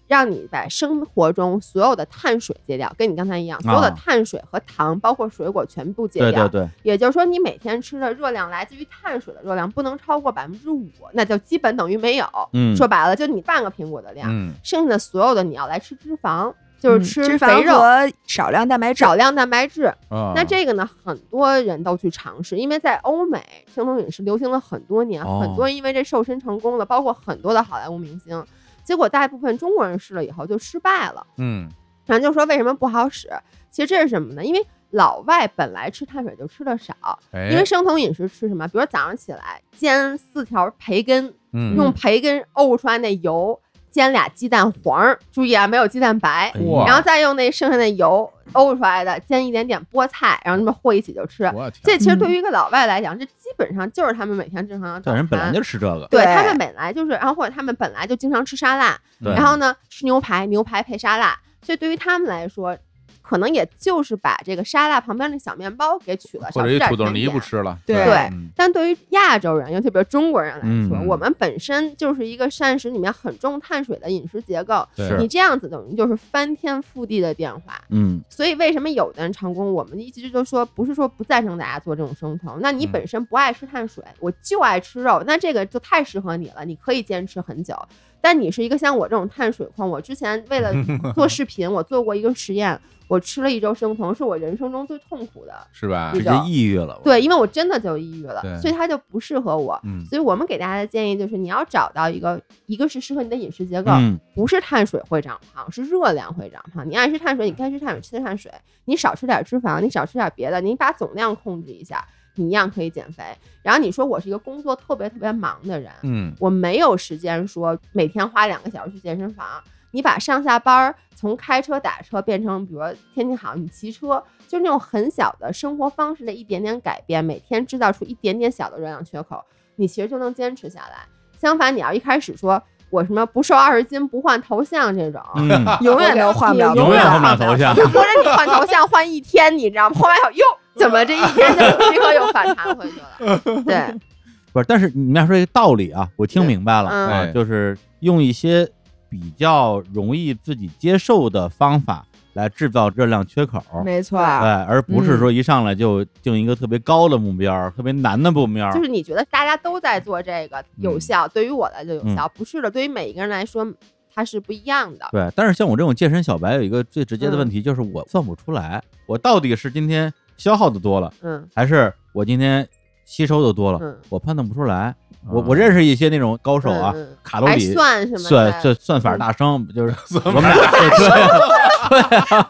S7: 让你把生活中所有的碳水戒掉，跟你刚才一样，所有的
S5: 啊
S7: 碳水和糖，包括水果全部戒
S5: 对
S7: 掉
S5: 对。对，
S7: 也就是说，你每天吃的热量来自于碳水的热量不能超过百分之五，那就基本等于没有。
S5: 嗯
S7: 说白了，就你半个苹果的量，
S1: 嗯，
S7: 剩下的所有的你要来吃脂肪，就是
S6: 嗯
S7: 吃
S6: 脂
S7: 肥
S6: 肪
S7: 肉、
S6: 和少量蛋白质。
S7: 少量蛋白质。
S1: 啊
S7: 那这个呢，很多人都去尝试，因为在欧美，生酮饮食流行了很多年，
S5: 哦
S7: 很多人因为这瘦身成功了，包括很多的好莱坞明星。结果大部分中国人试了以后就失败了，
S1: 嗯
S7: 然后就说为什么不好使？其实这是什么呢？因为老外本来吃碳水就吃的少，
S1: 哎
S7: 因为生酮饮食吃什么？比如早上起来煎四条培根，
S1: 嗯
S7: 用培根沤出来那油，煎俩鸡蛋黄儿，注意啊，没有鸡蛋白，
S5: 哎
S1: 哇
S7: 然后再用那剩下的油沤出来的，煎一点点菠菜，然后那么和一起就吃。
S1: 我天
S7: 这其实对于一个老外来讲，这基本上就是他们每天正常的早
S5: 但
S7: 餐。
S5: 人本来就吃这个，
S7: 对
S6: 对
S7: 他们本来就是，然后或者他们本来就经常吃沙拉，
S5: 对
S7: 然后呢吃牛排，牛排配沙拉，所以对于他们来说，可能也就是把这个沙拉旁边那小面包给取了，
S1: 或
S7: 少
S1: 者
S7: 吃
S1: 一
S7: 点
S1: 土豆
S7: 甜
S1: 泥
S7: 点
S1: 不吃了，
S6: 对
S7: 对
S1: 嗯
S7: 但对于亚洲人，尤其比如中国人来说，
S5: 嗯
S7: 我们本身就是一个膳食里面很重碳水的饮食结构，
S1: 对
S5: 是
S7: 你这样子等于就是翻天覆地的变化。
S5: 嗯
S7: 所以为什么有的人成功，我们一直就说不是说不赞成大家做这种生酮，那你
S1: 嗯
S7: 本身不爱吃碳水，我就爱吃肉，那这个就太适合你了，你可以坚持很久。但你是一个像我这种碳水控，我之前为了做视频，我做过一个实验，我吃了一周生酮，是我人生中最痛苦的
S1: 是吧
S7: 这
S5: 直？接抑郁了，
S7: 对，因为我真的就抑郁了
S1: 对，
S7: 所以它就不适合我。
S1: 嗯
S7: 所以我们给大家的建议就是，你要找到一个，一个是适合你的饮食结构，
S5: 嗯
S7: 不是碳水会长胖，是热量会长胖。你爱吃碳水，你该吃碳水吃碳水，你少吃点脂肪，你少吃点别的，你把总量控制一下，你一样可以减肥。然后你说我是一个工作特别特别忙的人，
S1: 嗯
S7: 我没有时间说每天花两个小时去健身房。你把上下班儿从开车打车变成，比如说天气好你骑车，就那种很小的生活方式的一点点改变，每天制造出一点点小的热量缺口，你其实就能坚持下来。相反，你要一开始说我什么不瘦二十斤不换头像这种，
S5: 嗯，
S6: 永远都换不了
S7: 你永
S5: 永
S7: 远
S5: 远
S7: 换
S5: 换
S7: 不
S5: 不
S7: 了
S5: 了头像
S7: 就。或者你换头像换一天，你知道吗？换完以后哟，怎么这一天就 立刻又反弹回去了？对，
S5: 不是，但是你们要说这个道理啊，我听明白了
S7: 嗯
S5: 啊，
S1: 哎
S5: 就是用一些比较容易自己接受的方法来制造热量缺口，
S6: 没错，
S5: 哎，而不
S7: 嗯
S5: 是说一上来就定一个特别高的目标，特别难的目标。
S7: 就是你觉得大家都在做这个
S5: 嗯
S7: 有效，对于我来就有效，不是的，对于每一个人来说它是不一样的。
S5: 对，但是像我这种健身小白，有一个最直
S7: 嗯
S5: 接的问题就是我算不出来，我到底是今天消耗的多了，
S7: 嗯
S5: 还是我今天吸收的多了，
S7: 嗯，哦
S5: 我判断不出来。我我认识一些那种高手啊，
S7: 嗯嗯
S5: 卡路
S7: 还
S5: 里
S7: 算什么的？
S6: 啊
S5: 算
S7: 嗯
S5: 算算法大生，就是我们俩对对啊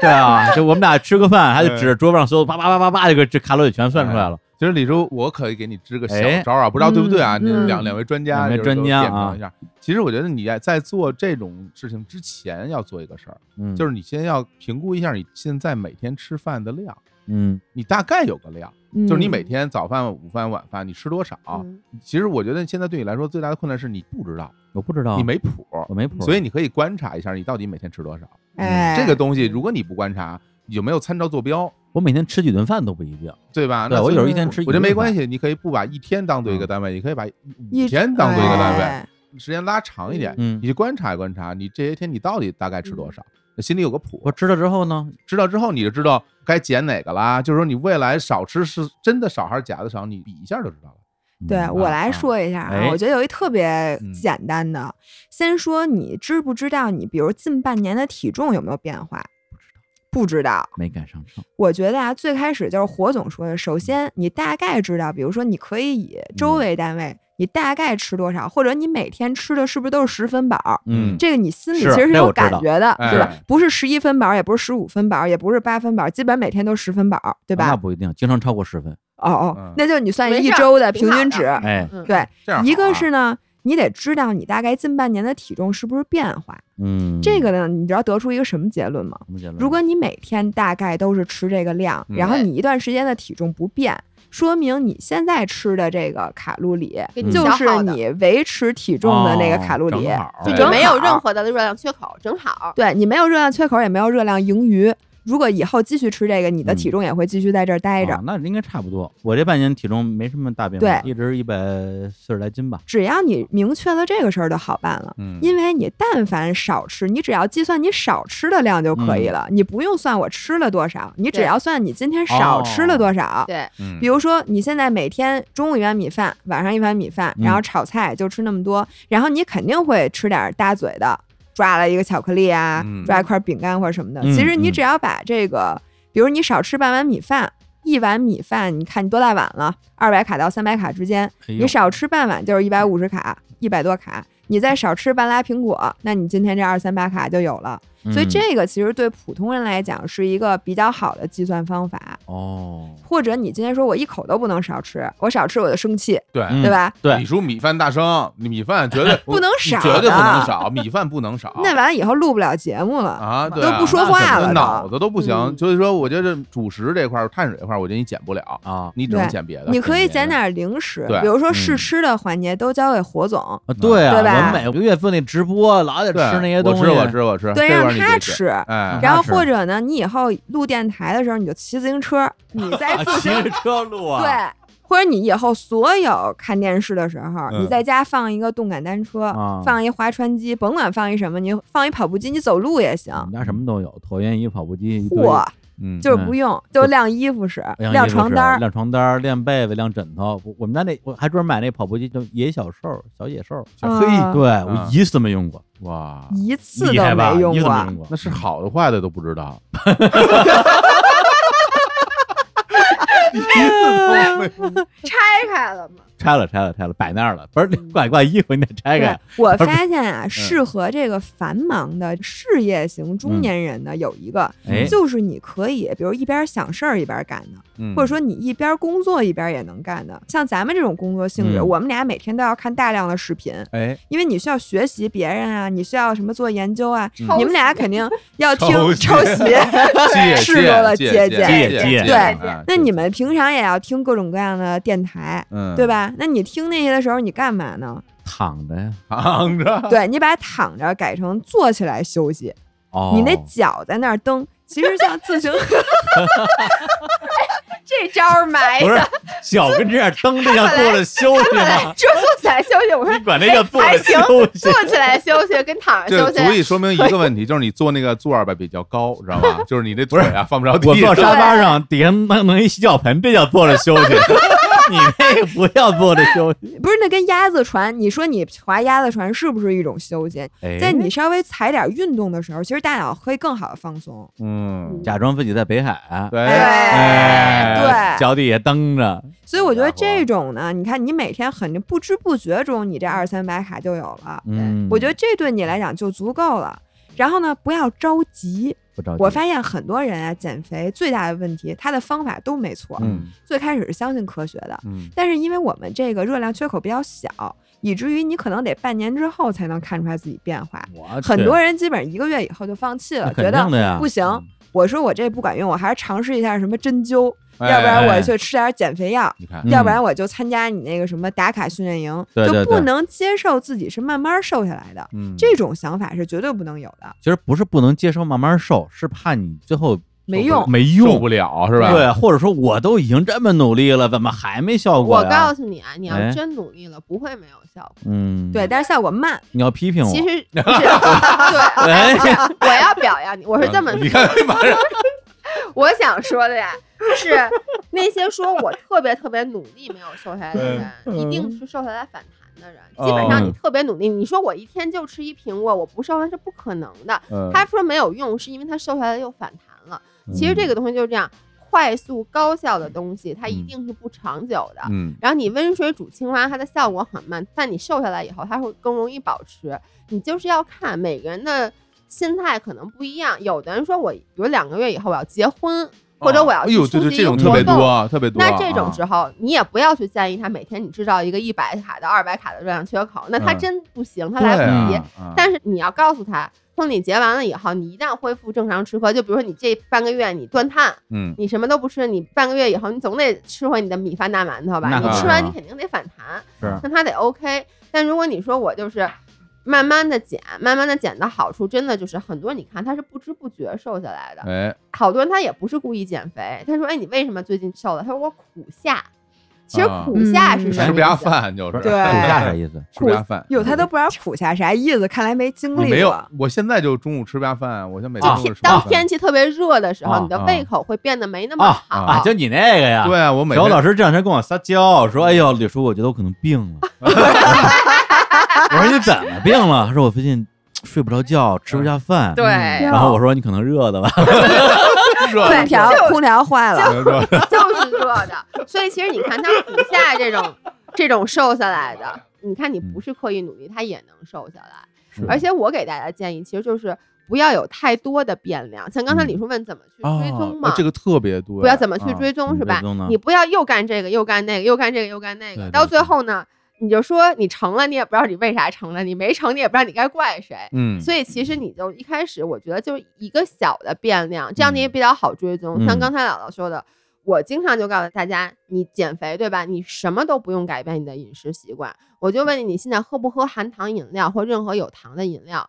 S5: 对啊，就我们俩吃个饭，还得指着桌子上所有叭叭叭叭叭，这个这卡路里全算出来了。
S1: 其实李叔，我可以给你支个小
S5: 哎
S1: 招啊，不知道对不对啊？
S6: 嗯
S1: 你
S6: 嗯
S1: 两两位专家，
S5: 两位
S1: 就是都
S5: 专家啊
S1: 点评一下。其实我觉得你在做这种事情之前要做一个事儿，
S5: 嗯，
S1: 就是你先要评估一下你现在每天吃饭的量，
S5: 嗯
S1: 你大概有个量，
S6: 嗯
S1: 就是你每天早饭、午饭、晚饭你吃多少。
S7: 嗯
S1: 其实我觉得现在对你来说最大的困难是你不知道，
S5: 我不知道，
S1: 你没谱，
S5: 我哦没谱，
S1: 所以你可以观察一下你到底每天吃多少。
S6: 哎，
S1: 这个东西如果你不观察，有没有参照坐标，
S5: 我每天吃几顿饭都不一定。
S1: 对吧？
S5: 对
S1: 那
S5: 我有时候
S1: 所以
S5: 一天吃一
S1: 我觉得
S5: 顿
S1: 没关
S5: 饭
S1: 系，你可以不把一天当做一个
S5: 嗯
S1: 单位，你可以把一
S6: 一
S1: 五天当做一个单位。
S6: 哎
S1: 时间拉长一点，
S5: 嗯
S1: 你去观察观察，你这些天你到底大概吃多少，那心里有个谱。
S5: 我知道之后呢，
S1: 知道之后你就知道该减哪个啦。就是说你未来少吃是真的少还是假的少，你比一下就知道了。
S6: 对
S5: 嗯
S6: 我
S5: 啊
S6: 来
S5: 啊
S6: 说一下啊，
S5: 哎
S6: 我觉得有一特别
S1: 嗯
S6: 简单的，先说你知不知道你，比如近半年的体重有没有变化？不知道，
S5: 没赶上秤，
S6: 我觉得啊，最开始就是火总说的，首先你大概知道，比如说你可以以周
S5: 嗯
S6: 为单位，你大概吃多少，或者你每天吃的是不是都是十分饱？
S5: 嗯，
S6: 这个你心里其
S5: 是
S6: 实
S5: 这
S6: 有
S5: 我知
S6: 感
S5: 道
S6: 觉的，
S1: 哎
S6: 对吧？不是十一分饱，也不是十五分饱，也不是八分饱，基本每天都十分饱，对
S5: 啊那
S6: 吧？
S5: 不一定，经常超过十分。
S6: 哦哦
S1: 嗯，
S6: 那就是你算
S7: 没
S6: 一
S7: 事儿
S6: 周的
S7: 挺
S6: 平
S7: 好
S6: 均
S7: 的
S6: 值，
S5: 哎，
S7: 嗯
S6: 对，
S1: 这样好啊
S6: 一个是呢，你得知道你大概近半年的体重是不是变化。
S5: 嗯，
S6: 这个呢，你知道得出一个什么结论吗？
S5: 什么结论
S6: 如果你每天大概都是吃这个量，
S8: 嗯
S6: 然后你一段时间的体重不变，说明你现在吃的这个卡路里
S7: 给你消
S6: 就是
S7: 耗的
S6: 你维持体重的那个卡路里。
S5: 哦正好
S8: 对
S7: 就
S6: 正
S7: 没有
S6: 好
S7: 任何的热量缺口，正好。
S6: 对你没有热量缺口，也没有热量盈余。如果以后继续吃这个，你的体重也会继续在这儿待着。
S5: 啊那应该差不多。我这半年体重没什么大变化，
S6: 对
S5: 一直一百四十来斤吧。
S6: 只要你明确了这个事儿就好办了，
S5: 嗯
S6: 因为你但凡少吃，你只要计算你少吃的量就可以
S5: 嗯
S6: 了，你不用算我吃了多少，你只
S7: 对
S6: 要算你今天少吃
S5: 哦
S6: 了多少。
S7: 对，
S5: 啊
S1: 嗯
S6: 比如说，你现在每天中午一碗米饭，晚上一碗米饭，
S5: 嗯
S6: 然后炒菜就吃那么多，然后你肯定会吃点大嘴的，抓了一个巧克力啊，
S8: 嗯
S6: 抓一块饼干或者什么的。
S5: 嗯
S6: 其实你
S5: 嗯
S6: 只要把这个，比如你少吃半碗米饭，一碗米饭，你看你多大碗了，二百卡到三百卡之间，
S5: 哎呦
S6: 你少吃半碗就是一百五十卡，一百多卡。你再少吃半拉苹果，那你今天这二三百卡就有了。所以
S5: 嗯
S6: 这个其实对普通人来讲是一个比较好的计算方法。
S5: 哦，
S6: 或者你今天说我一口都不能少吃，我少吃我就生气，
S1: 对
S5: 嗯
S6: 对吧？
S5: 对
S1: 李叔米饭大生，米饭 绝对
S6: 不能少的
S1: 绝对不能少，米饭不能少。
S6: 那完以后录不了节目了，
S1: 啊，对
S6: 都
S1: 啊
S6: 不说话了
S1: 那
S6: 都
S1: 脑子都不行。
S6: 嗯
S1: 所以说，我觉得主食这块儿、碳水这块儿，我觉得你减不了，
S5: 啊
S1: 你只能
S6: 对
S1: 减别的。
S6: 你可以减点零食
S1: 对，
S6: 比如说
S5: 嗯
S6: 试吃的环节都交给火总，
S5: 啊，对啊，
S6: 对吧
S5: 我每个月份那直播老得
S1: 对
S5: 吃那些东西，
S1: 我吃，我 吃，我吃。
S6: 对，
S1: 嗯这块
S6: 让
S1: 儿你
S6: 他
S1: 得减。
S6: 吃。
S1: 哎，
S6: 然后
S5: 吃
S6: 或者呢，你以后录电台的时候，你就骑自行车，你 在
S5: 啊
S6: 自
S5: 骑着车录啊，
S6: 对，或者你以后所有看电视的时候，
S5: 嗯
S6: 你在家放一个动感单车，
S5: 啊
S6: 放一划船机，甭管放一什么，你放一跑步机，你走路也行
S5: 我。们家什么都有，椭圆仪、跑步机，一堆哎
S6: 嚯，
S1: 嗯，
S6: 就是不用，就晾衣服使，
S5: 晾
S6: 晾
S5: 衣服
S6: 床
S5: 是
S6: 单儿，
S5: 晾床单儿、晾被子、晾枕头。我我们家那我还专门买那跑步机，叫野小兽、小野兽。
S6: 啊嘿
S5: 对我一次都没用过，
S1: 哇，
S6: 一次
S5: 厉
S6: 都
S5: 害吧？
S6: 没用啊
S5: 一次都
S6: 过
S5: 没。用过。
S1: 那是好的坏的都不知道。
S7: 拆开了嘛，
S5: 拆了，拆了，拆了，摆那儿了。不是 挂挂衣服，你得拆
S6: 嗯对
S5: 开。，
S6: 我发现 啊，
S5: 嗯
S6: 适合这个繁忙的事业型中年人的有一个，
S5: 嗯哎，
S6: 就是你可以，比如一边想事儿一边干的，
S1: 嗯
S6: 或者说你一边工作一边也能干的。像咱们这种工作性质，
S5: 嗯
S6: 我们俩每天都要看大量的视频，
S1: 哎，
S6: 因为你需要学习别人啊，你需要什么做研究
S5: 嗯
S6: 啊，
S7: 抄
S6: 你们俩肯定要听
S1: 抄袭
S6: 抄袭。
S1: 借
S6: 赤裸裸借
S5: 借
S6: 鉴
S5: 鉴
S6: 对
S1: 哎
S6: 那你们平常也要听各种各样的电台，
S1: 嗯
S6: 对？吧？那你听那些的时候，你干嘛呢？
S5: 躺着呀。
S1: 躺着，
S6: 对你把躺着改成坐起来休息，
S5: 哦，
S6: 你那 脚在那儿蹬。其实像自行，
S7: 这招儿埋
S6: 哎
S5: 不是
S7: 的，
S5: 脚跟这样蹬着像坐着休息吗？
S7: 说坐起来休息，我说
S5: 你管那叫坐
S7: 还
S5: 着
S7: 行
S5: 休息
S7: 坐起来休息跟躺着
S1: 这
S7: 休
S1: 足
S7: 息，
S1: 以说明一 个问题，就是你坐那个座儿吧比较高，知道吧？就是你这腿啊放不着 地。
S5: 我坐沙发上，底下弄弄一洗脚盆，这叫坐着休息。 你那不叫坐着休息。
S6: 不是那跟鸭子船，你说你划鸭子船是不是一种休息？
S5: 哎
S6: 在你稍微踩点运动的时候，其实大脑可以更好的放松。
S1: 嗯，
S5: 哎假装自己在北海，啊
S1: 对，
S5: 哎
S6: 对
S5: 脚底下蹬着，
S6: 所以我觉得
S1: 好家伙
S6: 这种呢，你看你每天很不知不觉中，你这二三百卡就有了。
S5: 嗯，
S6: 我觉得这对你来讲就足够了。然后呢，不要着急。
S5: 不着急，
S6: 我发现很多人啊，减肥最大的问题，他的方法都没错。
S5: 嗯
S6: 最开始是相信科学的，
S5: 嗯
S6: 但是因为我们这个热量缺口比较小，以至于你可能得半年之后才能看出来自己变化。
S5: 嗯我
S6: 很多人基本上一个月以后就放弃了，
S5: 啊肯
S6: 觉
S5: 定的呀
S1: 啊
S6: 得不行。
S5: 嗯
S6: 我说我这不管用，我还是尝试一下什么针灸，
S1: 哎
S6: 要不然
S5: 哎
S6: 我去吃点减肥药，
S1: 你看
S5: 嗯，
S6: 要不然我就参加你那个什么打卡训练营，
S5: 对对
S6: 就不
S5: 对
S6: 能接受自己是慢慢瘦下来的。
S1: 嗯，
S6: 这种想法是绝对不能有的，
S5: 其实不是不能接受慢慢瘦，是怕你最后
S6: 没用。
S5: 没
S1: 受
S5: 用
S1: 不，了是吧？
S5: 对，或者说我都已经这么努力了，怎么还没效果
S7: 我
S5: 呀？
S7: 告诉你啊，你要
S5: 哎
S7: 真努力了，不会没有效果。
S5: 嗯，
S6: 对，，但是效果慢，
S5: 你要批评我，
S7: 其 实不是 对，
S5: 哎，嗯
S7: 我要表扬你，我是这么
S1: 你看，马 上
S7: 我想说的呀，是那些说我特别特别努力没有瘦下来的人，一定是瘦下来反弹的人。基本上你特别努力，你说我一天就吃一苹果，我不瘦那是不可能的。
S1: 嗯
S7: 他说没有用，是因为他瘦下来又反弹了。其实这个东西就是这样，快速高效的东西，它一定是不长久的。
S1: 嗯，
S7: 然后你温水煮青蛙，它的效果很慢，但你瘦下来以后，它会更容易保持。你就是要看每个人的心态可能不一样，有的人说我有两个月以后我要结婚，或者我要
S1: 哎
S7: 去
S1: 呦，
S7: 出
S1: 对对，
S7: 席
S1: 这
S7: 一个
S1: 种特
S7: 活
S1: 别
S7: 动
S1: 多啊，特别多啊。
S7: 那这种
S1: 啊
S7: 时候，你也不要去建议他每天你制造一个一百卡的、二百卡的热量缺口，那他
S1: 嗯
S7: 真不行，他来
S1: 对嗯
S7: 不及。
S5: 啊啊
S7: 但是你要告诉他，从你节完了以后，你一旦恢复正常吃喝，就比如说你这半个月你断碳，
S1: 嗯，
S7: 你什么都不吃，你半个月以后你总得吃回你的米饭大馒头吧？
S5: 那
S7: 你
S1: 当
S7: 吃
S1: 然
S7: 完
S5: 了
S7: 你肯定得反弹，
S5: 是
S7: 那他得 OK。但如果你说我就是慢慢的减，慢慢的减的好处，真的就是很多你看他是不知不觉瘦下来的，
S1: 哎，
S7: 好多人他也不是故意减肥，他说：“哎，你为什么最近瘦了？”他说：“我苦夏。”其实
S1: 啊
S7: 苦夏是
S6: 嗯
S7: 什么意思？
S1: 吃不 下饭就是
S6: 对
S5: 暑假啥意思？
S1: 吃不下饭。嗯
S6: 哟，他都不知道苦下啥意思，看来没经历过。
S1: 没 有，我现在就中午吃不下饭，我现在每哦天
S5: 啊
S1: 中午吃不下
S7: 当
S1: 饭
S7: 天气特别热的时候，
S5: 啊
S7: 你的胃口会变得没那么
S5: 啊
S7: 好。
S5: 啊！就你那个呀，
S1: 对啊，我每
S5: 小
S1: 天
S5: 欧老师这两天跟我撒娇说：“哎呦，李叔，我觉得我可能病 了。”我说：“你怎么病了？”他说：“我最近睡不着觉，吃不下饭。”
S7: 对，
S5: 然后我说：“你可能热的吧
S1: 热
S6: 空调
S7: 就
S6: 空调坏了，
S1: 热
S7: 就是热的。所以其实你看，他苦夏这种这种瘦下来的，你看你不是刻意努力，他也能瘦下来。？”而且我给大家建议，其实就是不要有太多的变量。像刚才
S5: 嗯
S7: 李叔问怎么去
S5: 哦
S7: 追踪
S1: 啊
S7: 嘛，，
S1: 这个特别多呀，
S7: 不要怎么去
S1: 啊
S7: 追踪、
S5: 嗯
S7: 是吧
S5: 追踪呢？
S7: 你不要又干这个又干那个又干这个又干那
S5: 对
S7: 个，
S5: 对
S7: 到最后呢，你就说你成了，你也不知道你为啥成了；你没成，你也不知道你该怪谁。
S1: 嗯，
S7: 所以其实你就一开始，我觉得就是一个小的变量，这样你也比较好追踪。像
S5: 嗯
S7: 刚才姥姥说的，我经常就告诉大家，你减肥对吧？你什么都不用改变你的饮食习惯，我就问你，你现在喝不喝含糖饮料或任何有糖的饮料？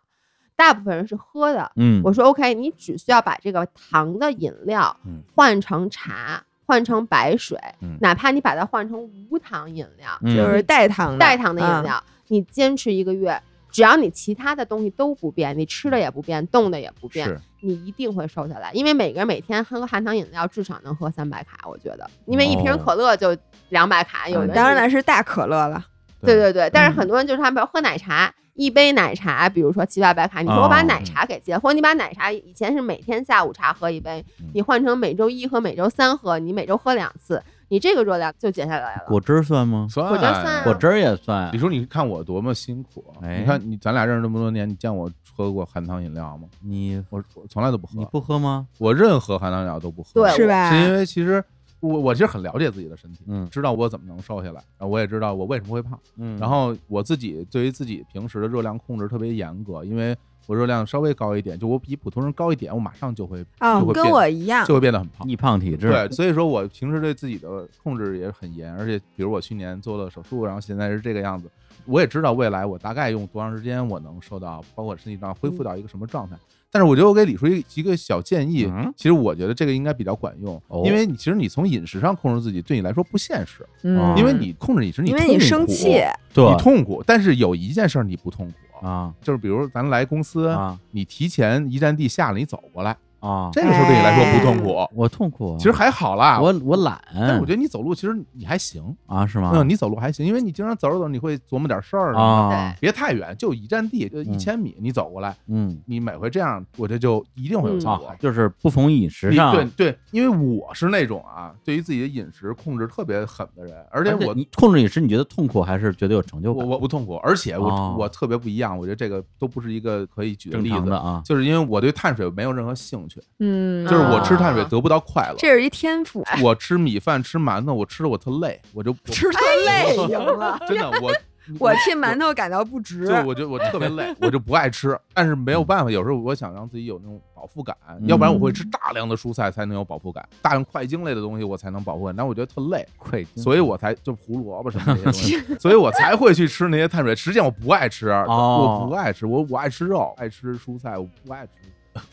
S7: 大部分人是喝的，
S5: 嗯，
S7: 我说 OK，你只需要把这个糖的饮料
S5: 嗯
S7: 换成茶，换成白水，
S5: 嗯
S7: 哪怕你把它换成无糖饮料，
S5: 嗯
S6: 就是代糖的
S7: 代糖的饮
S6: 嗯
S7: 料，你坚持一个月，只要你其他的东西都不变，你吃的也不变，动的也不变
S1: 是，
S7: 你一定会瘦下来。因为每个人每天喝含糖饮料至少能喝三百卡，我觉得，因为一瓶
S5: 哦
S7: 可乐就两百卡，有
S6: 嗯
S7: 的
S6: 当然
S7: 是
S6: 了是大可乐了，
S7: 对对对，但是很多人就是他们喝奶茶，一杯奶茶，比如说七八百卡，你说我把
S5: 哦
S7: 奶茶给戒，或者你把奶茶以前是每天下午茶喝一杯
S5: 嗯，
S7: 你换成每周一和每周三喝，你每周喝两次，你这个热量就减下来了。
S5: 果汁儿算吗？
S1: 算
S7: 果汁算啊
S5: 果汁儿也算
S1: 李。叔，你看我多么辛苦！啊
S5: 哎
S1: 你看你，咱俩认识这么多年，你见我喝过含糖饮料吗？
S5: 你
S1: 我我从来都不喝，
S5: 你不喝吗？
S1: 我任何含糖饮料都不喝，
S7: 对
S6: 是吧
S1: 是因为其实我我其实很了解自己的身体，
S5: 嗯
S1: 知道我怎么能瘦下来，啊然后我也知道我为什么会胖。
S5: 嗯
S1: 然后我自己对于自己平时的热量控制特别严格，因为我热量稍微高一点，就我比普通人高一点，我马上就会
S6: 啊
S1: 就会，
S6: 跟
S1: 变
S6: 我一样
S1: 就，会变得很胖。
S5: 易胖体质，
S1: 对，所以说我平时对自己的控制也很严，而且比如我去年做了手术，然后现在是这个样子，我也知道未来我大概用多长时间我能瘦到，包括身体上恢
S5: 嗯
S1: 复到一个什么状态。但是我觉得我给李叔一个一个小建议，
S5: 嗯
S1: 其实我觉得这个应该比较管用，
S5: 哦
S1: 因为你其实你从饮食上控制自己对你来说不现实，
S6: 嗯，
S1: 因为你控制饮食你
S6: 因为
S1: 痛
S6: 你生
S1: 苦
S6: 气，
S5: 对
S1: 你痛苦，但是有一件事儿你不痛苦。
S5: 啊
S1: 就是比如咱来公司，
S5: 啊
S1: 你提前一站地下了，你走过来，
S5: 啊！
S1: 这个时候对你来说不痛
S6: 哎
S1: 苦，
S5: 我痛苦啊，
S1: 其实还好啦。
S5: 我我懒，
S1: 但是我觉得你走路其实你还行，
S5: 嗯啊是吗？
S1: 嗯，你走路还行，因为你经常走着走着你会琢磨点事儿，
S5: 啊，
S1: 别太远，就一站地，就
S5: 嗯
S1: 一千米，你走过来，
S5: 嗯
S1: 你每回这样，我这就一定会有
S7: 嗯
S1: 效果
S5: 啊，。就是不从饮食
S1: 你
S5: 上
S1: 对对，因为我是那种啊，对于自己的饮食控制特别狠的人，而且
S5: 而且
S1: 我
S5: 你控制饮食，你觉得痛苦还是觉得有成就
S1: 我
S5: 感？
S1: 我不痛苦，而且我、
S5: 哦
S1: 我特别不一样，我觉得这个都不是一个可以举的
S5: 正
S1: 例
S5: 常
S1: 子
S5: 的，啊，
S1: 就是因为我对碳水没有任何兴趣，
S6: 嗯，
S1: 就是我吃
S7: 它
S1: 碳水得不到快乐。
S6: 这是一天赋，
S1: 我吃米饭吃馒头，我吃的我特累，我就我
S6: 吃太累行了，
S1: 真的 我
S6: 我替馒头感到不值
S1: 就。我觉得我特别累，我就不爱吃。但是没有办法，有时候我想让自己有那种饱腹感，要不然我会吃大量的蔬菜才能有饱腹感，大量快茎类的东西我才能饱腹感。但我觉得特累，
S5: 愧
S1: 所以我才就胡萝卜什么这些东西，所以我才会去吃那些碳水。实际上我不爱吃，
S5: 哦
S1: 我不爱吃，我我爱吃肉，爱吃蔬菜，我不爱吃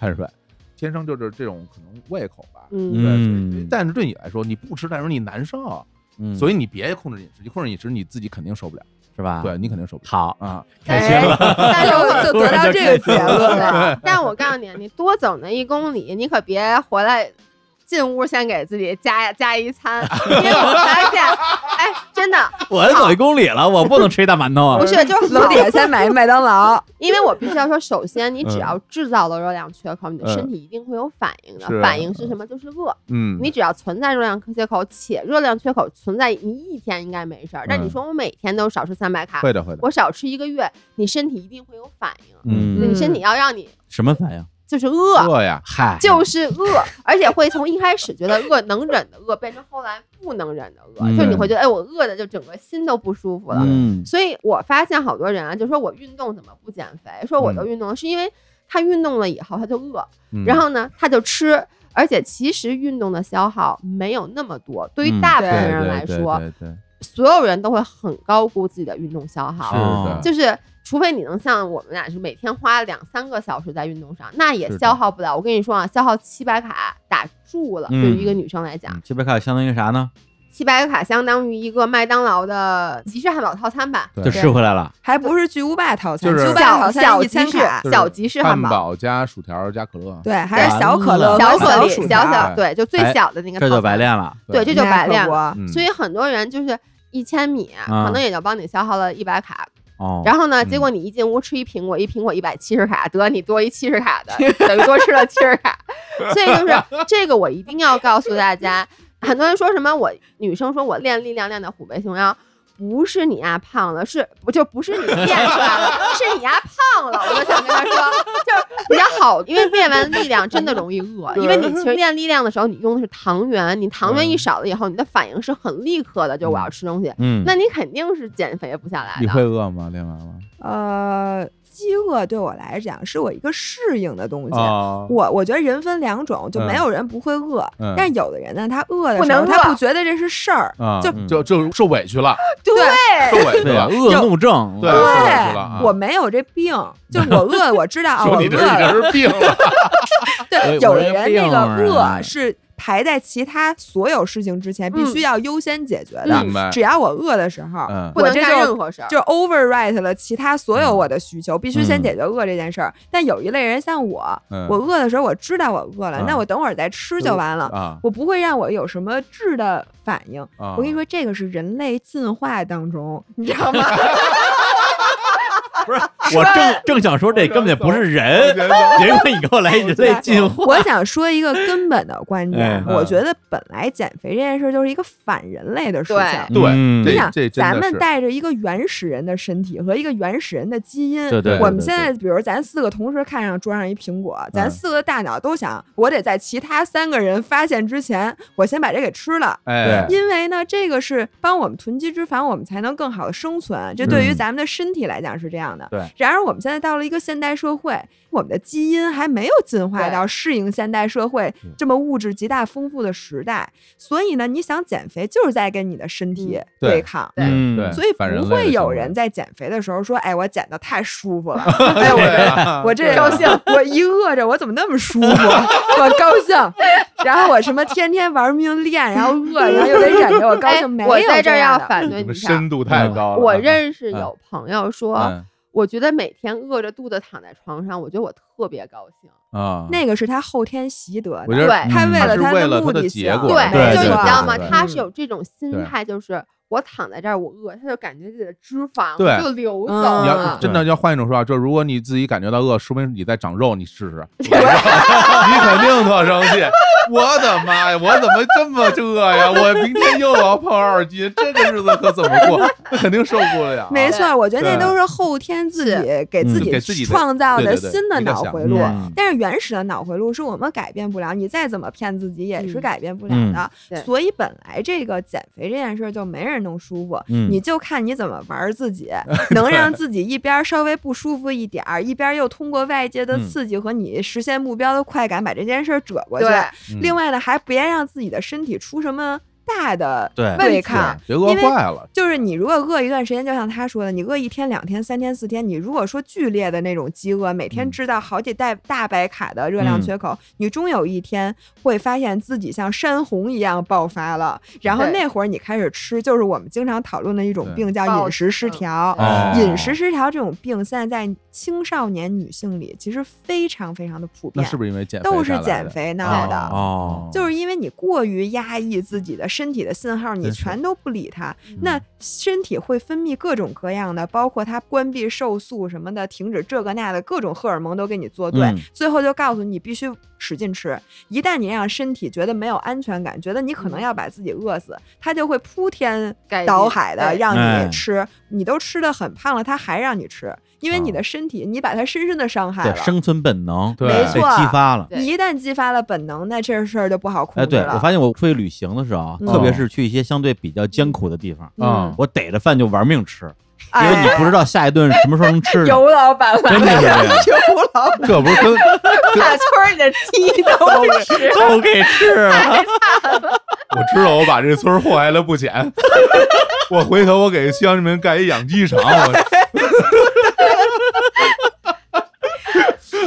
S1: 碳水，天生就是这种可能胃口吧。
S7: 嗯，
S5: 嗯，
S1: 但是对你来说，你不吃碳水你难受，
S5: 嗯
S1: 所以你别控制饮食，你控制饮食你自己肯定受不了，
S5: 是吧？
S1: 对你肯定受不了
S5: 好，
S1: 啊。
S5: 开
S7: 哎
S5: 心了
S7: 嗯 但 是我
S6: 就就得到这个结论了，
S7: 但我告诉你，你多走那一公里，你可别回来进屋先给自己加加 一餐，因为我发现，哎，真的
S5: 我都走一公里了，我不能吃一大馒头啊
S7: 不！
S1: 嗯
S7: 是就 是
S6: 楼底下先买一麦当劳，
S7: 因为我必须要说，首先你
S1: 嗯
S7: 只要制造了热量缺口，你的
S1: 嗯
S7: 身体一定会有反应的
S1: 是。啊
S7: 反应是什么？就是饿。
S1: 嗯，
S7: 你只要存在热量缺口，且热量缺口存在你一天应该没事儿。但你
S1: 嗯
S7: 说我每天都少吃三百卡，
S1: 会的会的，
S7: 我少吃一个月，你身体一定会有反应。
S5: 嗯
S7: 你身体要让你
S5: 什么反应？
S7: 就是饿，
S1: 饿呀，
S5: 嗨，
S7: 就是 饿，而且会从一开始觉得饿能忍的饿，变成后来不能忍的饿，就你会觉得，哎，我饿的就整个心都不舒服了。
S5: 嗯
S7: 所以我发现好多人啊，就说我运动怎么不减肥？说我都
S5: 嗯
S7: 运动了，是因为他运动了以后他就饿，
S1: 嗯
S7: 然后呢他就吃，而且其实运动的消耗没有那么多，对于
S5: 嗯
S7: 大部
S6: 对
S7: 分
S5: 对
S7: 人
S5: 对
S7: 来
S5: 对
S7: 说，
S5: 对对
S7: 所有人都会很高估自己的运动消
S1: 是
S7: 耗，
S5: 哦
S1: 的，
S7: 就是。除非你能像我们俩是每天花两三个小时在运动上，那也
S5: 是的
S7: 消耗不了。我跟你说啊，消耗七百卡打住了。
S5: 嗯
S7: 对于一个女生来讲，
S5: 嗯这边看相当于啥呢？
S7: 七百卡相当于一个麦当劳的吉士汉堡套餐吧，
S1: 对
S5: 就吃回来了，
S6: 还不是巨无霸套餐，
S1: 就是
S6: 巨无霸
S7: 小
S6: 套
S7: 小
S6: 餐一
S7: 吉
S6: 千
S7: 士
S6: 卡，
S1: 就是
S7: 小吉士汉
S1: 汉
S7: 堡，
S1: 堡加薯条加可乐，
S6: 对，还是
S5: 完
S6: 小可
S5: 了
S6: 乐和
S7: 小可
S6: 薯
S7: 丽，小
S6: 条
S7: 小对，就最
S5: 哎
S7: 小的那个，
S5: 这就白。练了。
S7: 对，这
S6: 这
S7: 就白练了。
S6: 了。
S1: 嗯
S7: 所以很多人就是一千米，
S5: 啊
S7: 可能也就帮你消耗了一百卡。
S5: 哦，
S7: 然后呢，
S1: 嗯
S7: 结果你一进屋吃一苹果，一苹果一百七十卡，得你多一七 十卡的，等于多吃了七十卡。所以就是这个，我一定要告诉大家，很多人说什么我女生说我练力量练的虎背熊腰。不是你呀、胖了，是不就不是你练出来了，是你呀、胖了。我就想跟他说，就是比较好，因为练完力量真的容易饿，因为你其实练力量的时候，你用的是糖原，你糖原一
S1: 嗯
S7: 少了以后，你的反应是很立刻的，就我要吃东西，
S5: 嗯，
S7: 那你肯定是减肥不下来
S1: 你
S7: 的。
S1: 会饿吗？练完了
S6: 呃，饥饿对我来讲是我一个适应的东西。
S1: 啊
S6: 我我觉得人分两种，就
S1: 嗯
S6: 没有人不会饿，
S1: 嗯
S6: 但有的人呢，他饿的
S7: 不
S6: 时候
S7: 能
S6: 他
S7: 饿
S6: 不觉得这是事儿，
S1: 啊，
S6: 就
S1: 就就受委屈了，受
S7: 对，
S1: 委屈
S5: 对啊，
S1: 了，
S5: 恶怒症，
S1: 对，受委屈了啊
S6: 我没有这病，就是我饿，我知道啊，我
S1: 说你
S6: 饿
S1: 这是
S6: 了。
S1: 你这是病了，哎
S5: 我
S6: 对，有
S5: 我
S6: 的
S5: 这
S6: 人
S5: 病
S6: 那个
S5: 人
S6: 饿是排在其他所有事情之前，必
S7: 嗯
S6: 须要优先解决的。
S1: 明白？
S6: 只要我饿的时候，
S1: 嗯
S7: 不能
S6: 我这
S7: 干
S6: 就
S7: 任何事儿。
S6: 就 override 了其他所有我的需求，必须先解决饿这件事儿。但有一类人像我，
S1: 嗯
S6: 我饿的时候我知道我饿了，
S1: 嗯
S6: 那我等会儿再吃就完了，
S1: 啊
S6: 我不会让我有什么质的反应。
S1: 啊！
S6: 我跟你说，这个是人类进化当中，你知道吗？
S5: 不是，我 正正想说这根本就不是 人，结果你给我来哎人类进化，
S6: 我想说一个根本的观点
S5: 哎，
S1: 嗯
S6: 我觉得本来减肥这件事儿就是一个反人类的事情。
S1: 对
S5: 嗯
S1: 这
S6: 你想
S1: 这，真的
S6: 咱们
S1: 是
S6: 带着一个原始人的身体和一个原始人的基因，
S5: 对对对
S6: 我们
S5: 对
S6: 现在
S5: 对
S6: 比如咱四个同时看上桌上一苹果，
S1: 嗯
S6: 咱四个大脑都想，我得在其他三个人发现之前，我先把这给吃了。
S1: 哎，
S6: 因为呢，这个是帮我们囤积脂肪，我们才能更好的生存。这对于
S5: 嗯
S6: 咱们的身体来讲是这样的。
S5: 对。
S6: 然而，我们现在到了一个现代社会，我们的基因还没有进化
S7: 对
S6: 到适应现代社会
S1: 嗯
S6: 这么物质极大丰富的时代，所以呢，你想减肥就是在跟你的身体
S7: 嗯
S1: 对
S6: 对抗。
S5: 嗯
S1: 对
S6: 所以
S1: 反人
S6: 不
S1: 类的
S6: 会
S1: 行
S6: 有
S1: 为
S6: 人在减肥的时候说：“哎，我减的太 舒服了，哎，我
S1: 对
S6: 这
S1: 啊
S6: 我这高兴，我一饿着，我怎么那么舒服？啊我高 兴，然后我什么天天玩命练，然后饿，然后又得忍着，我高
S7: 哎
S6: 兴。没有
S7: 我在这儿要
S6: 样的。
S7: 反 对
S1: 你们
S7: 一下
S1: 深。度太高了。
S7: 我认识
S1: 嗯
S7: 有朋友说，
S1: 嗯
S7: 我觉得每天饿着肚子躺在床上，我觉得我特别高兴。
S1: 啊，
S6: 那个是他后天习得
S1: 我
S6: 的，
S1: 觉得
S5: 嗯
S6: 他为了
S1: 是
S6: 他
S1: 为了
S6: 的
S1: 他
S6: 目
S1: 的
S6: 的
S1: 结
S6: 性，啊
S1: 果
S7: 对，
S5: 对
S7: 就
S5: 对
S7: 是你知道吗？
S1: 对对
S7: 他是有这种心
S1: 对
S7: 态，就是我躺在这儿，我饿，他就感觉自己的脂肪
S1: 对
S7: 就流走
S6: 嗯
S1: 你要
S7: 了。
S1: 真的要换一种说法，就是如果你自己感觉到饿，说明你在长肉，你试试，你
S6: 对
S1: 肯定特生气。我的妈呀，我怎么这么这呀？我明天又要胖二斤，这个日子可怎么过？那肯定受不了。
S6: 没错，我觉得那
S1: 对
S6: 都是后天自己给自
S5: 嗯
S1: 给自己
S6: 己
S1: 的
S6: 创造
S1: 对
S6: 的
S1: 对对
S6: 新的
S1: 一个
S6: 脑
S1: 想
S6: 回
S5: 嗯
S6: 路。
S5: 嗯
S6: 但是原始的脑回路是我们改变不了，你再怎么骗自己也是
S7: 嗯
S6: 改变不了
S5: 嗯
S6: 的。
S7: 对
S6: 所以本来这个减肥这件事儿就没人能舒服，
S5: 嗯
S6: 你就看你怎么玩儿 自己，能让自己一边儿稍微不舒服一点儿，一边儿又通过外界的
S5: 嗯
S6: 刺激和你实现目标的快感把这件事儿折过去。
S7: 对，
S1: 嗯
S6: 另外呢，还别让自己的身体出什么大的
S5: 对
S6: 对
S1: 对
S6: 抗。
S1: 别饿坏了。
S6: 就是你如果饿一段时间，就像他说的，你饿一天、两天、三天、四天，你如果说剧烈的那种饥饿，
S1: 嗯
S6: 每天吃到好几袋大白卡的热量缺口，你终有一天会发现自己像山洪一样爆发了。然后
S7: 对
S6: 那会儿你开始吃，就是我们经常讨论的一种病，叫饮食失调。
S7: 暴
S1: 哦
S6: 饮食失调这种病，现在在青少年女性里其实非常非常的普
S1: 那
S6: 遍，
S1: 是不是因为减肥
S6: 都是
S1: 带来
S6: 减
S1: 的
S6: 肥闹的。
S1: 哦
S5: 哦，
S6: 就是因为你过于压抑自己的身体的信号，你
S1: 真是
S6: 全都不理它，
S7: 嗯
S6: 那身体会分泌各种各样的，包括它关闭瘦素什么的，停止这个那的各种荷尔蒙都给你作对，
S5: 嗯
S6: 最后就告诉你必须使劲吃。一旦你让身体觉得没有安全感，觉得你可能
S7: 嗯
S6: 要把自己饿死，它就会铺天
S7: 改
S6: 倒
S7: 变
S6: 海的
S7: 对
S6: 让
S5: 哎
S6: 你吃，你都吃的很胖了，它还让你吃。因为你的身体，你把它深深的伤害
S5: 哦对，
S6: 了。
S5: 生存本能
S1: 对
S5: 被
S1: 没
S5: 激
S6: 错
S5: 发了。
S7: 对
S6: 你一旦激发了本能，那这事儿就不好控
S5: 哎，
S6: 制
S5: 对
S6: 了。
S5: 我发现我出去旅行的时候啊，
S6: 嗯
S5: 特别是去一些相对比较艰苦的地方，
S1: 啊
S5: 我逮着饭就玩命吃，因为
S6: 哎
S5: 你不知道下一顿什么时候能 吃呢。
S6: 尤老板来
S5: 真的是 这样
S6: 了，尤老板，
S1: 这不是 跟
S6: 大村里的鸡都是
S5: 都给吃了，
S1: 我知道我把这村儿祸害的不浅，我回头我给乡亲们盖一养鸡场， 我。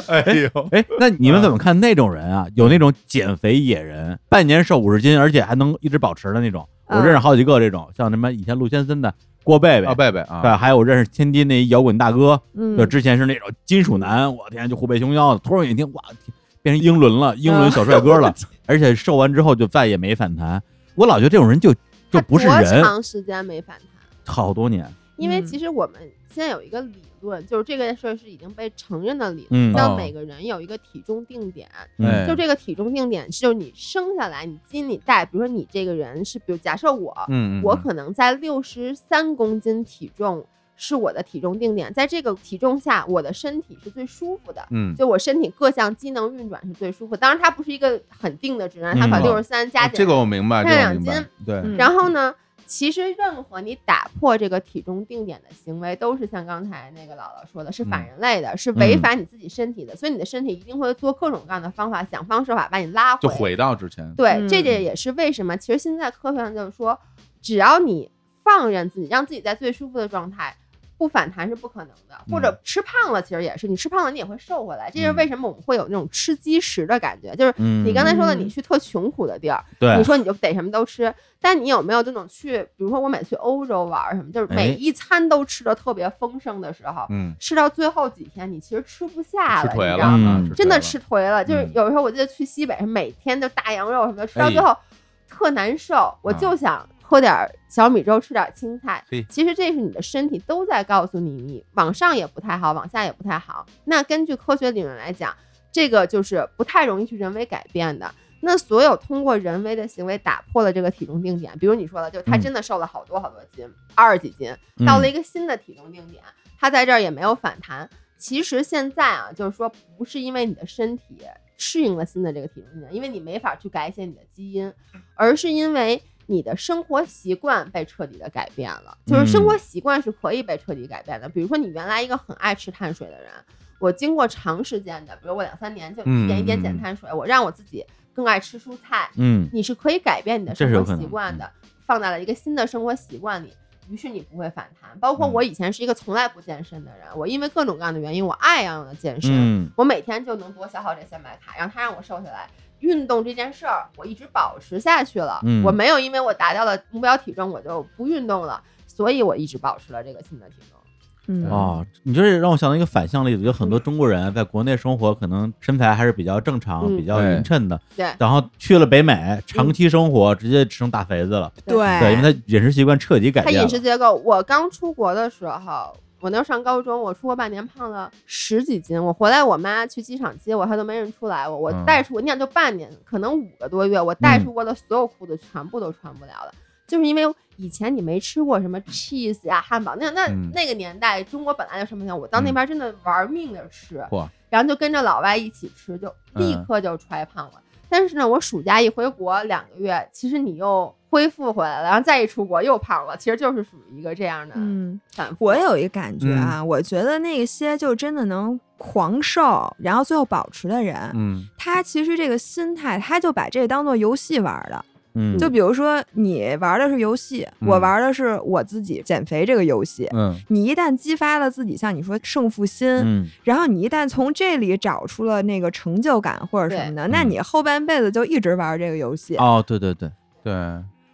S1: 哎呦，
S5: 哎，那你们怎么看那种人啊？有那种减肥野人，半年瘦五十斤，而且还能一直保持的那种。我
S6: 嗯
S5: 认识好几个这种，像什么以前陆先森的郭贝贝
S1: 啊，，贝贝啊，
S5: 对，还有我认识天津那一摇滚大哥，就
S6: 嗯，
S5: 之前是那种金属男，我天，就虎背熊腰的，突然有一天，哇，天变成英伦了，英伦小帅哥 了，而且瘦完之后就再也没反弹。我老觉得这种人就就不是
S7: 他多
S5: 人，
S7: 长时间没反弹？
S5: 好多年，
S7: 因为
S6: 嗯
S7: 其实我们现在有一个理论，就是这个事儿是已经被承认的理
S5: 嗯
S7: 论，
S1: 哦
S7: 叫每个人有一个体重定点。
S5: 嗯
S7: 就这个体重定点，就是你生下来，你基因里带，比如说你这个人是，比如假设我，
S1: 嗯
S7: 我可能在六十三公斤体重是我的体重定点，在这个体重下，我的身体是最舒服的。
S1: 嗯，
S7: 就我身体各项机能运转是最舒服，当然它不是一个很定的值，它可能
S5: 嗯
S7: 六十三加减、
S1: 哦这个我明白，这
S7: 看
S1: 个我
S7: 两
S1: 明白
S7: 斤，
S1: 对，
S6: 嗯
S7: 然后呢，其实任何你打破这个体重定点的行为，都是像刚才那个姥姥说的，是
S6: 嗯
S7: 反人类的，是违反你自己身体的，所以你的身体一定会做各种各样的方法，想方设法把你拉回。
S1: 就回到之前，
S7: 对，
S6: 嗯
S7: 这这也是为什么，其实现在科学上就是说，只要你放任自己，让自己在最舒服的状态。不反弹是不可能的，或
S6: 嗯
S7: 者吃胖了，其实也是，你吃胖了你也会瘦回来，这就是为什么我们会有那种吃积食的感觉，就是
S5: 嗯，
S7: 你刚才说的，
S6: 嗯
S7: 你去特穷苦的地儿，
S5: 对
S7: 你，说你就得什么都吃，但你有没有这种去，比如说我每次欧洲玩儿什么，就是每
S5: 哎
S7: 一餐都吃的特别丰盛的时候，
S1: 嗯，
S7: 吃到最后几天你其实吃不下
S1: 吃
S7: 了，
S1: 颓
S7: 你
S1: 了
S7: 知道吗？
S1: 啊，
S5: 嗯
S1: 是
S7: 真的
S1: 颓了
S7: 吃颓了，就是
S1: 嗯
S7: 有时候我记得去西北，每天就大羊肉什么的，吃
S1: 哎
S7: 到最后特难受，我就想喝点儿小米粥，吃点儿青菜
S1: 嗯嘿。
S7: 其实这是你的身体都在告诉你，你往上也不太好，往下也不太好。那根据科学理论来讲，这个就是不太容易去人为改变的。那所有通过人为的行为打破了这个体重定点，比如你说的，就是他
S5: 嗯
S7: 真的瘦了好多好多斤，二十几斤，到了一个新的体重定点，它在这儿也没有反弹。其实现在啊，就是说不是因为你的身体适应了新的这个体重定点，因为你没法去改写你的基因，而是因为你的生活习惯被彻底的改变了。就是生活习惯是可以被彻底改变的，比如说你原来一个很爱吃碳水的人，我经过长时间的，比如我两三年就一点一点减碳水，我让我自己更爱吃蔬菜，
S5: 嗯，
S7: 你是可以改变你的
S5: 这是
S7: 生
S5: 有
S7: 活
S5: 可
S7: 习
S5: 能
S7: 惯
S5: 嗯
S7: 的，放在了一个新的生活习惯里，于是你不会反弹。包括
S5: 嗯
S7: 我以前是一个从来不健身的人，我因为各种各样的原因，我爱上了健身，
S5: 嗯
S7: 我每天就能多消耗这三百卡，让它让我瘦下来。运动这件事儿，我一直保持下去了，
S5: 嗯
S7: 我没有因为我达到了目标体重我就不运动了，所以我一直保持了这个新的体重。
S6: 嗯
S5: 哦，你这让我想到一个反向例子，有很多中国人在国内生活，可能身材还是比较正常、
S7: 嗯
S5: 比较匀称的，
S7: 对
S5: 然后去了北美，长期生活，直接吃成大肥子了，对，
S6: 对，
S5: 因为他饮食习惯彻底改
S7: 嗯他
S5: 变了，
S7: 饮食结构，我刚出国的时候，我那时候上高中，我出国半年，胖了十几斤。我回来，我妈去机场接我，她都没认出来我。我
S1: 嗯
S7: 带出，你想就半年，可能五个多月，我带
S5: 嗯
S7: 出国的所有裤子全部都穿不了了。就是因为以前你没吃过什么 cheese 呀、汉堡，那那、
S1: 嗯
S7: 那个年代中国本来就什么样，我到那边真的玩命的吃，
S1: 嚯
S7: 然后就跟着老外一起吃，就立
S1: 嗯
S7: 刻就揣胖了。但是呢，我暑假一回国两个月，其实你又恢复回来了，然后再一出国又胖了，其实就是属于一个这样的
S6: 嗯。
S7: 反复。
S6: 我有一个感觉啊，
S5: 嗯
S6: 我觉得那些就真的能狂瘦，然后最后保持的人，
S1: 嗯，
S6: 他其实这个心态，他就把这当做游戏玩儿的。
S5: 嗯，
S6: 就比如说，你玩的是游戏，
S1: 嗯
S6: 我玩的是我自己减肥这个游戏。
S1: 嗯
S6: 你一旦激发了自己，像你说胜负心，
S5: 嗯
S6: 然后你一旦从这里找出了那个成就感或者什么的，那
S5: 嗯
S6: 你后半辈子就一直玩这个游戏。
S5: 哦，对对对，
S1: 对，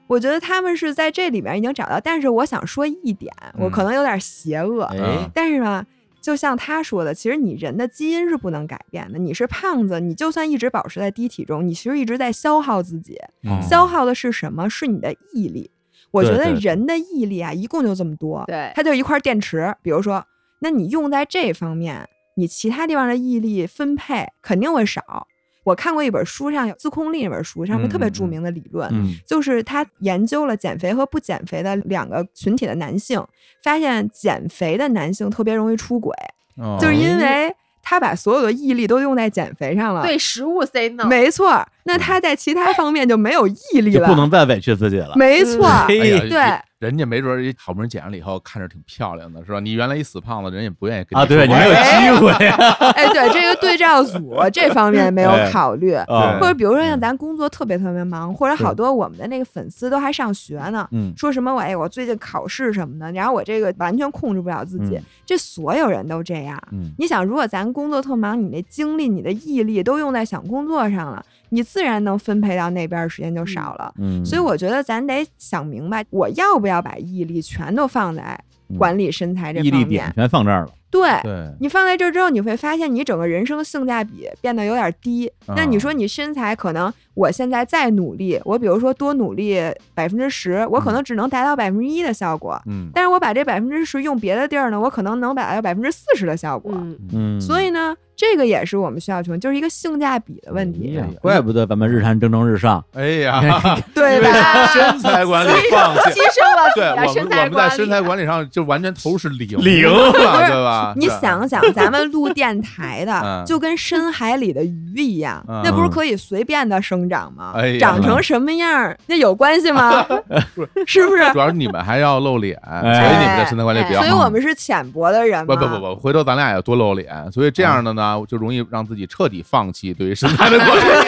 S6: 我觉得他们是在这里面已经找到，但是我想说一点，我可能有点邪恶，
S5: 嗯哎，
S6: 但是呢，就像他说的，其实你人的基因是不能改变的。你是胖子，你就算一直保持在低体重，你其实一直在消耗自己。
S5: 嗯
S6: 消耗的是什么？是你的毅力。我觉
S5: 对
S6: 得
S5: 对对
S6: 人的毅力啊，一共就这么多。
S7: 对
S6: 它就一块电池。比如说，那你用在这方面，你其他地方的毅力分配肯定会少。我看过一本书上有自控力那本书上面特别著名的理论，
S5: 嗯
S6: 就是他研究了减肥和不减肥的两个群体的男性，发现减肥的男性特别容易出轨，
S1: 哦
S6: 就是因为他把所有的毅力都用在减肥上了。
S7: 对食物 say no，
S6: 没错儿。那他在其他方面就没有毅力
S5: 嗯就
S6: 了，
S5: 不能再嗯委屈自己了。
S6: 没错儿。
S5: 嘿
S1: 哎呀
S6: 对，
S1: 人人家没准儿也好不容易减完了以后，看着挺漂亮的，是吧？你原来一死胖子，人也不愿意跟
S5: 啊，对，你没有机会啊
S6: 哎，对这个对照组 这方面没有
S5: 哎
S6: 考虑，
S5: 啊
S6: 或。者比如说像咱工作特别特别忙，或者好多我们的那个粉丝都还上学呢，
S5: 嗯
S6: 说什么我哎我最近考试什么的，然后我这个完全控制不了自己，
S5: 嗯
S6: 这所有人都这样。
S5: 嗯
S6: 你想，如果咱工作特忙，你那精力、你的毅力都用在想工作上了，你自然能分配到那边的时间就少了。
S5: 嗯，
S6: 所以我觉得咱得想明白，我要不要把毅力全都放在管理身材这
S5: 嗯毅力
S6: 方
S5: 点
S6: 面？
S5: 全放这儿了。
S6: 对，
S1: 对，
S6: 你放在这儿之后，你会发现你整个人生性价比变得有点低。那你
S5: 啊
S6: 说你身材可能，我现在再努力，我比如说多努力百分之十，我
S5: 嗯
S6: 可能只能达到百分之一的效果。
S1: 嗯，
S6: 但是我把这百分之十用别的地儿呢，我可能能达到百分之四十的效果。
S7: 嗯，
S5: 嗯，
S6: 所以呢，这个也是我们需要去问，就是一个性价比的问题，啊
S5: 哎呀怪不得咱们日坛蒸蒸日上。
S1: 哎呀，
S6: 对吧？
S1: 身材管 理放弃。
S7: 啊牺牲了自
S1: 对我
S7: 己
S1: 们，
S7: 的身
S1: 我
S7: 材
S1: 们在
S7: 管
S1: 身材
S7: 理。啊
S1: 管理上就完全投入是零
S5: 零
S1: 了，对啊吧？
S6: 你
S1: 对
S6: 想想，咱们录电台的
S1: 嗯，
S6: 就跟深海里的鱼一样
S1: 嗯，
S6: 那不是可以随便的生长吗
S1: 哎呀？
S6: 长成什么样儿，那有关系吗？是不是？
S1: 主要是你们还要露脸，所以你们的身材管理比较
S7: 哎
S6: 所以
S1: 好。
S6: 我们是浅薄的人
S1: 不
S6: 嘛。
S1: 不不不，回头咱俩也多露脸，所以这样的呢，就容易让自己彻底放弃对于身材的管理。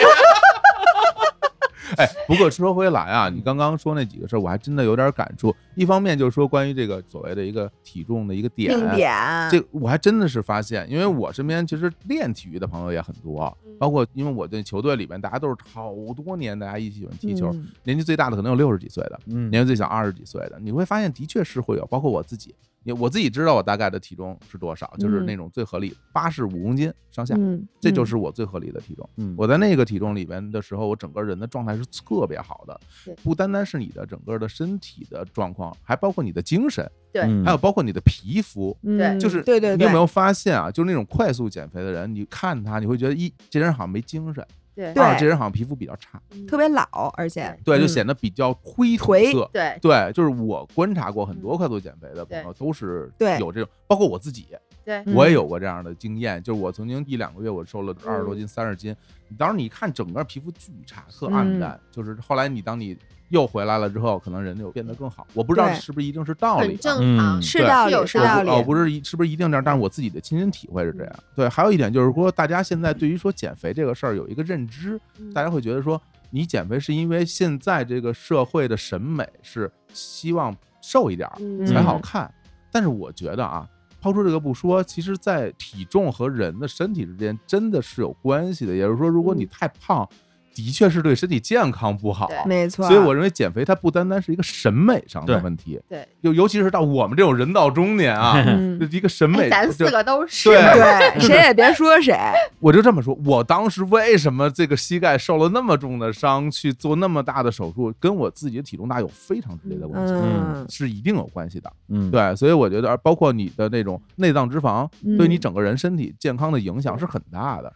S1: 哎，不过说回来啊，你刚刚说那几个事儿，我还真的有点感触。一方面就是说关于这个所谓的一个体重的一个点，
S6: 定点，啊
S1: 这我还真的是发现，因为我身边其实练体育的朋友也很多，
S6: 嗯
S1: 包括因为我在球队里边，大家都是好多年，大家一起喜欢踢球，
S6: 嗯
S1: 年纪最大的可能有六十几岁的，
S5: 嗯
S1: 年纪最小二十几岁的，你会发现的确是会有，包括我自己，也我自己知道我大概的体重是多少，就是
S6: 嗯
S1: 那种最合理八十五公斤上下，
S6: 嗯，
S1: 这就是我最合理的体重。
S5: 嗯
S1: 我在那个体重里边的时候，我整个人的状态是特别好的
S7: 对，
S1: 不单单是你的整个的身体的状况，还包括你的精神，
S7: 对
S5: 嗯
S1: 还有包括你的皮肤。
S6: 嗯
S7: 对
S1: 就是
S6: 对对，
S1: 你有没
S6: 对
S1: 有发现啊？就是那种快速减肥的人，你看他，你会觉得一这人好像没精神，
S7: 对嗯
S6: 对
S1: 二这人好像皮肤比较差，
S6: 特别老，而且
S1: 对，就
S6: 嗯
S1: 显得比较灰土
S6: 颓
S1: 色。
S7: 对
S1: 对，就是我观察过很多快速减肥的朋友，都是
S6: 嗯对
S1: 有这种，包括我自己，
S7: 对
S6: 嗯
S1: 我也有过这样的经验。就是我曾经一两个月，我瘦了二十
S6: 嗯
S1: 多斤、三十斤，当时你看整个皮肤巨差，特暗淡。
S6: 嗯
S1: 就是后来你当你又回来了之后，可能人就变得更好。我不知道
S6: 对
S1: 是不是一定是道理
S7: 很
S1: 啊，
S7: 正常，
S5: 嗯
S6: 是
S1: 对
S6: 道理
S7: 有
S6: 是
S7: 道
S6: 道
S1: 我不哦，不
S6: 理，
S1: 是一是不是一定这样，但是我自己的亲身体会是这样。对，还有一点就是说，大家现在对于说减肥这个事儿有一个认知，
S7: 嗯
S1: 大家会觉得说，你减肥是因为现在这个社会的审美是希望瘦一点儿
S7: 嗯
S1: 才
S5: 嗯
S1: 好看，但是我觉得啊。抛出这个不说，其实，在体重和人的身体之间真的是有关系的。也就是说，如果你太胖，的确是对身体健康不好。
S7: 嗯对
S6: 没错。
S1: 所以我认为减肥它不单单是一个审美上的
S5: 对
S1: 问题，
S7: 对，
S1: 尤尤其是到我们这种人到中年啊，
S6: 嗯
S1: 这一个审美，
S7: 哎咱
S1: 这
S7: 四个都是
S1: 对
S6: 对，谁也别说谁，
S1: 我就这么说。我当时为什么这个膝盖受了那么重的伤，去做那么大的手术，跟我自己的体重大有非常直接的关系，
S6: 嗯，
S1: 是一定有关系的。
S5: 嗯，
S1: 对，所以我觉得，而包括你的那种内脏脂肪，
S6: 嗯
S1: 对你整个人身体健康的影响是很大的。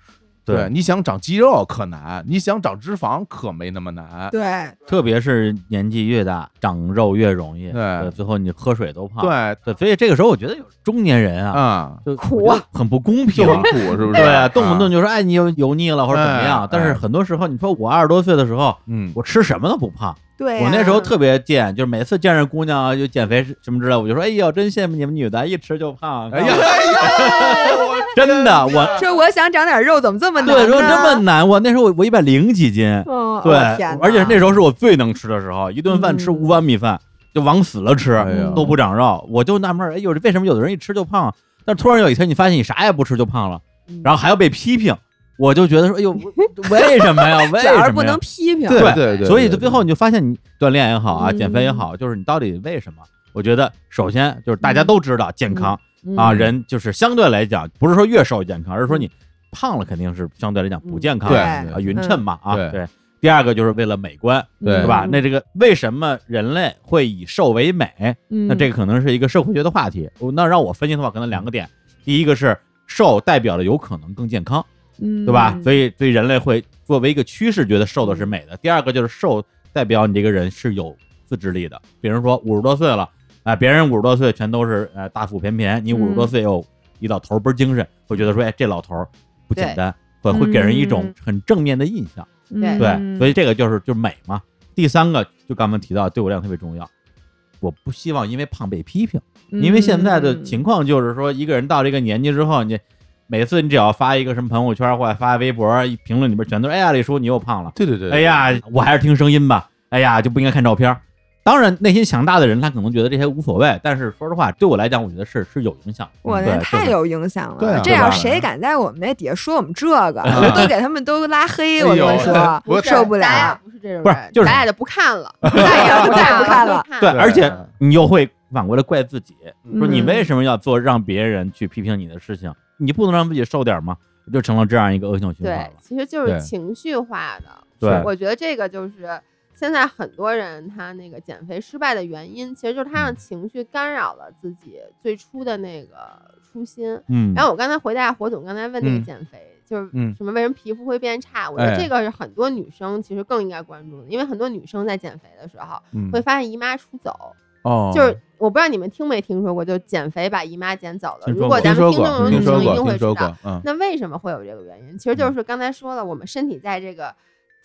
S5: 对
S1: 你想长肌肉可难，你想长脂肪可没那么难。
S6: 对，
S5: 特别是年纪越大，长肉越容易。
S1: 对
S5: 最后你喝水都胖。
S1: 对，
S5: 对，啊所以这个时候我觉得有中年人啊，
S1: 啊，
S5: 就
S6: 苦
S5: 我觉得很不公
S1: 就
S5: 平。
S1: 很苦，是不啊是？
S5: 啊对，动不动
S1: 就
S5: 就说哎，你油油腻了或者怎么
S1: 哎
S5: 样。但是很多时候，你说我二十多岁的时候，
S1: 嗯，
S5: 我吃什么都不胖。
S6: 对呀。
S5: 我那时候特别贱，就是每次见着姑娘啊就减肥什么之类的，我就说哎呦，真羡慕你们女的，一吃就胖。
S1: 哎呀，哎呀，我
S5: 真的 我。
S6: 说我想长点肉，怎么这么难呢？
S5: 对，说这么难，我那时候我我一百零几斤，
S6: 嗯，
S5: 对
S6: 我天，
S5: 而且那时
S6: 候
S5: 候是我最能吃的时候，一顿饭吃
S6: 嗯
S5: 五碗米饭，就往死了吃
S1: 哎呀，
S5: 都不长肉。我就纳闷儿，哎，有为什么有的人一吃就胖？但突然有一天，你发现你啥也不吃就胖了，然后还要被批评，我就觉得说，哎呦，我为什么呀？为
S6: 主要
S5: 什
S6: 是不
S5: 么呀
S6: 能？批评，
S5: 对
S1: 对对，
S5: 所以就最后你就发现，你锻炼也好啊，
S6: 嗯
S5: 减肥也好，就是你到底为什么？我觉得首先就是大家都知道健康
S6: 嗯
S5: 啊，人就是相对来讲，不是说越瘦越健康，而是说你胖了肯定是相对来讲不健康
S1: 对
S5: 的。
S6: 嗯对
S5: 啊，匀称嘛啊，
S1: 对
S5: 对。第二个就是为了美观，
S1: 对
S5: 是吧？
S6: 嗯
S5: 那这个为什么人类会以瘦为美？那
S6: 那
S5: 这个可能是一个社会学的话题。我那让我分析的话，可能两个点，第一个是瘦代表了有可能更健康，
S6: 嗯，嗯
S5: 对吧？所
S6: 以
S5: 以，所以人类会作为一个趋势，觉得瘦的是美的。第二个就是瘦代表你这个人是有自制力的。比如说五十多岁了，啊、别人五十多岁全都是呃大腹便便，你五
S6: 嗯
S5: 十多岁又一老头儿倍儿精神，会觉得说，哎，这老头儿不简单，会会给人一种
S6: 嗯
S5: 很正面的印象。
S7: 对
S5: 对，所以这个就是就是美嘛。第三个就刚刚提到，对我量特别重要。我不希望因为胖被批评，因为现在的情况就是说，一个人到这个年纪之后，你每次你只要发一个什么朋友圈或者发微博，一评论里边全都是“哎呀，李叔你又胖了
S1: 对对”，对，
S5: 哎，呀，我还是听声音吧，哎呀，就不应该看照片。当然，内心强大的人他可能觉得这些无所谓，但是说实话，对我来讲，我觉得是是有影响的。嗯
S6: 我
S5: 对
S6: 那太
S5: 就是
S6: 有影响
S1: 对啊
S6: 了，这
S5: 对吧
S6: 要谁敢在我们那底下说我们这个，
S5: 啊
S6: 我都给他们都拉黑，
S1: 哎
S6: 我
S1: 呦
S6: 跟你说，
S1: 我
S7: 是
S6: 受不
S7: 咱俩
S6: 了。
S7: 不是这种人，
S5: 不是就是
S7: 咱俩就不 看了，再也
S6: 再也不看了
S7: 了，
S5: 对，
S1: 对
S5: 而且你又会反过来怪自己，说你
S6: 嗯
S5: 为什么要做让别人去批评你的事情？你不能让自己受点吗？就成了这样一个恶性循环
S7: 对
S5: 了，。
S7: 其实就
S5: 对
S7: 是情绪化的。
S5: 对
S7: 我觉得这个就是现在很多人他那个减肥失败的原因，其实就是
S1: 嗯
S7: 他让情绪干扰了自己最初的那个初心。
S5: 嗯，
S7: 然后我刚才回答火总刚才问那
S1: 嗯
S7: 个减肥，就是
S1: 嗯
S7: 什么为什么皮肤会变差，我觉得
S1: 哎
S7: 这个是很多女生其实更应该关注的，因为很多女生在减肥的时候
S1: 嗯
S7: 会发现姨妈出走，
S1: 哦，
S7: 就是我不知道你们听没听说过，就减肥把姨妈减走了。
S5: 听说过
S7: 如果咱
S1: 听说
S7: 们
S1: 过
S7: 听众有
S1: 听
S7: 女
S1: 说
S7: 生一定
S1: 过，听
S7: 会知
S1: 说
S7: 道
S1: 过，，嗯，
S7: 那为什么会有这个原因？其实就是刚才说了，我们身体在这个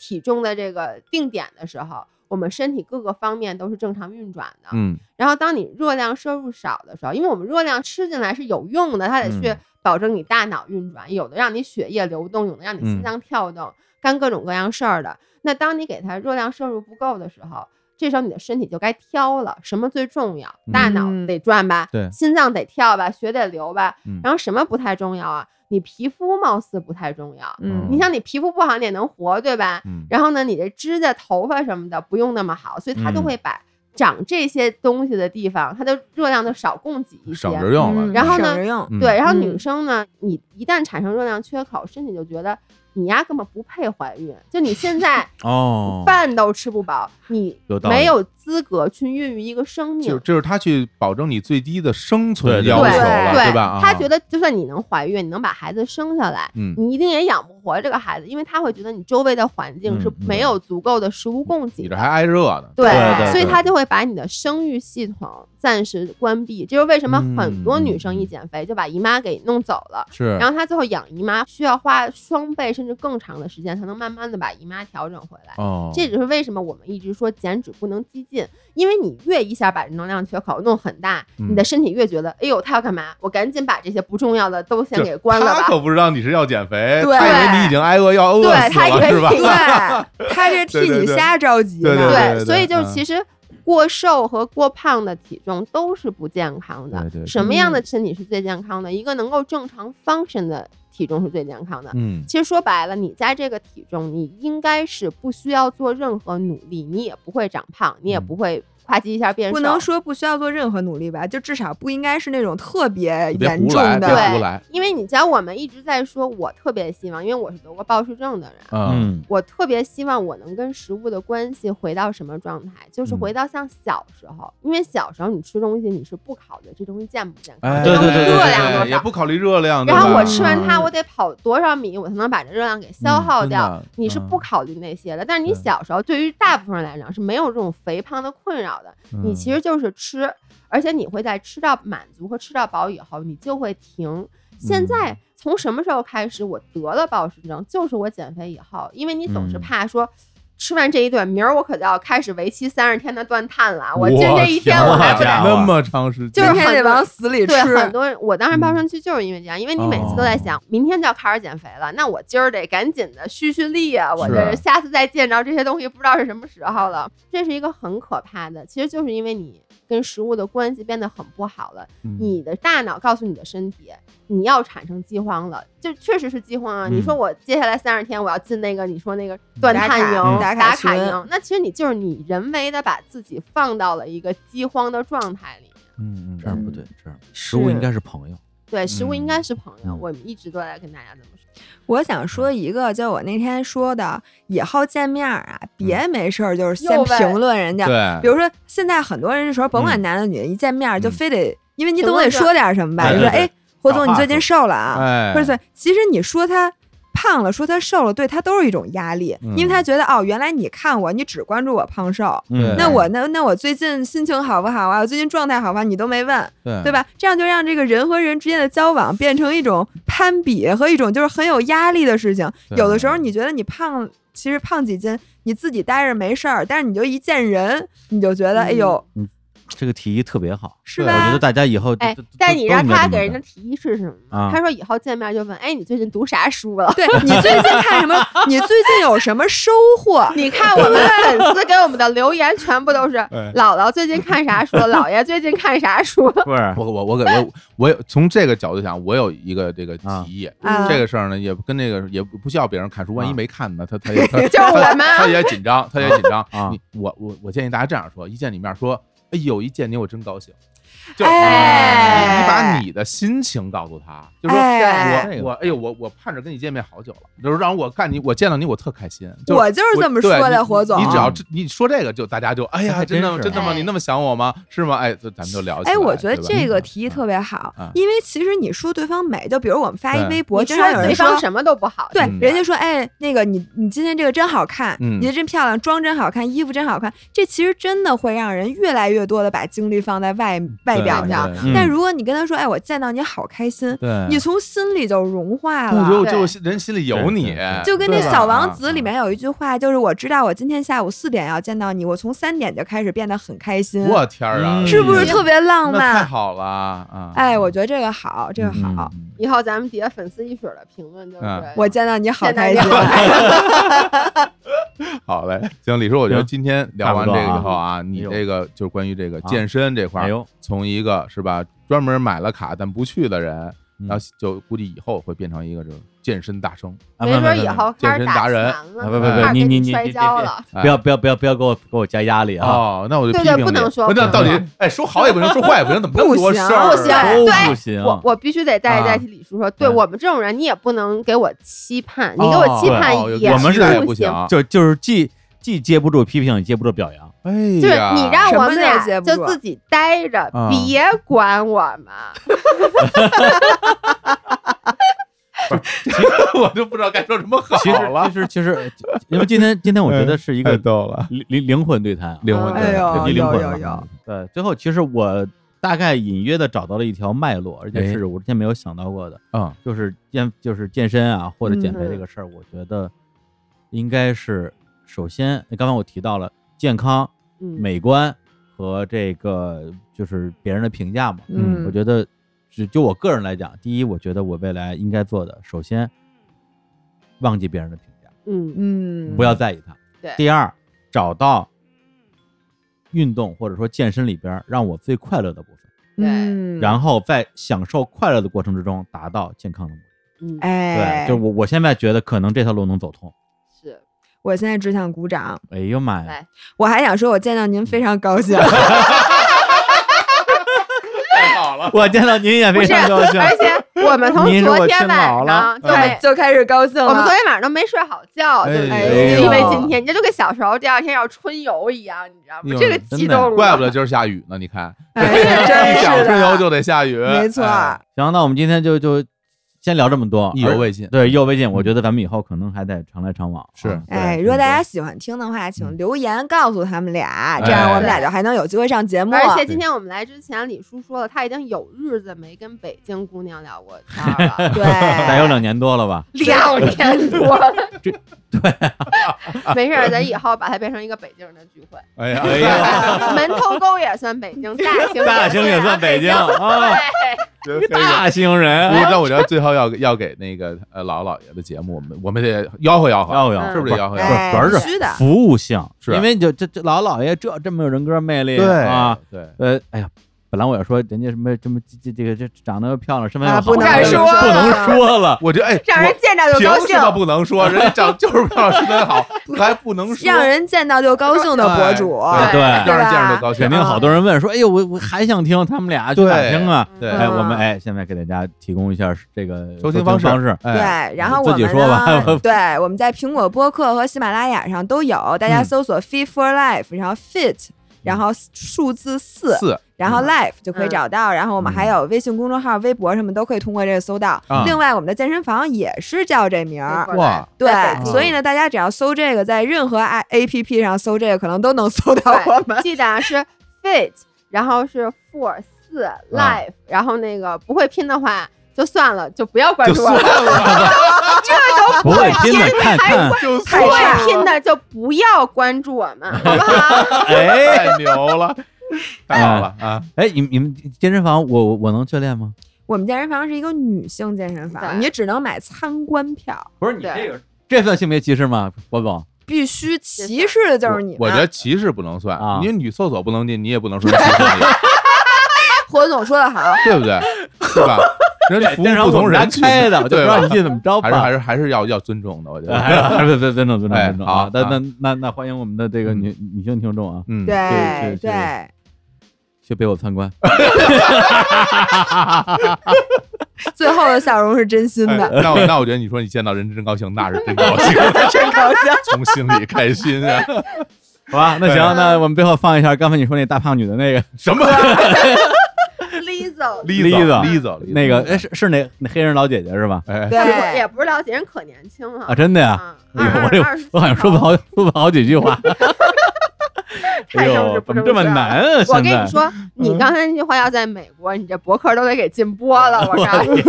S7: 体重的这个定点的时候，我们身体各个方面都是正常运转的。
S1: 嗯，
S7: 然后当你热量摄入少的时候，因为我们热量吃进来是有用的，它得去
S1: 嗯
S7: 保证你大脑运转，有的让你血液流动，有的让你
S1: 嗯
S7: 心脏跳动，干各种各样事儿的。那当你给它热量摄入不够的时候，这时候你的身体就该挑了，什么最重要？大脑
S6: 嗯
S7: 得转吧，
S1: 对
S7: 心脏得跳吧，血得流吧，
S1: 嗯
S7: 然后什么不太重要啊？你皮肤貌似不太重要，
S6: 嗯
S7: 你像你皮肤不好，你也能活，对吧？
S1: 嗯
S7: 然后呢，你这指甲、头发什么的不用那么好，所以它就
S5: 嗯
S7: 会把长这些东西的地方，它的热量就少供给一些。
S1: 省着用了，
S6: 嗯
S7: 然后呢
S6: 省着用，
S1: 嗯
S7: 对，然后
S6: 嗯
S7: 女生呢，你一旦产生热量缺口，身体就觉得你呀根本不配怀孕，就你现在
S5: 哦，
S7: 饭都吃不饱，你
S5: 有道理
S7: 没有资格去孕育一个生
S1: 就
S7: 命。
S1: 这是他去保证你最低的生存
S5: 对对
S1: 要求
S7: 对
S1: 了，
S7: 对
S1: 吧？啊
S7: 他觉得就算你能怀孕，你能把孩子生下来，
S1: 嗯
S7: 你一定也养不活这个孩子，因为他会觉得你周围的环境是
S5: 嗯嗯
S7: 没有足够的食物供给
S1: 你
S7: 的。
S1: 这还挨热呢，
S7: 对
S5: 对对
S7: 所以
S5: 对
S7: 他就会把你的生育系统暂时关闭。这就是为什么很多
S1: 嗯
S7: 女生一减肥就把姨妈给弄走了，
S1: 是，
S7: 然后她最后养姨妈需要花双倍甚至更长的时间才能慢慢的把姨妈调整回来。
S1: 哦，
S7: 这就是为什么我们一直说减脂不能激进，因为你越一下把能量缺口弄很大，
S1: 嗯
S7: 你的身体越觉得，哎呦，他要干嘛？我赶紧把这些不重要的都先
S1: 就
S7: 给关了
S1: 他
S7: 吧。
S1: 可不知道你是要减肥，
S6: 对
S1: 他以为你已经挨饿要饿
S7: 对
S1: 死
S7: 他以
S1: 了，
S7: 为
S1: 是吧？
S7: 你
S6: 对，他这替你瞎着急
S1: 对对
S6: 呢。
S7: 对，所以就
S1: 嗯
S7: 是其实过瘦和过胖的体重都是不健康的。
S1: 对对对
S7: 什么样
S6: 嗯
S7: 的身体是最健康的？一个能够正常 function 的体重是最健康的。
S1: 嗯，
S7: 其实说白了，你在这个体重，你应该是不需要做任何努力，你也不会长胖，你
S1: 嗯
S7: 也不会夸叽一下变瘦。
S6: 不能说不需要做任何努力吧，就至少不应该是那种特别
S1: 别
S6: 严
S1: 胡
S6: 重
S1: 来，别
S6: 的。
S1: 胡
S7: 对
S1: 来，
S7: 因为你知道，我们一直在说，我特别希望，因为我是得过暴食症的人，啊
S1: 嗯
S5: 嗯，
S7: 我特别希望我能跟食物的关系回到什么状态，就是回到像小时候，因为小时候你吃东西你是不考虑这东西健不健康，
S1: 哎
S5: 对
S7: 这东
S5: 对
S7: 西
S5: 对对
S7: 热量多
S1: 也
S7: 少。
S1: 不考虑热量，
S7: 然后
S1: 对吧
S7: 我吃完它，
S1: 嗯
S7: 我得跑多少米，我才能把这热量给消耗掉？
S1: 嗯真的
S7: 你是不考虑那些的。但是你
S1: 对
S7: 小时候，对于大部分人来讲是没有这种肥胖的困扰的。你
S1: 嗯
S7: 其实就是吃，而且你会在吃到满足和吃到饱以后，你就会停。
S1: 嗯
S7: 现在从什么时候开始，我得了暴食症，就是我减肥以后，因为你总是
S5: 嗯
S7: 怕说。吃完这一顿，明儿我可就要开始为期三十天的断碳了。
S1: 我
S7: 我今儿这一天我还不
S5: 天
S7: 得
S5: 啊
S1: 那么长时
S7: 就
S1: 间，
S7: 是
S6: 今天得
S7: 很多
S6: 往死里吃嗯
S7: 对，很多人，我当时报上去就是因为这样，因为你每次都在
S1: 哦
S7: 想，明天就要开始减肥了，那我今儿得赶紧的蓄蓄力啊！我
S1: 是
S7: 这下次再见着这些东西，不知道是什么时候了。这是一个很可怕的，其实就是因为你跟食物的关系变得很不好了，
S1: 嗯
S7: 你的大脑告诉你的身体，你要产生饥荒了，就确实是饥荒啊！你说我接下来三十天我要进那个你说那个断
S6: 嗯打
S7: 碳
S6: 卡嗯
S7: 营、
S6: 打
S7: 打
S6: 卡群
S7: 营，那其实你就是你人为的把自己放到了一个饥荒的状态里面。
S1: 嗯嗯
S5: 这样不对，这样
S6: 是
S5: 食物应该是朋友，
S7: 对，食物应该是朋友，
S5: 嗯
S7: 我们一直都在跟大家这么说。
S6: 我想说一个，就我那天说的，以后见面儿啊，
S5: 嗯
S6: 别没事儿就是先
S7: 又问
S6: 评论人家。
S1: 对，
S5: 哎
S6: 比如说，现在很多人是说，甭
S5: 嗯
S6: 管男的女的，一见面儿就
S1: 嗯
S6: 非得，因为你
S7: 评
S6: 总得
S7: 论
S6: 说点什么吧？
S5: 对
S6: 就
S5: 对
S6: 说，
S5: 对
S6: 哎，胡总，
S5: 找
S6: 你
S5: 话
S6: 最近
S5: 说
S6: 瘦了啊？
S1: 哎，
S6: 不是，其实你说他胖了，说他瘦了，对他都是一种压力，因为他觉得哦，原来你看我，你只关注我胖瘦，
S5: 嗯
S6: 那我那那我最近心情好不好啊？我最近状态好吧？你都没问，
S1: 嗯
S5: 对
S6: 对吧？这样就让这个人和人之间的交往变成一种攀比和一种就是很有压力的事情。
S5: 对
S6: 有的时候你觉得你胖，其实胖几斤你自己待着没事儿，但是你就一见人，你就觉得、
S7: 嗯
S6: 哎呦，
S5: 这个提议特别好，
S6: 是
S5: 我觉
S6: 吧
S5: 得？大家以后
S7: 哎
S5: 都都，
S7: 但你
S5: 都
S7: 让
S5: 应该
S7: 他
S5: 这么
S7: 给人
S5: 干
S7: 的提议是什么
S5: 啊
S7: 吗？他说以后见面就问，哎，你最近读啥书了？
S6: 对你最近看什 么？你最近有什么收获？
S7: 你看我们粉丝给我们的留言全部都是
S1: 哎
S7: 姥姥最近看啥 书了，姥爷最近看啥书了。
S5: 不是
S1: 我我我给我我有从这个角度想，我有一个这个
S5: 啊
S1: 提议，
S7: 嗯
S6: 啊
S1: 这个事儿呢也跟那个也不需要别人看书，万一
S5: 啊
S1: 没看呢，他他 也他
S7: 就是我们啊
S1: 他也紧张，他也紧张
S5: 啊
S1: 你我我我建议大家这样说，一见你面说，哎呦，一见你我真高兴，就你
S7: 哎
S1: 你把你的心情告诉他，就说。
S6: 哎，
S5: 这
S1: 我
S5: 个
S1: 我哎呦我我盼着跟你见面好久了，就是让我看你我见到你我特开心，就
S6: 我就是这么
S1: 对
S6: 说的，
S1: 你
S6: 火总。
S1: 你只要这你说这个就大家就哎呀
S5: 还
S1: 真的
S5: 真是
S1: 真的吗？
S7: 哎
S1: 你那么想我吗？是吗？哎，就咱们就聊起来。
S6: 哎，我觉得
S1: 对吧嗯
S6: 这个提议特别好
S1: 啊，
S6: 因为其实你说对方美，就比如我们发一
S1: 对
S6: 微博，
S7: 我
S6: 经常有
S7: 说
S6: 人
S7: 对
S6: 说
S7: 方。什么都不好，
S6: 对
S1: 嗯，
S6: 人家说，哎，那个你，你今天这个真好看，
S1: 嗯
S6: 你这真漂亮，妆真好看，衣服真好看。这其实真的会让人越来越多的把精力放在外外
S1: 对
S6: 表
S1: 对
S6: 上。
S1: 对
S5: 嗯
S6: 但如果你跟他说，哎，我见到你好开心，
S5: 对
S6: 你从心里就融化
S1: 不
S6: 了啊
S1: 就
S7: 对
S1: 就心人心里有
S5: 对
S1: 你
S5: 对对，
S6: 就跟那
S1: 对吧嗯
S6: 《小王子》里。面有一句话，就是我知道我今天下午四点要见到你，我从三点就开始变得很开心，
S1: 我天儿啊，
S5: 嗯
S6: 是不是特别浪
S1: 那太
S6: 漫？
S1: 好了啊！
S6: 哎，我觉得这个好，这个好。
S5: 嗯
S7: 以后咱们底下粉丝一水儿的评论就是
S5: 啊
S1: 嗯
S6: 我见到你好
S7: 见到
S6: 开
S7: 你
S6: 心。
S7: 好开心
S1: 好嘞，行，李叔，我觉得今天聊完这个以后啊，你
S5: 哎呦
S1: 这个就是关于这个
S5: 啊
S1: 健身这块
S5: 哎
S1: 儿，
S5: 呦，
S1: 从一个是吧专门买了卡但不去的人，
S5: 嗯
S1: 然后就估计以后会变成一个就是健身大生，
S5: 啊
S7: 没
S5: 不
S7: 准
S5: 不
S7: 以
S5: 不
S7: 后开
S1: 健
S7: 始
S1: 身
S7: 打
S1: 达
S7: 拳
S1: 人
S7: 了，
S5: 啊不不不
S7: 开始
S5: 你
S7: 跟
S5: 你
S7: 你
S5: 你
S7: 摔
S5: 你
S7: 跤
S5: 你
S7: 了，
S1: 哎
S5: 不要不要不要不要给我给我加压力啊！
S1: 哦，那我就批
S7: 对
S1: 评你。
S7: 对不能说
S1: 那
S7: 不
S1: 到底
S7: 能
S1: 哎，说好也不行，说坏也不行，怎么那么多
S6: 不
S1: 事
S6: 行
S1: 儿？啊
S7: 不行
S5: 都
S7: 对
S5: 不行，
S7: 我我必须得代代替李叔说，对
S5: 嗯
S7: 我们这种人，你也不能给我期盼，你给我期盼
S1: 哦
S7: 也
S5: 我们是
S1: 也
S7: 不
S1: 不行，
S5: 就就是既既接不住批评，也接不住表扬。
S1: 哎
S7: 就是
S1: 呀，
S7: 你让我们
S6: 什么都接
S7: 俩
S6: 不住啊
S7: 就自己待着
S1: 啊，
S7: 别管我们。
S1: 我就不知道该说什么好
S5: 其实
S1: 了，
S5: 其实其实，因为今天今天我觉得是一
S1: 太
S5: 个
S1: 逗了，
S5: 灵灵哎灵魂对谈啊，
S1: 灵魂
S6: 哎
S1: 对
S6: 呦，
S5: 有灵
S6: 有
S5: 魂
S6: 有
S5: 了
S6: 有，
S5: 对，最后其实我大概隐约的找到了一条脉络，而且
S1: 哎
S5: 是我之前没有想到过的，
S1: 嗯，
S5: 就是健就是健身啊或者减肥
S7: 嗯
S5: 这个事儿，我觉得应该是首先，刚才我提到了健康、
S7: 嗯，
S5: 美观和这个就是别人的评价嘛，
S6: 嗯
S5: 我觉得只就我个人来讲，第一，我觉得我未来应该做的，首先忘记别人的评价，
S7: 嗯
S6: 嗯，
S5: 不要在意它。
S7: 对
S5: 第二，找到运动或者说健身里边儿让我最快乐的部分，
S6: 嗯，
S5: 然后在享受快乐的过程之中达到健康的目的。
S7: 嗯，
S6: 哎，
S5: 对，就是我我现在觉得可能这条路能走通。
S7: 是
S6: 我现在只想鼓掌，
S5: 哎呦妈呀
S7: 来！
S6: 我还想说，我见到您非常高兴。
S1: 太好了，
S5: 我见到您也
S7: 不
S5: 非
S7: 是？
S5: 常高兴。
S7: 而且我们从
S5: 您是我
S7: 昨天
S5: 亲姥
S7: 晚
S5: 姥
S7: 上就 没。
S6: 就开始高兴
S7: 嗯我们
S6: 了。
S7: 昨天晚上都没睡好觉，就
S1: 哎
S6: 呦
S7: 就因为今天，你这就跟小时候第二天要春游一样，你知道吗
S1: 哎？呦
S7: 这个
S5: 真
S7: 激
S5: 的
S7: 动了，
S1: 怪不得今儿下雨呢，你看，
S6: 哎呀，真
S1: 一想
S6: 是
S1: 春游
S6: 的，
S1: 就得下雨，
S6: 没错。
S1: 哎
S5: 行，那我们今天就就先聊这么多，
S1: 意犹未尽嗯
S5: 而对，意犹未尽。我觉得咱们以后可能还得常来常往啊。
S1: 是
S5: 对嗯
S6: 哎，如果大家喜欢听的话，请留言告诉他们
S5: 哎
S6: 俩，这样我们俩就还能有机会上节目。
S7: 而且今天我们来之前，李叔说了，他已经有日子没跟北京姑娘聊过天 儿了，
S6: 对，
S5: 得有两年多了吧？
S7: 两年多了。
S5: 这啊
S7: 对，没事儿，咱以后把它变成一个北京人的聚会。
S1: 哎呀，
S5: 哎呀，
S7: 门头沟也算北京，大兴
S5: 大兴
S7: 兴
S5: 也算北京啊，
S7: 对，
S1: 觉得可以 了
S5: 大兴人
S1: 不过，哎但我觉得最后要要给那个呃姥姥姥爷的节目，我们我们得吆喝吆喝，
S5: 要不要？
S7: 嗯
S1: 是不是得吆喝吆喝？
S6: 哎
S5: 主要是
S6: 必须的，
S5: 服务性，
S1: 是啊
S5: 因为就这这老姥爷这这么有人格魅力，啊
S1: 对，对，
S5: 呃，哎呀，本来我要说人家什么这么这这这个这长得又漂亮，身材又好，哎
S6: 啊不
S7: 能说
S5: 不能说了，
S1: 我觉得哎，
S7: 让人见着
S1: 我
S7: 就高
S1: 凭
S7: 兴
S1: 什。么不能说？人家长就是漂亮，身材 好，还不能说，
S6: 让人见到就高兴的博主。
S1: 哎
S5: 对
S1: 让人见着就高兴，
S5: 肯定好多人问说，哎呦，我我还想听他们俩去哪儿
S1: 对
S5: 听啊？
S1: 对
S5: 哎，
S6: 嗯
S5: 我们哎，现在给大家提供一下这个
S1: 收听
S5: 听
S1: 方
S5: 方
S1: 式
S5: 式，
S1: 哎，
S6: 对，然后
S5: 自
S6: 我
S5: 己
S6: 们
S5: 说吧
S6: 呢，对，我们
S5: 嗯
S6: 在苹果播客和喜马拉雅上都有，大家搜索 “Fit for Life”，然后 “Fit”，然后数字四，
S1: 四
S6: 然后 Life 就
S7: 嗯
S6: 可以找到。然后我们还有微信公众号、微博什么都可以通过这个搜到。
S1: 嗯啊
S6: 另外，我们的健身房也是叫这名儿。
S7: 没错
S1: 哇，
S6: 对
S7: 在北，京
S6: 所以呢，大家只要搜这个，在任何 A A P P 上搜这个，可能都能搜到我们。
S7: 记得啊是 fit，然后是 four 四
S5: 啊
S7: life，、然后那个不会拼的话就算了，就不要关
S1: 就
S7: 注
S1: 算
S7: 我了。
S1: 了，
S5: 不会 拼的看看，
S1: 就
S7: 不
S1: 算了，
S7: 会拼的就不要关注我 们，好不好？
S5: 哎
S1: 太牛了，太好了啊！
S5: 哎，你们你们健身房，我我我能去练吗？
S6: 我们健身房是一个女性健身房，
S7: 对
S6: 你只能买参观票，
S5: 不是
S7: 你这
S5: 个，这算性别歧视吗，博总？
S6: 必须歧视的就是你们。啊
S1: 我我觉得歧视不能算
S5: 啊，
S1: 因为女厕所不能进，你也不能说歧视你，
S6: 火总说的好，
S1: 对不对？对吧？人家服务不同人群
S5: 开的，我就不
S1: 对
S5: 知道你
S1: 吧？
S5: 进怎么着吧。
S1: 还是还是还是要要尊重的，我觉
S5: 哎
S1: 得。
S5: 还是尊尊重尊重尊重
S1: 哎
S5: 啊
S1: 好！
S5: 那那
S1: 啊
S5: 那那欢迎我们的这个女女性听众啊，
S1: 嗯，
S5: 对
S6: 对
S5: 对去陪我参观。
S6: 最后的笑容是真心
S1: 哎
S6: 的，
S1: 那我那我觉得你说你见到人真高兴，那是真高兴，
S6: 真搞笑。
S1: 从心里开心啊！
S5: 好吧，那行，那我们最后放一下刚才你说那大胖女的那个
S1: 什么
S7: Lizzo，
S1: Lisa
S7: 嗯
S5: Lisa
S1: Lisa
S5: 那个，哎，是是那那黑人老姐姐是吧？
S1: 哎，
S6: 对，
S7: 也不是了解人可年轻了
S5: 啊，真的呀！
S7: 啊，
S5: 哎呦我
S7: 二二
S5: 这
S7: 十四
S5: 我好像说不好说不好几句 话。哎
S7: 太正
S5: 呦
S7: 式，
S5: 怎
S7: 不
S5: 么
S7: 正
S5: 这么
S7: 式了
S5: 难啊？
S7: 我
S5: 现
S7: 跟
S5: 在嗯
S7: 你说，你刚才那句话要在美国，你这博客都得给禁播 了。我告诉你，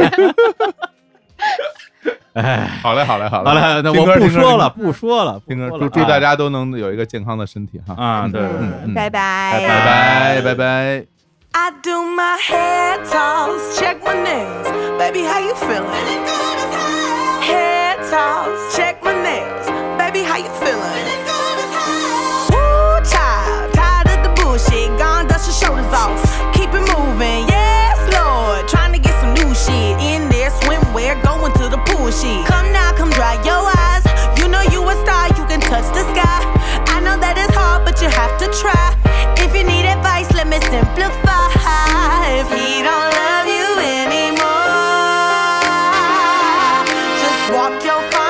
S1: 好嘞，好嘞，好嘞，
S5: 好了，那
S1: 听
S5: 我
S1: 歌
S5: 不
S1: 听歌
S5: 说了，不说了，
S1: 听
S5: 不
S1: 歌，
S5: 说
S1: 祝
S5: 了
S1: 祝大家都能有一个健康的身体哈！
S5: 啊，对对对。
S1: 嗯嗯
S6: 拜拜
S1: 拜拜拜拜。
S9: I do my hair toss, check my nails. Baby, how you feeling? Hair toss, check my nails. Baby, how you feeling? Woo, child, tired of the bullshit. Gone, dust your shoulders off. Keep it moving, yes, Lord. Trying to get some new shit in there. Swimwear, going to the pool shit. Come now, come dry your eyes. You know you a star, you can touch the sky. I know that it's hard, but you have to try. If you need advice, let me simplify. If he don't love you anymore, just walk your fine